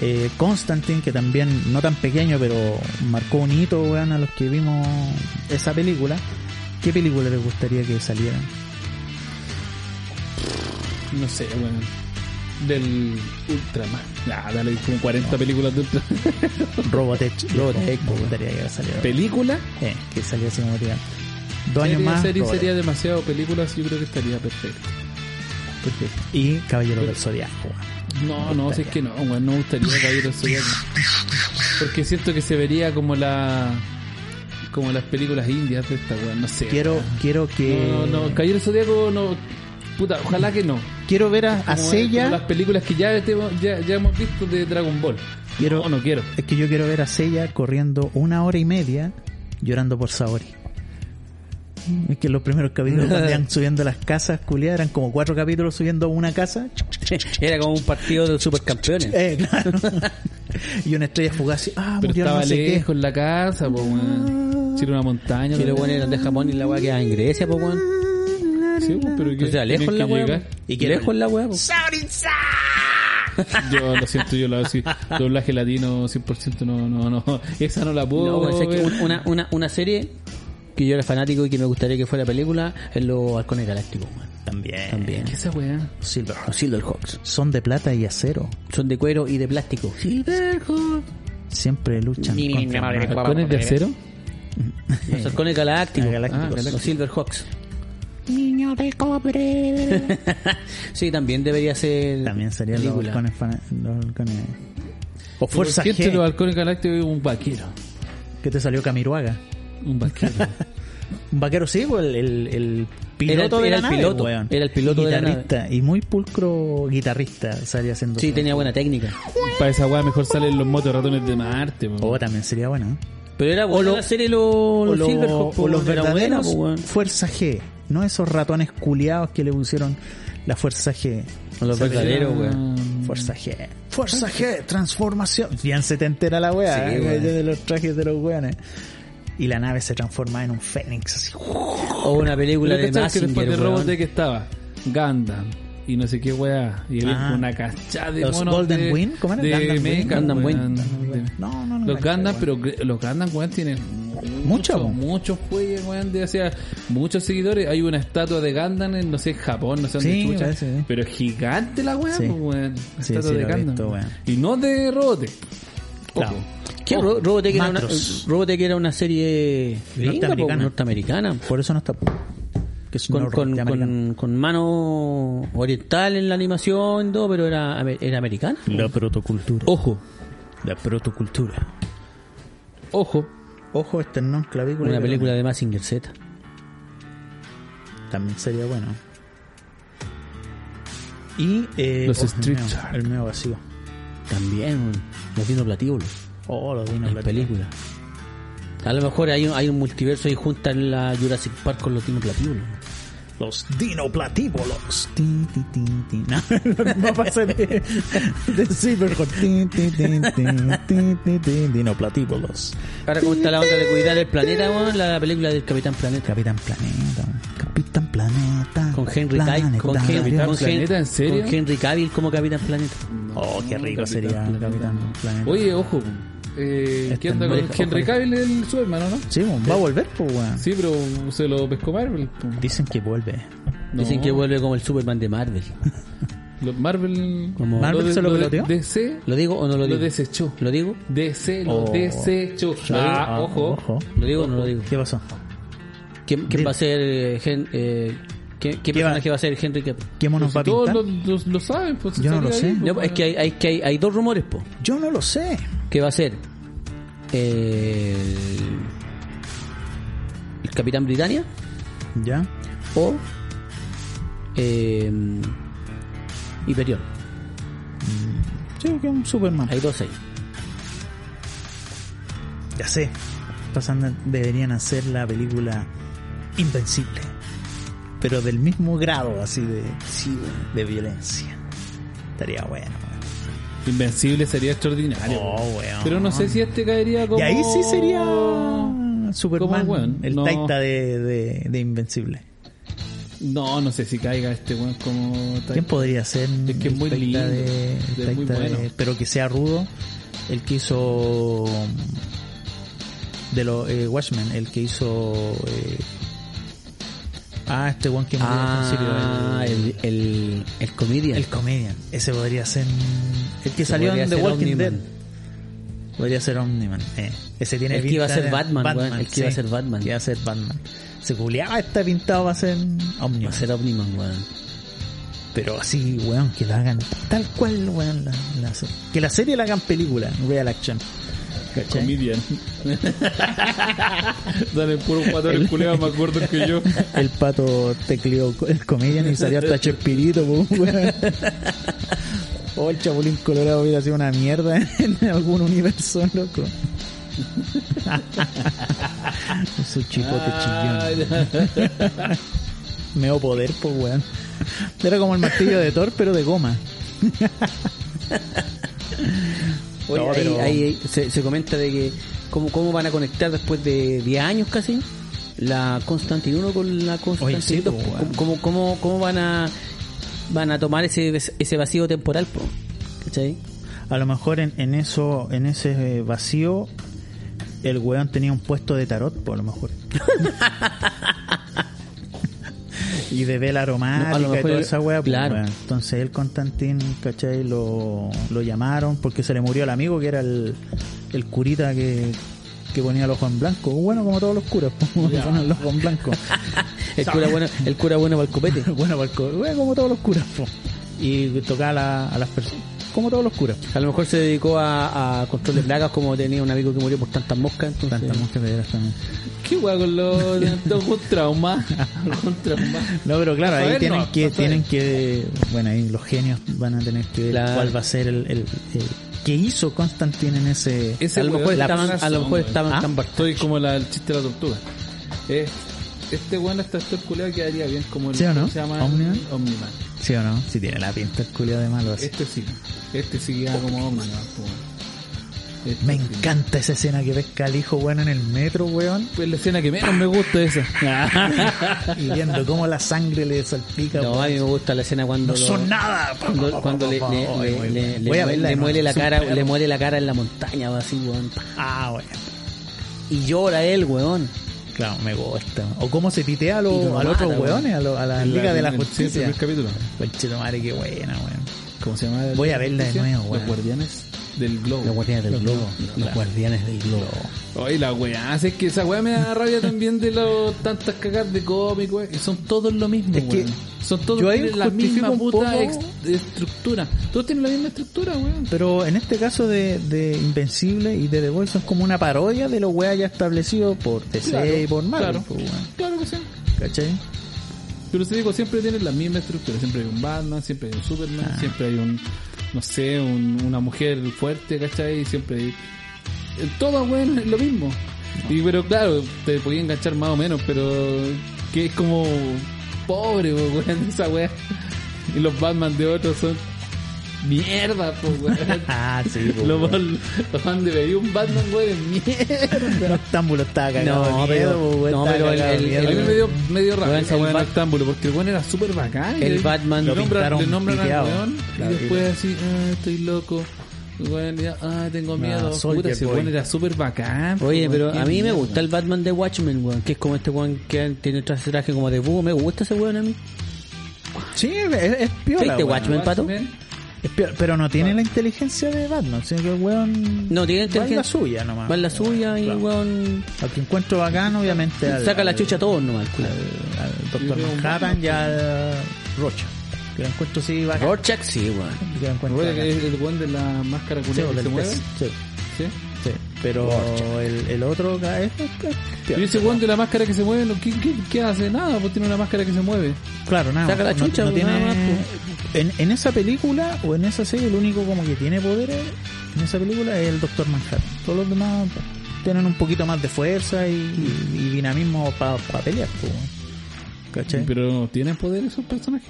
S3: Eh, Constantine, que también, no tan pequeño, pero marcó un hito, weón, a los que vimos esa película. ¿Qué película les gustaría que saliera?
S4: No sé, weón. Del Ultraman. Nah, dale como 40 películas de Ultraman.
S3: Robotech.
S2: Robotech,
S3: me gustaría que saliera.
S4: ¿Película?
S3: Eh, que saliera así como tirando. Dos
S4: Serie,
S3: años más.
S4: serie
S3: Robotech.
S4: sería demasiado películas, yo creo que estaría perfecto. Perfecto.
S3: Y Caballero del Zodiaco. weón.
S4: No, no, si es que no, weón, no me gustaría Caballero del Zodiaco. Porque siento que se vería como la. como las películas indias de esta, weón, no sé.
S3: Quiero, quiero que.
S4: No, no, no, Caballero del Zodiaco no. Puta, ojalá que no.
S3: Quiero ver a, a
S4: Como-
S3: Seiya.
S4: como Las películas que ya, te- ya, ya hemos visto de Dragon Ball.
S3: Quiero-
S4: No, no quiero.
S3: Es que yo quiero ver a Seiya corriendo una hora y media llorando por Saori. Es que los primeros capítulos cuando iban subiendo las casas, culiadas, eran como cuatro capítulos subiendo una casa.
S2: Era como un partido de supercampeones.
S3: Eh, claro. y una estrella fugaz. y, Ah,
S4: Pero
S3: murió
S4: estaba
S3: no sé qué.
S4: lejos la casa, po, weón. Si era una montaña.
S2: Y los
S4: ¿no?
S2: weones eran de Japón y la weá quedaba en Grecia, po, weón.
S4: Sí, po, pero que
S2: Entonces, era lejos
S4: tenían
S2: la
S4: que
S2: weá.
S4: llegar.
S2: Y lejos la weá, po.
S4: Yo lo siento, yo lo hago así. Doblaje latino 100% no, no, no. Esa no la puedo.
S2: No, pues, es que
S4: ver.
S2: un- una, una, una serie que yo era fanático y que me gustaría que fuera película es los Halcones Galácticos, weón.
S3: También.
S2: También.
S4: ¿Qué es esa weá?
S3: Silver.
S2: Los Silverhawks.
S3: Son de plata y acero.
S2: Son de cuero y de plástico. Silverhawks.
S3: Siempre luchan
S2: Ni- ni-
S3: contra
S2: ni-
S3: el mal.
S4: ¿Halcones de acero?
S2: Los Halcones Galácticos.
S3: Ah, galácticos.
S2: Ah, Los Silverhawks. sí, también debería ser.
S3: También serían los
S2: película.
S3: halcones, fan- los halcones. O Fuerza
S4: ¿Por qué entre los
S3: G,
S4: halcones galácticos es un vaquero?
S3: que te salió Camiruaga.
S4: Un vaquero.
S3: Un vaquero sí, pues, el, el, el
S2: Era
S3: piloto
S2: el-
S3: de
S2: era
S3: la
S2: el
S3: nave,
S2: piloto,
S3: weón.
S2: era el piloto
S3: y
S2: de la nave.
S3: guitarrista, y muy pulcro guitarrista salía haciendo.
S2: Sí, tenía buena técnica.
S4: Para esa weá mejor salen los motos ratones de Marte, po.
S3: O Oh, también sería bueno. ¿eh?
S2: Pero era buena la serie los
S3: O,
S2: los
S3: lo-
S2: Silverhawks.
S3: o
S2: po,
S3: los
S2: era buena,
S3: verdaderos
S2: po, weón.
S3: Fuerza G, no esos ratones culiados que le pusieron la Fuerza G.
S2: O los
S3: Se
S2: verdaderos,
S3: refiere-
S2: weón.
S3: Fuerza G. Fuerza G, transformación. Bien se te entera la wea
S2: Sí,
S3: ¿eh?
S2: weón.
S3: de los trajes de los weones. Y la nave se transforma en un fénix así.
S2: O una película
S4: Pero
S2: de
S4: cachai que después
S2: Mazinger,
S4: de
S2: weón.
S4: Robotech estaba Gundam y no sé qué weá. Y había
S3: Ah.
S4: como una cachada de
S3: Los
S4: monos
S3: Golden
S4: de-
S3: Wind, ¿cómo era?
S4: de
S3: Gundam Wind.
S4: mecha,
S2: Gundam
S4: weón.
S2: Wind.
S4: De-
S3: No, no, no.
S4: Los
S3: cacho,
S4: Gundam,
S3: weón.
S4: pero que- los Gundam, weón, tienen
S3: Mucho,
S4: muchos,
S3: weón.
S4: muchos juegos, weón, de, o sea, muchos seguidores. Hay una estatua de Gundam en, no sé, Japón, no sé dónde
S3: Sí,
S4: chucha,
S3: parece, sí.
S4: pero es gigante la weá,
S3: Sí.
S4: pues, weón.
S3: Sí,
S4: Estatua
S3: sí,
S4: de
S3: lo he
S4: Gundam.
S3: visto, weón.
S4: Y no de Robotech.
S3: Claro.
S4: Ojo.
S2: ¿Qué?
S4: Ojo.
S2: Ro- Robotech, era una,
S3: Macros.
S2: Robotech era una serie gringa, po,
S3: Norteamericana.
S2: norteamericana.
S3: Por eso no está. pues, Que es
S2: con,
S3: no
S2: con,
S3: norteamericano.
S2: con, con mano oriental en la animación, y todo, pero era, amer- era americana.
S3: La protocultura.
S2: Ojo,
S3: La protocultura.
S4: Ojo.
S3: Ojo, esternón, clavícula.
S2: una
S3: y
S2: película de Mazinger Z.
S3: peroné. También sería bueno. Y. Eh,
S4: Los
S3: oh,
S4: Street
S3: el medio-
S4: Shark.
S3: El medio vacío.
S2: También, weón. los Dino Platíbulos,
S3: Oh, los dinos
S2: las películas. A lo mejor hay un, hay un multiverso y juntan la Jurassic Park con los Dino Platíbulos.
S3: Los dinoplatíbolos. Tin, tin, tin, tin. No, no pasa de, de Silverhawk. Tin, tin, tin, tin, tin, tin, tin. Dinoplatíbolos.
S2: Ahora, ¿cómo está la onda de cuidar el planeta, weón? La película del Capitán Planeta.
S3: Capitán Planeta. Capitán Planeta.
S2: Con Henry Cavill.
S3: Planeta,
S2: Con, Henry,
S3: Planeta.
S2: con,
S4: Planeta,
S2: Hen-
S4: ¿en serio?
S2: con Henry Cavill como Capitán Planeta.
S3: Oh, qué rico
S4: Capitán
S3: sería
S4: Planeta.
S3: Capitán Planeta.
S4: Oye, ojo. Eh, ¿Qué onda con
S3: Ah. Este,
S4: Henry Cavill, el su hermano, no?
S3: Sí, bueno, va a volver, pues, weón.
S4: Sí, pero se lo pescó Marvel. po.
S3: Dicen que vuelve.
S4: No.
S2: Dicen que vuelve como el Superman de Marvel.
S4: Lo- Marvel.
S2: Como-
S3: ¿Marvel se lo
S4: de-
S3: peloteó?
S4: DC
S2: ¿Lo digo o no lo
S4: lo
S2: digo?
S4: desechó.
S2: ¿Lo digo?
S4: DC lo
S3: Oh.
S4: desechó. Ah, ojo.
S2: ¿Lo digo o no lo digo?
S3: ¿Qué pasó?
S2: ¿Quién, quién va a ser eh, Hen- eh, ¿quién, quién
S3: ¿Qué va-
S2: personaje va? a ser Henry Cavill?
S3: ¿Qué monos va a
S4: Todos
S3: pintar?
S4: lo, lo- lo saben, pues. si
S3: Yo no
S4: salió
S3: lo
S4: ahí,
S3: sé.
S4: pues,
S2: No, es que hay, hay, que hay, hay dos rumores, po.
S3: Yo no lo sé.
S2: que va a ser el, el Capitán Britannia
S3: ¿Ya?
S2: o eh, Hyperion.
S3: Sí, que un Superman.
S2: Hay dos ahí.
S3: Ya sé. Pasando, deberían hacer la película Invencible. Pero del mismo grado así de, de violencia. Estaría bueno.
S4: Invencible sería extraordinario.
S3: Oh, weón.
S4: Pero no sé si este caería como.
S3: Y ahí sí sería
S4: como
S3: Superman,
S4: el weón.
S3: el
S4: No.
S3: taita de, de- de Invencible.
S4: No, no sé si caiga este weón como.
S3: ¿Quién podría ser?
S4: Es que es
S3: el
S4: muy
S3: taita
S4: lindo,
S3: de- el
S4: es
S3: taita
S4: muy
S3: de-
S4: bueno.
S3: pero que sea rudo. El que hizo. De los eh, Watchmen, el que hizo. eh, ah, este one que murió al
S2: Ah,
S3: principio,
S2: el, el, el comedian.
S3: El comedian. Ese podría ser. El que
S2: Ese
S3: salió
S2: podría
S3: en The
S2: ser
S3: Walking
S2: Omniman.
S3: Dead. Podría ser Omniman. eh. Ese tiene
S2: El que iba a
S3: pinta
S2: ser
S3: de-
S2: Batman, weón, el que iba a ser Batman.
S3: que iba a ser Batman. Se culiaba, está pintado va a ser Omniman.
S2: Va a ser Omniman, weón.
S3: Pero así, weón, que la hagan tal cual, weón. La, la- que la serie la hagan película, real action. ¿Cachai?
S4: Comedian. Dale, puro pato el culeado más gordo que yo.
S3: El pato tecleó co- el comedian y salió hasta Chespirito, po, weón. O el Chapulín Colorado hubiera sido una mierda en algún universo, loco. Su chipote chillón. Meo poder, pues, weón. Era como el martillo de Thor, pero de goma.
S2: Oye,
S3: No,
S2: ahí-
S3: pero-
S2: ahí, se, se comenta de que cómo, cómo van a conectar después de 10 años casi la Constantine 1 con la Constantine
S3: Oye, sí,
S2: 2.
S3: po,
S2: ¿Cómo-
S3: weón.
S2: ¿Cómo, cómo, cómo van a van a tomar ese, ese vacío temporal? po? ¿Cachai?
S3: A lo mejor en, en eso, en ese eh, vacío, el weón tenía un puesto de tarot, por lo mejor. y de vela aromática
S2: No, a lo
S3: y
S2: mejor
S3: toda
S2: el-
S3: esa weá. pues,
S2: claro.
S3: weón. Entonces el Constantín, ¿cachai? Lo, lo llamaron porque se le murió el amigo que era el, el curita que, que ponía el ojo en blanco. Bueno, como todos los curas, ponen el ojo en blanco.
S2: El cura bueno, el cura bueno para el copete.
S3: bueno, para el co- bueno, como todos los curas, po. Y tocaba a la- a las personas. Como todos los curas.
S2: A lo mejor se dedicó a, a control de plagas como tenía un amigo que murió por tantas moscas. Entonces,
S3: Tantas moscas de veras también.
S4: Qué weón con los. Con trauma. Con trauma.
S3: No, pero claro, ahí
S4: Saber
S3: tienen
S4: no,
S3: que,
S4: no saber.
S3: tienen que, bueno, ahí los genios van a tener que ver
S2: Claro.
S3: cuál va a ser el, el, el- qué hizo Constantine en ese,
S4: Ese
S2: a lo mejor
S4: weón la
S2: estaban, a
S4: razón,
S2: lo mejor
S4: weón.
S2: estaban
S3: Ah.
S2: tan bar-
S4: Estoy como la, el chiste de la tortuga. Eh, este weón hasta el culeado quedaría bien como el
S3: ¿Sí o no?
S4: ¿cómo se llama
S3: ¿Omniman?
S4: Omniman.
S3: sí o no, si tiene la pinta el culiao de malo.
S2: Eh.
S3: así.
S4: Este sí. Este sí queda como Omniman. po, weón. Este
S3: Me
S4: sí.
S3: encanta esa escena que pesca al hijo bueno en el metro, weón,
S4: Pues la escena que menos me gusta esa.
S3: y viendo cómo la sangre le salpica.
S2: No,
S3: weón.
S2: a mí me gusta la escena cuando...
S3: No
S2: lo-
S3: son nada.
S2: Cuando, cuando le, le-
S3: Ay,
S2: le-
S3: muy
S2: le-
S3: bueno.
S2: le
S3: Voy a
S2: muele-
S3: verla de
S2: le muele
S3: nuevo.
S2: la
S3: Es un
S2: cara,
S3: perro.
S2: le muele la cara en la montaña, va así, weón. pa.
S3: Ah, bueno.
S2: Y llora él, weón.
S3: Claro, me gusta. O cómo se pitea a los,
S2: Y lo
S3: a los
S2: mata,
S3: otros
S2: weón.
S3: weones, a, los- a la Liga de la
S4: en el- sí,
S3: Justicia.
S4: el primer capítulo.
S3: Conchito madre, qué buena, weón.
S4: ¿Cómo se llama?
S3: Voy a verla de nuevo,
S4: Los
S3: weón.
S4: guardianes del globo.
S2: Los guardianes del globo.
S3: Los guardianes del globo.
S4: Oye, la weá, es que esa weá me da rabia también de los tantas cagas de cómic, weón. Y son todos lo mismo,
S3: Es que
S4: weón. Son todos
S3: yo ahí
S4: tienen la
S3: justifico
S4: misma
S3: un
S4: puta
S3: poco-
S4: ex- estructura. Todos tienen la misma estructura, weón.
S3: Pero en este caso de, de Invencible y de The Voice son como una parodia de los weas ya establecidos por DC y por Marvel.
S4: claro.
S3: pues, weón.
S4: Claro que sí.
S3: ¿Cachai?
S4: Pero te digo, siempre tienen la misma estructura. Siempre hay un Batman, siempre hay un Superman, siempre hay un, no sé, un- una mujer fuerte, ¿cachai? Siempre hay... en Todas, weón, es lo mismo. Y pero claro, te podía enganchar más o menos, pero que es como pobre, weón, esa weá. Y los Batman de otros son mierda, po, weón.
S3: Ah, sí. pues,
S4: Los
S3: weón.
S4: los han de pedir un Batman, weón, es mierda.
S3: Noctámbulo estaba cagado.
S2: No,
S3: de miedo,
S2: pero-
S3: pues, weón,
S2: no,
S3: estaba
S2: pero el-
S3: cagado de
S2: el-
S3: miedo.
S4: A mí
S2: el-
S4: me dio, me dio rabia
S2: Weón,
S4: esa
S2: el
S4: weá en
S2: Bat-
S4: Octámbulo, porque el weón era súper bacán.
S2: El
S4: y-
S2: Batman
S4: le
S2: lo
S4: nombran-
S3: pintaron
S4: le nombran al
S3: piteado.
S4: weón,
S3: Claro,
S4: y después así, ah, estoy loco. Weón, ya, ah, tengo miedo. Puta,
S3: Soldier
S4: ese
S3: Boy.
S4: weón era súper bacán.
S2: Oye,
S4: weón,
S2: pero
S4: qué
S2: a mí me
S4: mierda.
S2: gusta el Batman de Watchmen, weón. Que es como este weón que tiene traje, traje como de búho. Me gusta ese weón a mí.
S3: Sí, es, es piola.
S2: ¿Viste
S3: weón.
S2: Watchmen, pato?
S3: Es piola, pero no tiene la inteligencia de Batman. Sino que el weón.
S2: No, tiene
S3: va en
S2: inteligencia.
S3: la suya nomás.
S2: Va en la suya y
S3: Ah, Claro.
S2: weón
S3: Al que encuentro bacán, obviamente. al-
S2: saca la
S3: al-
S2: chucha a todos nomás. culo.
S3: al- al
S4: Yo
S3: Doctor
S4: creo un
S3: Manhattan y al Rocha. Que lo encuentro sí bacán.
S2: Rorschach sí, weón.
S3: Que lo encuentro
S4: Recuerda
S3: bacán.
S4: que es el weón de la máscara
S3: Sí,
S4: culiada que
S3: del
S4: se mueve.
S3: pez, sí.
S4: ¿Sí?
S3: Sí, pero el, el otro ca- es- es-
S4: Y ese weón de la máscara que se mueve, ¿qué, qué, qué hace? Nada, pues tiene una máscara que se mueve.
S3: Claro, nada.
S2: Saca la
S3: no-
S2: chucha,
S3: no
S2: pues,
S3: tiene-
S2: nada más,
S3: en, en esa película o en esa serie, el único como que tiene poderes en esa película es el Doctor Manhattan. Todos los demás pues, tienen un poquito más de fuerza y, y- y dinamismo para pelear. pues, weón. ¿Cachai?
S4: Pero ¿tienen poder esos personajes?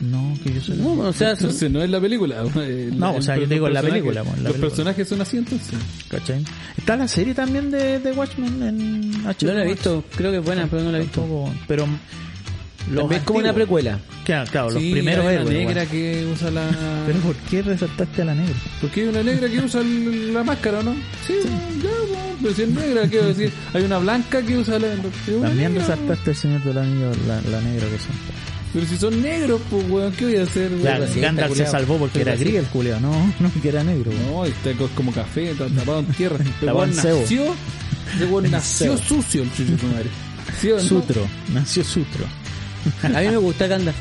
S3: No, que yo sé.
S2: No, o sea, son-
S4: Entonces no es la película. el-
S3: No, o
S4: el-
S3: sea, yo
S4: los
S3: te digo en la
S4: personajes-
S3: película, pues, en la
S4: los
S3: película.
S4: personajes son así entonces.
S3: ¿Cachai? Está la serie también de, de Watchmen en HBO.
S2: no la he visto. Creo que es buena, pero no la he visto.
S3: Tampoco, pero los
S2: es como una
S3: antiguos.
S2: precuela.
S3: Claro, claro, los
S4: Sí,
S3: primeros
S4: hay una
S3: héroes.
S4: negra
S3: weón.
S4: que usa la...
S3: Pero ¿por qué resaltaste a la negra?
S4: Porque hay una negra que usa el- la máscara, ¿o ¿no? Sí, ya, bueno, pero si es negra, quiero decir, hay una blanca que usa la... una
S3: También
S4: negra,
S3: resaltaste el señor del anillo, la, la negra que son.
S4: Pero si son negros, pues, weón, ¿qué voy a hacer? weón?
S3: Claro,
S2: racista,
S3: Gandalf se
S2: culiao.
S3: salvó porque era
S2: Racista.
S3: gris el culiao, no, no, que era negro. weón.
S4: No, está co- como café, está tapado en tierra. El
S3: Tapado
S4: weón
S3: en cebo.
S4: nació, el weón nació
S3: cebo.
S4: sucio el chucho de su madre. ¿Sí o no?
S3: Sutro, nació Sutro.
S2: A mí me gusta Gandalf.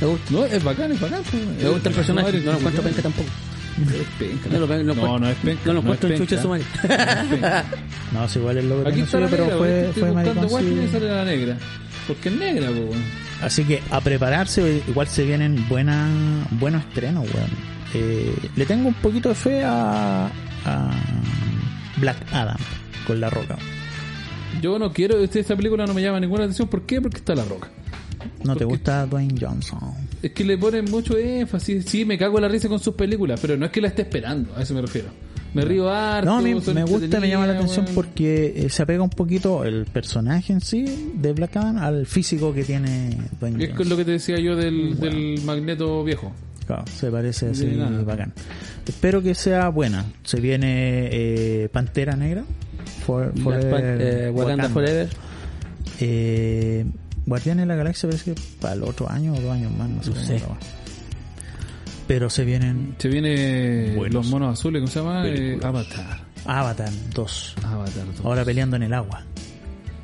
S2: Me gusta.
S4: No, es bacán, es bacán. pues.
S2: Me gusta el
S4: Su
S2: personaje.
S4: madre,
S2: No lo encuentro penca tampoco.
S4: No es penca.
S2: No lo pe-
S4: No,
S2: lo encuentro-
S4: no es penca.
S2: No lo
S4: es
S2: encuentro en
S4: penca.
S2: chucha su madre.
S3: No, si igual es lo que
S4: Aquí
S3: tiene
S4: está
S3: suyo,
S4: la
S3: pero
S4: negra,
S3: fue,
S4: weón,
S3: fue
S4: estoy buscando
S3: maricón,
S4: Watchmen y
S3: sí.
S4: sale la negra. Porque es negra, pues, weón.
S3: Así que a prepararse, igual se vienen buena, buenos estrenos, weón. Eh, le tengo un poquito de fe a, a Black Adam con la roca.
S4: Yo no quiero, este- esta película no me llama ninguna atención. ¿Por qué? Porque está la roca.
S3: No
S4: Porque-
S3: te gusta Dwayne Johnson.
S4: Es que le ponen mucho énfasis. Sí, me cago en la risa con sus películas, pero no es que la esté esperando, a eso me refiero. Me río harto.
S3: No, a mí
S4: son
S3: me gusta, me llama la atención
S4: entretenidas, weón.
S3: porque eh, se apega un poquito el personaje en sí de Black Adam al físico que tiene Dwayne
S4: Es con
S3: Johnson.
S4: lo que te decía yo del, del magneto viejo.
S3: Claro, se parece así
S4: tiene nada.
S3: bacán. Espero que sea buena. Se viene eh, Pantera Negra. For,
S2: Black
S3: Forever
S2: Pan- eh, Wakanda Forever.
S3: Eh, Guardianes de la Galaxia parece que para el otro año o dos años más, no sé.
S2: sé.
S3: cuándo va. Pero se vienen
S4: Se viene
S3: Buenos.
S4: los monos azules, ¿cómo se llama? Eh, Avatar.
S3: Avatar 2.
S4: Avatar. dos.
S3: Ahora peleando en el agua.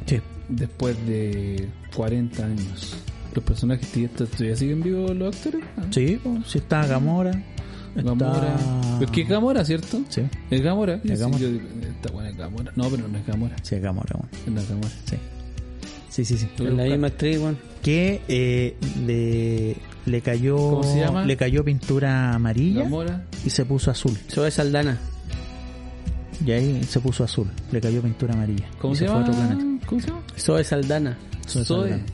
S3: Sí.
S4: Después de 40 años. Los personajes t- t- todavía siguen vivos los actores. Ah,
S3: Sí, pues, sí está Gamora. Está...
S4: Gamora. Es que es Gamora, ¿cierto?
S3: Sí.
S4: Es Gamora. Sí,
S3: Gamora.
S4: yo digo, está buena es Gamora. No, pero no es Gamora.
S3: Sí, es Gamora. bueno.
S4: Es la Gamora.
S3: Sí. Sí, sí, sí.
S2: Con la misma actriz, weón.
S3: Que eh, le, le cayó
S4: ¿Cómo se llama?
S3: le cayó pintura amarilla
S4: Gamora.
S3: y se puso azul.
S2: Soy Saldana.
S3: Y ahí se puso azul. Le cayó pintura amarilla.
S4: ¿Cómo
S3: y
S4: se,
S3: fue a
S4: llama?
S3: otro planeta.
S4: ¿Cómo se llama?
S2: Soy Saldana.
S3: Soy
S4: Zoe.
S3: Saldana.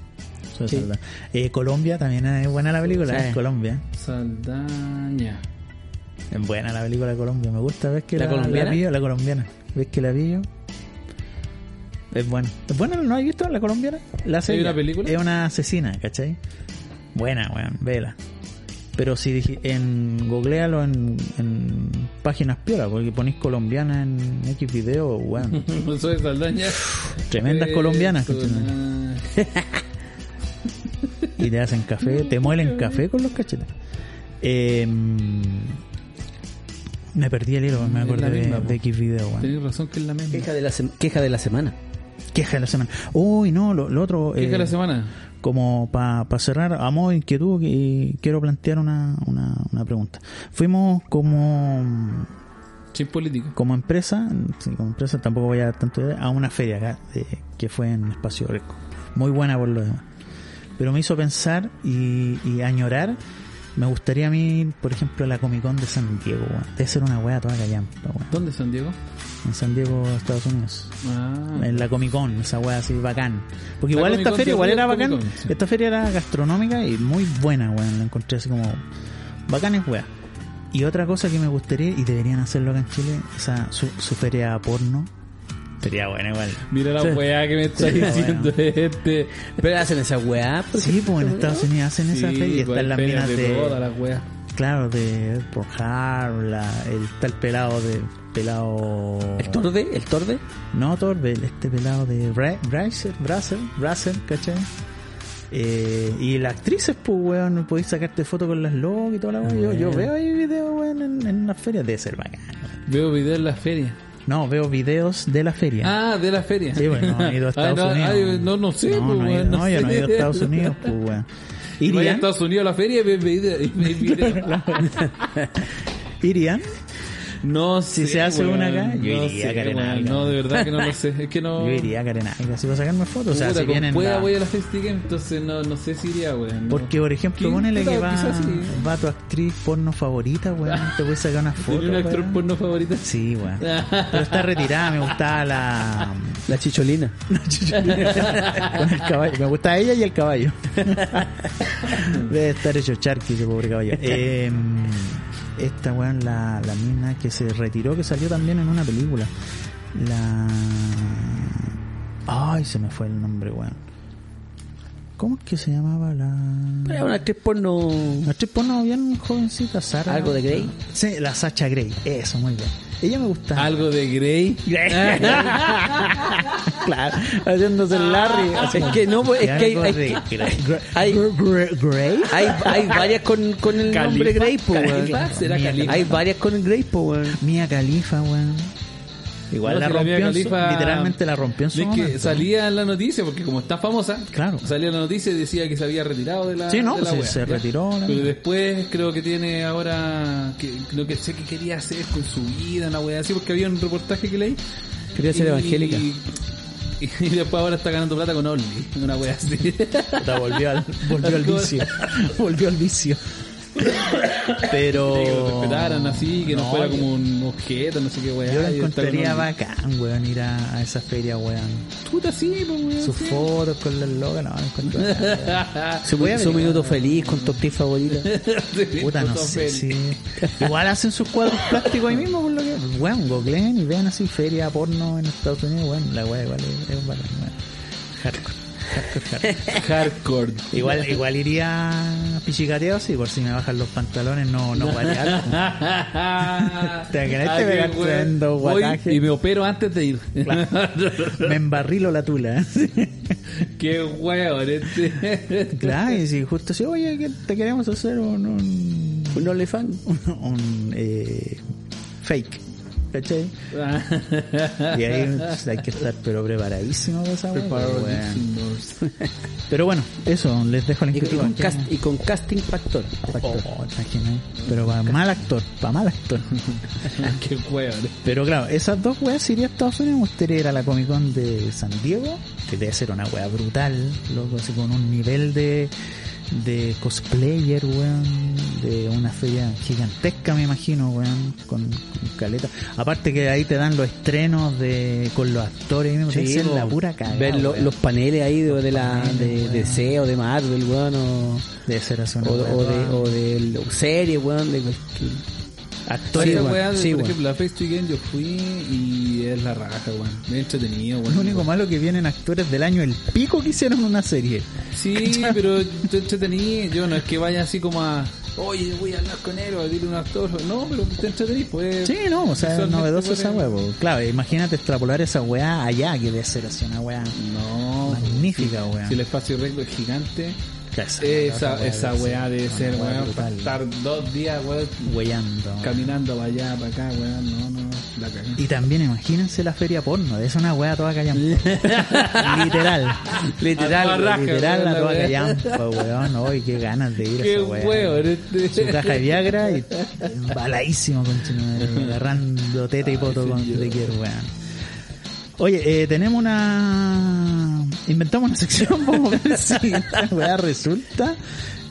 S3: Soy
S2: Sí.
S3: Saldana. Eh, Colombia también es buena la película.
S2: Sí.
S3: ¿eh? Colombia.
S4: Saldaña.
S3: Es buena la película de Colombia. Me gusta. ¿Ves que
S2: ¿La
S3: la,
S2: colombiana?
S3: La, pillo? la colombiana. ¿Ves que la pillo? Es buena. ¿Es buena? ¿No has visto la colombiana? La
S4: ¿Hay una
S3: ella.
S4: película?
S3: Es una asesina, ¿cachai? Buena, weón. Vela. Pero si digi- en googlealo en, en páginas piola, porque ponéis colombiana en X video, weón.
S4: Soy Saldaña.
S3: Tremendas
S4: Eh,
S3: colombianas, ¿cachai?
S4: personaje.
S3: y te hacen café, te muelen café con los cachetes. Eh, me perdí el hilo, me
S4: Es la
S3: acordé
S4: misma,
S3: de,
S4: po.
S3: de X video, weón.
S4: Tenés razón que es la misma.
S2: Queja de la, sem- queja de la semana.
S3: Queja de la semana. Uy, no, lo, lo otro,
S4: ¿Qué es
S3: eh,
S4: que la semana?
S3: como para cerrar, amo inquietud y quiero plantear una, una, una pregunta. Fuimos como
S4: Sin política.
S3: como empresa, sí, como empresa tampoco voy a dar tanto idea, a una feria acá eh, que fue en Espacio Rico. Muy buena por lo demás. Pero me hizo pensar y, y añorar. Me gustaría a mí, por ejemplo, la Comic Con de San Diego. weón. Debe ser una weá toda callampa, weón.
S4: ¿Dónde San Diego?
S3: En San Diego, Estados Unidos.
S4: Ah.
S3: En la Comic Con, esa weá así bacán. Porque
S4: La
S3: igual esta
S4: Comic-Con
S3: feria
S4: se
S3: igual
S4: ríe
S3: era
S4: de
S3: bacán.
S4: Comic-Con, sí.
S3: Esta feria era gastronómica y muy buena, weón. La encontré así como bacanes, weón. Y otra cosa que me gustaría, y deberían hacerlo acá en Chile, esa su, su feria porno. Sería buena igual.
S4: Mira la
S3: Sí.
S4: weá que me está
S3: Sí,
S4: diciendo este.
S2: Pero hacen esa weá. por
S3: Sí, pues en Estados Unidos hacen esa
S4: Sí,
S3: feria y
S4: pues,
S3: están las
S4: ferias
S3: minas
S4: de
S3: de.
S4: todas las weas.
S3: Claro, de Pornhub, la- el tal pelado de. Pelado.
S2: ¿El torde? ¿El torde?
S3: No, Torbel, este pelado de Bra- Bracer, Bracer, Bracer, ¿cachai? Eh, y las actrices, pues, weón, podéis sacarte fotos con las locas y toda la weón. Yo, yo veo ahí videos, weón, en, en las ferias de ser bacán.
S4: Veo videos en la feria.
S3: No, veo videos de la feria.
S4: Ah, de la feria.
S3: Sí, bueno, no he ido a Estados
S4: Ah, no,
S3: Unidos.
S4: ay, no, no sé,
S3: No,
S4: pues,
S3: no, he ido-
S4: weón, no
S3: no, yo no he ido a
S4: sé.
S3: Estados Unidos, pues, weón.
S4: Vaya a
S3: ¿Irían?
S4: Estados Unidos a la feria y ve videos.
S3: ¿Irían?
S4: No sé.
S3: Si se hace
S4: weón,
S3: una acá, yo
S4: no
S3: iría a
S4: sé,
S3: Carenaga.
S4: weón. No, de verdad que no lo sé. Es que no.
S3: Yo iría a Carenaga, si voy a sacarme fotos. O sea,
S4: Puta,
S3: si
S4: con
S3: vienen.
S4: pueda
S3: la-
S4: voy a la Festi Game, entonces no, no sé si iría, weón. no.
S3: Porque, por ejemplo,
S4: Quizá-
S3: ponele que va,
S4: quizás sí.
S3: va tu actriz porno favorita, weón. Te puedes sacar unas fotos.
S4: ¿Tenía un actor
S3: weón.
S4: porno favorito?
S3: Sí, weón. Pero está retirada, me gustaba la.
S2: La chicholina.
S3: Con el caballo. Me gusta ella y el caballo. Debe estar hecho charqui ese pobre caballo. Eh, esta weón, la, la mina que se retiró, que salió también en una película. La. Ay, se me fue el nombre, weón. ¿Cómo es que se llamaba la.?
S2: Era una actriz porno.
S3: La actriz porno bien jovencita, Sara.
S2: ¿Algo de Grey? Ah,
S3: Sí, la Sacha Grey. Eso, muy bien. Ella me gusta.
S4: Algo de Grey.
S3: claro, haciéndose el Larry. así.
S2: Es que no, pues, es que hay.
S3: Algo
S2: hay-
S3: de Grey.
S2: hay-
S3: Gre- Grey.
S2: hay- hay varias con, con el
S4: Califa.
S2: nombre Grey, po, weón.
S4: Califa, será
S2: Mira,
S4: Califa.
S2: Hay varias con el Grey, po, weón.
S3: Mía Califa, weón. Igual
S4: No,
S3: la
S4: si la Mia
S3: rompió. en su-
S4: Khalifa-
S3: literalmente la rompió en su
S4: Es que
S3: momento.
S4: salía en la noticia, porque como está famosa,
S3: Claro.
S4: salía en la noticia y decía que se había retirado de la.
S3: Sí, no,
S4: de la
S3: se-
S4: wea,
S3: se
S4: ¿ya?
S3: retiró la
S4: Pero
S3: mina.
S4: después creo que tiene ahora. Que, lo que sé que quería hacer con su vida, una wea así, porque había un reportaje que leí.
S2: Quería ser
S4: y-
S2: evangélica.
S4: Y, y después ahora está ganando plata con Only, una wea así.
S3: Puta, volvió al, volvió al vicio. volvió al vicio. Pero.
S4: que lo respetaran así, que no,
S3: Oh. No,
S4: fuera
S3: yo-
S4: como un objeto, no sé qué wea.
S3: Yo la
S4: y está con
S3: encontraría
S4: Only.
S3: bacán, weón, ir a, a esa feria, weón.
S4: Puta, sí, pues, wea,
S3: Sus
S4: sí.
S3: fotos con la loca, no, la encuentro bacán.
S2: Su,
S3: Voy a
S2: su
S3: averiguar.
S2: minuto feliz con tu actriz favorita.
S4: Sí,
S3: Puta,
S2: pues,
S3: no
S4: fotos
S3: sé.
S4: feliz.
S3: sí. Igual hacen sus cuadros plásticos ahí mismo, por lo que. Weón, googleen y vean así feria porno en Estados Unidos, weón. La weá igual es, es bacán, weón. Hardcore. Hardcore, hardcore.
S4: Hardcore.
S3: Igual, igual iría a pichicateado, sí, por si me bajan los pantalones, no, no guatear. Te crees que
S4: Ay,
S3: me
S4: qué
S3: estás
S4: güey.
S3: tremendo
S4: Voy
S3: guataje.
S4: Y me opero antes de ir.
S3: Me embarrilo la tula.
S4: Qué hueón este.
S3: claro, y si justo así, oye, que te queremos hacer un. un,
S2: Un OnlyFans.
S3: un- un, eh, fake. ¿Cachai? Y ahí pues, hay que estar, pero preparadísimo para esa weá,
S4: Preparado,
S3: pues, weón.
S4: Dixie Nurse.
S3: Pero bueno, eso, les dejo la
S2: Y, y
S3: inscripción.
S2: con cast- y con casting factor. factor.
S3: Oh, imagínate. Pero para mal actor, para mal actor.
S4: Qué hueón.
S3: Pero claro, esas dos weas iría a Estados Unidos. Me gustaría ir a la Comic Con de San Diego, que debe ser una wea brutal, loco, así con un nivel de, de cosplayer, weón, de una feria gigantesca, me imagino, weón, con, con caleta. Aparte que ahí te dan los estrenos de con los actores, me parece
S2: po.
S3: la pura cagada.
S2: Ver lo-
S3: weón.
S2: los paneles ahí de, de la
S3: paneles,
S2: de,
S3: weón.
S2: de CEO, de Marvel, weón, o,
S3: Debe ser así
S2: o,
S3: una wea
S2: o de,
S3: toda-
S2: o de l- serie, weón, de cualquier-
S3: actores.
S4: Esa
S2: weón,
S4: weá de,
S2: sí,
S4: por
S2: weón.
S4: ejemplo, la Face Weekend yo fui y es la raja, weón. Me he entretenido, weón.
S3: Lo único malo que vienen actores del año el pico que hicieron una serie.
S4: Sí, pero te entretení. Yo no es que vaya así como a. Oye, voy a hablar con él, o a pedirle un actor. No, pero te entretení, pues.
S3: Sí, no, o sea, es
S4: Visualmente
S3: novedoso
S4: buena.
S3: esa weá. po. Claro, imagínate extrapolar esa weá allá, que debe ser así una weá
S4: No.
S3: magnífica, weá.
S4: Si el espacio recto es gigante,
S3: Claro,
S4: esa,
S3: otra
S4: esa weá debe
S3: una
S4: ser,
S3: weá
S4: weón,
S3: brutal.
S4: para estar dos días, weón,
S3: Weyando.
S4: caminando para allá, para acá, weón, no, no, la cagada.
S3: Y también imagínense la feria porno, de esa una weá toda callampa. literal.
S4: A toda
S3: Literal,
S4: raja,
S3: literal
S4: weón,
S3: la
S4: la
S3: toda
S4: weá.
S3: callampa, weón. Hoy qué ganas de ir a
S4: Qué
S3: esa
S4: weón, este.
S3: Su caja de Viagra y baladísimo con agarrando teta y poto
S4: Ay,
S3: con
S4: señor.
S3: te quiero, weón. Oye, eh, tenemos una... Inventamos una sección, vamos a ver si esta weá resulta.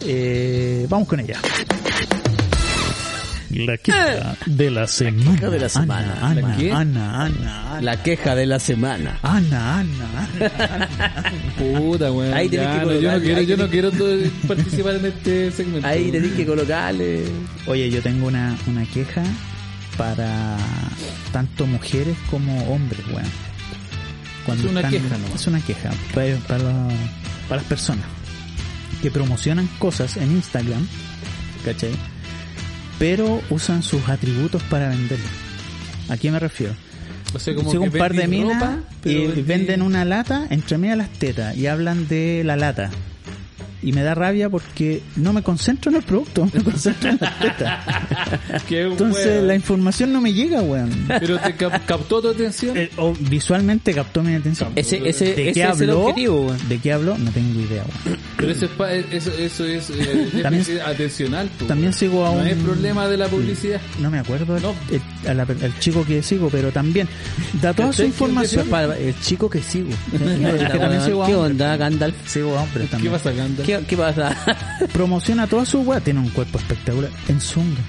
S3: Eh, vamos con ella. La queja de la semana.
S2: queja de la semana.
S3: Ana,
S4: ¿La
S3: Ana,
S4: qué?
S3: Ana, Ana, Ana.
S2: La queja de la semana.
S3: Ana, Ana, Ana.
S4: Puta, weón.
S2: Ahí tenés
S4: ya,
S2: que
S4: no, yo no
S2: colocarle,
S4: quiero,
S2: ahí
S4: yo no
S2: tenés-
S4: quiero todo- participar en este segmento.
S2: Ahí
S4: weón.
S2: tenés que colocarle.
S3: Oye, yo tengo una, una queja para tanto mujeres como hombres, weón. Cuando
S4: Es una queja nomás.
S3: Es una queja para, para, para las personas que promocionan cosas en Instagram, ¿cachai? Pero usan sus atributos para venderlas. ¿A qué me refiero?
S4: O sea, como
S3: Sí,
S4: que
S3: un par de
S4: vendí
S3: minas
S4: ropa, pero
S3: y
S4: vendí-
S3: venden una lata entre medias las tetas y hablan de la lata. Y me da rabia porque no me concentro en el producto, me concentro en las tetas.
S4: Qué
S3: Entonces
S4: weón.
S3: la información no me llega, weón.
S4: Pero te cap- captó tu atención.
S3: Eh, o Eh, oh, visualmente captó mi atención.
S2: Ese, ese,
S3: ¿De
S2: ese
S3: qué
S2: es el
S3: habló?
S2: objetivo, weón.
S3: ¿De qué habló? No tengo idea. weón.
S4: Pero eso es, pa- eso, eso es eh, déficit atencional. po.
S3: También sigo a
S4: No
S3: un-
S4: es problema de la publicidad.
S3: No me acuerdo el,
S4: No.
S3: el- a la- el chico que sigo, pero también da toda su
S4: ¿Este?
S3: información.
S2: Para el chico que sigo.
S3: No, es que también sigo a
S2: ¿Qué
S3: hombres.
S2: onda, Gandalf?
S3: Sigo a hombres
S4: ¿Qué
S3: también.
S4: pasa, Gandalf?
S2: ¿Qué, qué pasa?
S3: Promociona toda su weá. Tiene un cuerpo espectacular en zunga.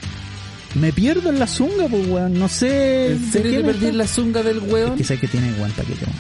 S3: Me pierdo en la zunga, pues weón. No sé.
S4: ¿En serio
S3: de
S4: te
S3: quién
S4: perdí
S3: está.
S4: la zunga del hueón?
S3: Es que sé que tiene buen paquete, weón.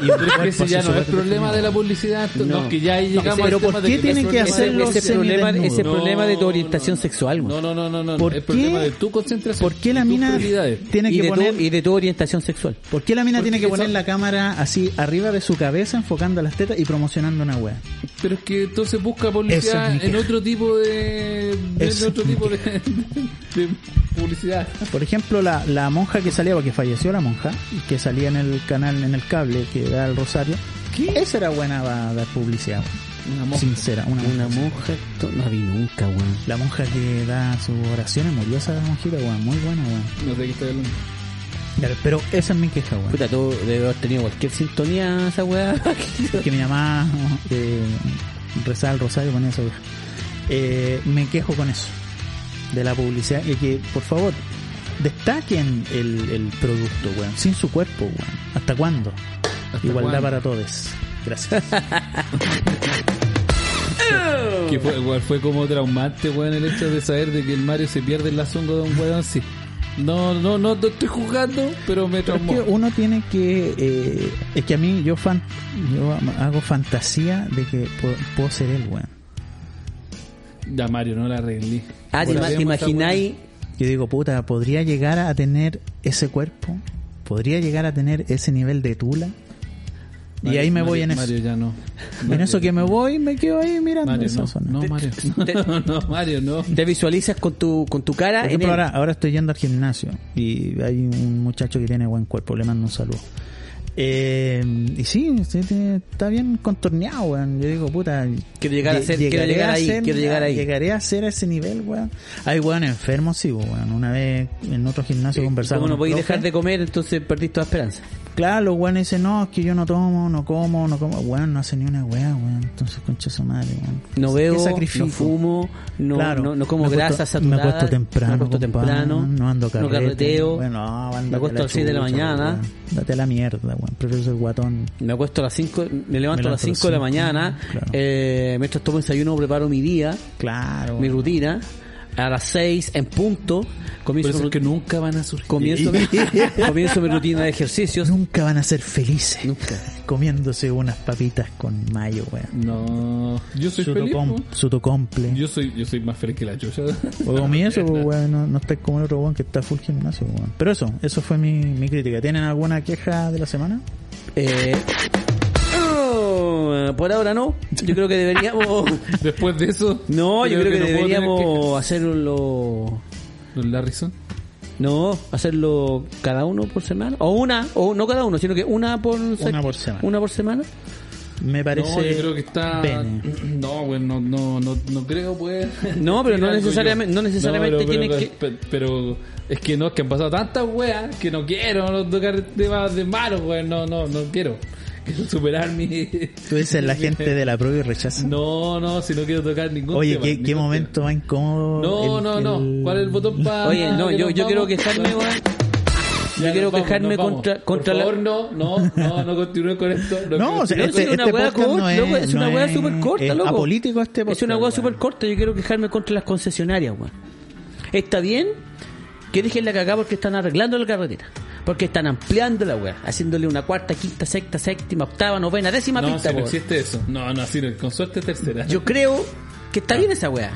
S4: Pero es que ese ya
S3: así
S4: no es
S3: súper
S4: problema de la publicidad. No, que ya ahí llegamos
S3: pero
S4: al
S3: ¿por
S4: tema de
S3: qué
S4: que
S3: tienen
S4: es
S3: que
S4: problema
S3: hacerlo
S4: de-
S2: ese problema,
S3: semidesnudo.
S2: ese
S3: No,
S2: problema de tu
S4: no,
S2: orientación
S4: no.
S2: sexual, güey.
S4: No, no, no, no, no.
S3: ¿Por
S4: es
S3: qué?
S4: problema de tu concentración.
S3: ¿Por qué la
S4: de tus
S3: mina
S4: prioridades.
S3: tiene
S2: y,
S3: que
S2: de
S3: poner
S2: tu, y de tu orientación sexual.
S3: ¿Por qué la mina
S4: ¿Por
S3: tiene
S4: qué
S3: que
S4: eso?
S3: poner la cámara así arriba de su cabeza, enfocando las tetas y promocionando una wea?
S4: Pero es que entonces busca
S3: Esa es
S4: publicidad
S3: mi
S4: en
S3: queja.
S4: otro tipo de. de-
S3: Esa
S4: en otro
S3: es mi
S4: tipo de, de publicidad.
S3: Por ejemplo, la, la monja que salía, porque falleció la monja, que salía en el canal, en el cable que da el Rosario. Esa era buena para dar publicidad,
S4: Una
S3: weón.
S4: monja.
S3: sincera, una monja.
S2: Una mujer, to- no la vi nunca, güey.
S3: La monja que da sus oraciones murió esa monjita, weón, muy buena, weón.
S4: No sé qué estoy hablando.
S3: Claro, Pero esa es mi queja, weón.
S2: Puta, tú debes haber tenido cualquier sintonía esa weá.
S3: que mi mamá eh, rezaba el rosario con eso. vieja. Eh, me quejo con eso, de la publicidad. Y que, por favor, destaquen el, el producto, weón. Sin su cuerpo, weón. ¿Hasta cuándo? Igualdad
S4: cuándo?
S3: para todos. Gracias.
S4: Que fue, igual fue como traumante, weón, el hecho de saber de que el Mario se pierde en la zunga de un weón sí. No, no, no, no estoy jugando, pero me
S3: Pero es
S4: traumó.
S3: que uno tiene que... eh, es que a mí yo, fan, yo hago fantasía de que puedo, puedo ser él, weón.
S4: Ya, Mario, no la arreglé.
S2: ah, te,
S4: Por
S2: ima-
S4: ahí
S2: te
S4: hemos estado
S2: imagináis.
S3: Yo digo, puta, ¿podría llegar a tener ese cuerpo? ¿Podría llegar a tener ese nivel de tula? y
S4: Mario,
S3: ahí me voy
S4: Mario,
S3: en eso.
S4: Mario ya no.
S3: en eso que me voy, me quedo ahí mirando
S4: Mario,
S3: esa
S4: no.
S3: zona.
S4: No, Mario. No, no, Mario, no.
S2: Te visualizas con tu, con tu cara en
S3: Por ejemplo,
S2: él.
S3: ahora, ahora estoy yendo al gimnasio y hay un muchacho que tiene buen cuerpo, le mando un saludo. Eh, y sí, sí, te- está bien contorneado, weón. Yo digo, puta,
S2: Quiero llegar a ser- quiero
S3: llegaré
S2: llegar
S3: a
S2: ahí,
S3: ser-
S2: quiero llegar ahí.
S3: Llegaré a ser a ese nivel, weón. Hay weón enfermos, sí, pues, weón. Una vez en otro gimnasio conversamos.
S2: Como no podéis
S3: podéis
S2: dejar de comer, entonces perdís toda esperanza.
S3: Claro, los weones dicen, no, es que yo no tomo, no como, no como. Weón, no hace ni una weá, weón. Entonces, concha su madre, weón.
S2: No
S3: ¿Qué
S2: veo,
S3: sacrificio?
S2: no fumo, no,
S3: Claro.
S2: no, no como
S3: Me acuesto-
S2: grasa saturada.
S3: Me acuesto temprano.
S2: Me acuesto
S3: compadre,
S2: temprano.
S3: No ando carrete.
S2: No carreteo.
S3: Bueno, ah, no, ándate
S2: me acuesto a las 6 de la
S3: chucha,
S2: mañana.
S3: weón. Date a la mierda, weón. Prefiero ser guatón.
S2: Me acuesto a las 5, me levanto a
S3: Me
S2: las
S3: levanto a las
S2: 5 de la
S3: cinco,
S2: mañana.
S3: claro.
S2: Eh, mientras tomo desayuno, preparo mi día,
S3: Claro.
S2: mi
S3: weón.
S2: rutina. A las 6 en punto
S4: Por
S2: comienzo,
S4: eso es que nunca van a surgir.
S2: comienzo, mi, comienzo mi rutina de ejercicios.
S3: Nunca van a ser felices.
S2: Nunca.
S3: Comiéndose unas papitas con mayo, weón.
S4: No. Yo soy feliz.
S3: Sutocom-
S4: po.
S3: Sutocomple.
S4: Yo soy, yo soy más feliz que la chucha.
S3: O comí eso, pues, weón, no, no estáis como el otro weón que está full gimnasio, pues, weón. Pero eso, eso fue mi, mi crítica. ¿Tienen alguna queja de la semana?
S2: Eh, oh, por ahora no. Yo creo que deberíamos.
S4: Después de eso.
S2: No, yo creo que,
S4: no puedo tener
S2: deberíamos hacerlo.
S4: quejas. Don Larrison.
S2: No, hacerlo cada uno por semana. O una, o no cada uno, sino que una por,
S3: Una por semana.
S2: Una por semana.
S3: Me parece.
S4: No, yo creo que está.
S3: Bene.
S4: No, güey, no, no, no, no creo, pues.
S2: No, pero no
S4: Algo
S2: necesariamente-
S4: yo.
S2: no necesariamente
S4: pero-
S2: tiene
S4: pero- pe- Pero es que no, es que han pasado tantas weas que no quiero no tocar temas de malo, güey. No, no, no quiero. Quiero superar mi.
S3: Tú dices la gente de la prueba y rechazo.
S4: No, no, si no quiero tocar ningún
S3: Oye,
S4: tema.
S3: qué,
S4: ningún
S3: qué
S4: tema.
S3: momento más incómodo.
S4: No,
S3: el-
S4: no, no.
S3: el-
S4: ¿Cuál es el botón para.?
S2: Oye, no, yo, yo quiero quejarme, weón. Yo quiero quejarme contra,
S4: Por
S2: contra la.
S4: favor, no, no, no, no continúen con esto.
S3: No, o sea,
S2: Pero
S3: este,
S2: es una
S3: este
S2: weá
S3: podcast
S2: corta,
S3: no es,
S2: loco, es una
S3: no
S2: weá
S3: es-
S2: súper corta,
S3: es
S2: loco.
S3: Apolítico este podcast.
S2: Es una hueá
S3: weón.
S2: súper corta, yo quiero quejarme contra las concesionarias, weón. Está bien que dejen la cagada porque están arreglando la carretera. Porque están ampliando la weá, haciéndole una cuarta, quinta, sexta, séptima, octava, novena, décima
S4: No, si
S2: pista,
S4: no
S2: weón.
S4: existe eso. No, no, si no, con suerte tercera.
S2: Yo creo que
S4: Ah.
S2: está bien esa weá.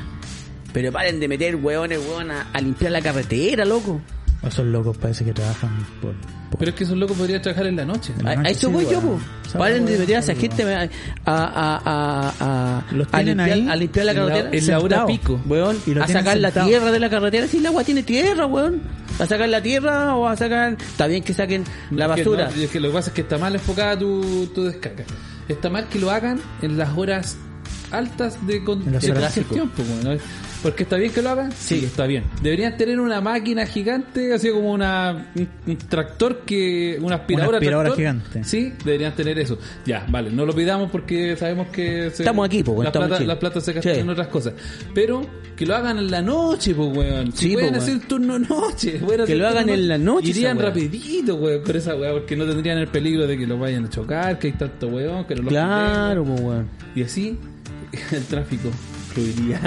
S2: Pero paren de meter weones, weón, a, a limpiar la carretera, loco.
S3: Esos locos parece que trabajan por. por-
S4: Pero es que esos locos podrían trabajar en la noche.
S3: En la
S2: A, a
S3: noche,
S2: eso
S3: sí,
S2: voy yo,
S3: weón.
S2: po.
S3: Esa
S2: Paren de
S3: weá,
S2: meter a
S3: esa
S2: esa gente a, a, a, a, a-
S3: Los
S2: a
S3: tienen
S2: limpiar,
S3: ahí
S2: a limpiar la
S4: en la-
S2: carretera.
S4: en la hora
S2: Sentado,
S4: pico.
S2: Weón,
S3: Y lo
S2: a
S3: tienen
S2: sacar la
S3: sentado.
S2: tierra de la carretera. Si el agua tiene tierra, weón. A sacar la tierra o a sacar... Está bien que saquen la
S4: Es que
S2: basura.
S4: no, es que lo que pasa es que está mal enfocada tu, tu descarga. Está mal que lo hagan en las horas altas de, con-
S3: En la
S4: de
S3: zona
S4: congestión, pues, bueno. Porque está bien que lo hagan, sí, está bien. Deberían tener una máquina gigante, así como una, un, un tractor que. Una aspiradora,
S3: aspiradora
S4: tractor.
S3: gigante.
S4: Sí, deberían tener eso. Ya, vale, no lo pidamos porque sabemos que. se-
S2: Estamos aquí, pues,
S4: la,
S2: estamos en
S4: plata,
S2: Chile.
S4: la plata se gasta
S2: Sí.
S4: en otras cosas. Pero que lo hagan en la noche, pues, weón. Si
S2: Sí,
S4: pueden
S2: pues,
S4: hacer turno noche. pueden
S2: Que
S4: hacer
S2: lo hagan
S4: turno
S2: en la noche esa
S4: Irían
S2: weá.
S4: rapidito, weón, con esa weón, porque no tendrían el peligro de que los vayan a chocar, que hay tanto weón, que no los
S2: Claro, pues, weón.
S4: piden. Y así, el tráfico fluiría.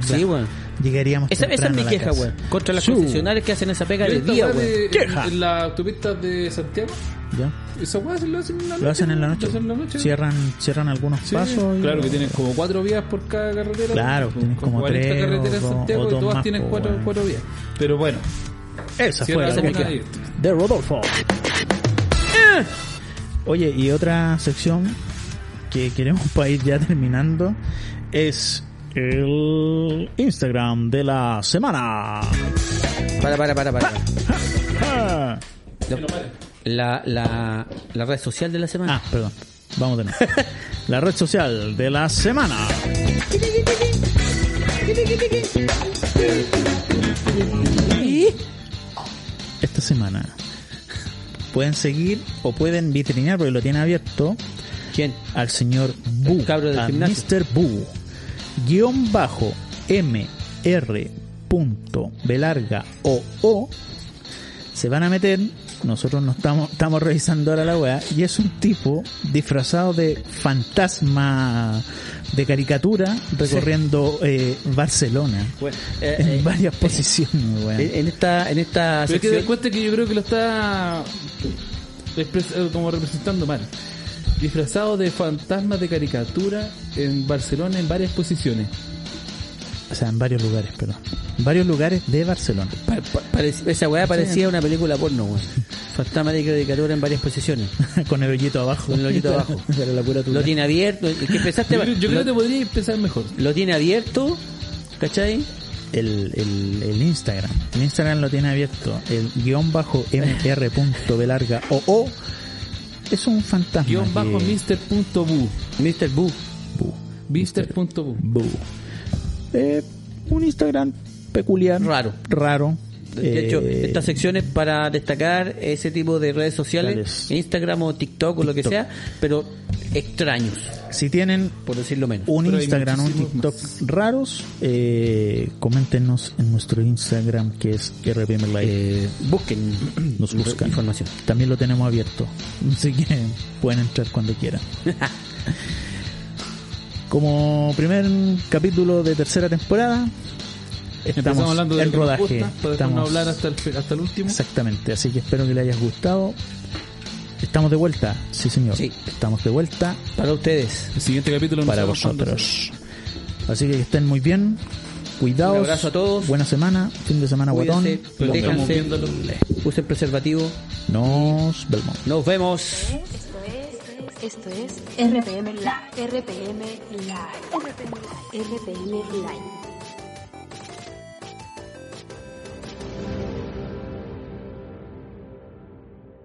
S2: Sí, weón.
S3: Llegaríamos
S2: Esa, esa es
S3: temprano
S2: mi
S3: a Ah, la
S2: queja,
S3: casa.
S2: weón. Contra las
S3: Su.
S2: concesionarias que hacen esa pega
S4: Yo
S2: de
S4: esta
S2: día,
S4: weá de-
S2: weón.
S3: Queja.
S4: En, en las autopistas de Santiago,
S3: ¿Ya?
S4: esas weas lo hacen en la noche.
S3: Lo hacen en la noche.
S4: Lo hacen en la noche.
S3: Cierran, cierran algunos
S4: Sí,
S3: pasos. y-
S4: claro que tienen como cuatro vías por cada carretera.
S3: Claro,
S4: Con-
S3: tienen
S4: con
S3: como
S4: 40
S3: tres o
S4: carreteras en
S3: dos-
S4: Santiago
S3: o
S4: y
S3: dos
S4: todas
S3: más,
S4: tienen
S3: pues,
S4: cuatro,
S3: weón.
S4: cuatro vías. Pero bueno,
S3: Esa fue
S4: Cierra
S3: la
S4: la
S3: queja
S4: jornada.
S3: de Rodolfo. Ah. Oye, y otra sección que queremos para ir ya terminando es el Instagram de la semana.
S2: Para, para, para, para.
S3: Ah,
S2: La, la, la red social de la semana.
S3: ah, perdón. Vamos de nuevo. La red social de la semana. Esta semana pueden seguir o pueden vitrinear porque lo tiene abierto
S2: ¿Quién?
S3: al señor Bu,
S2: El cabro del
S3: a
S2: gimnasio.
S3: Mr. Bu, guión bajo MR punto Belarga o O, se van a meter, nosotros no estamos, estamos revisando ahora la weá, y es un tipo disfrazado de fantasma de caricatura recorriendo eh, Barcelona
S2: Bueno, eh,
S3: en
S2: eh,
S3: varias posiciones, weá.
S2: en en esta, en esta
S4: Pero es que te das
S2: sección.
S4: cuenta que yo creo que lo está expres- eh, como representando mal. Disfrazado de fantasma de caricatura en Barcelona en varias posiciones.
S3: o sea, en varios lugares, perdón, en varios lugares de Barcelona.
S2: pa- pa- parec- esa weá parecía una película porno, weón. Fantasma de caricatura en varias posiciones.
S3: Con el hoyito abajo.
S2: Con el hoyito abajo.
S3: Pero la pura
S2: Lo
S3: tuya.
S2: tiene abierto. es que empezaste-
S4: Yo, creo- yo creo que
S2: lo,
S4: te podría pensar mejor.
S2: lo tiene abierto, ¿cachai?
S3: el, el, el Instagram. El Instagram lo tiene abierto. El guión bajo mr. punto Belarga o o es un fantasma.
S4: Guión
S3: que-
S4: bajo mister.bu.
S2: Mr. Boo.
S3: Bu.
S4: Mister.bu.
S3: Bu. Eh, un Instagram peculiar.
S2: Raro.
S3: Raro.
S2: De hecho,
S3: Eh,
S2: estas secciones para destacar ese tipo de redes sociales,
S3: Tales.
S2: Instagram o TikTok o lo que
S3: TikTok.
S2: sea, pero extraños,
S3: si tienen
S2: por decirlo menos.
S3: un
S4: Pero hay
S3: Instagram, un
S4: muchísimos
S3: TikTok raros, eh, coméntenos en nuestro Instagram que es RPM Live.
S2: Eh, busquen,
S3: Nos buscan.
S2: información.
S3: También lo tenemos abierto. Así que pueden entrar cuando quieran. Como primer capítulo de tercera temporada, estamos
S4: Empezamos hablando de
S3: en
S4: lo que nos
S3: rodaje.
S4: gusta, para
S3: Estamos-
S4: dejarnos hablar hasta el, fi- hasta el último.
S3: Exactamente, así que espero que le hayas gustado. Estamos de vuelta, sí señor.
S2: Sí.
S3: Estamos de vuelta
S2: Para ustedes,
S4: El siguiente capítulo nos
S3: para
S4: vemos cuando
S3: vosotros. Así que que estén muy bien. Cuidados.
S2: Un abrazo a todos.
S3: Buena semana. Fin de semana
S2: cuídense,
S3: guatón.
S4: Nos vemos
S2: protéjanse,
S4: viéndolo.
S2: usen preservativo.
S3: Nos vemos.
S2: Nos vemos.
S1: Esto es RPM Live. RPM Live. RPM Live.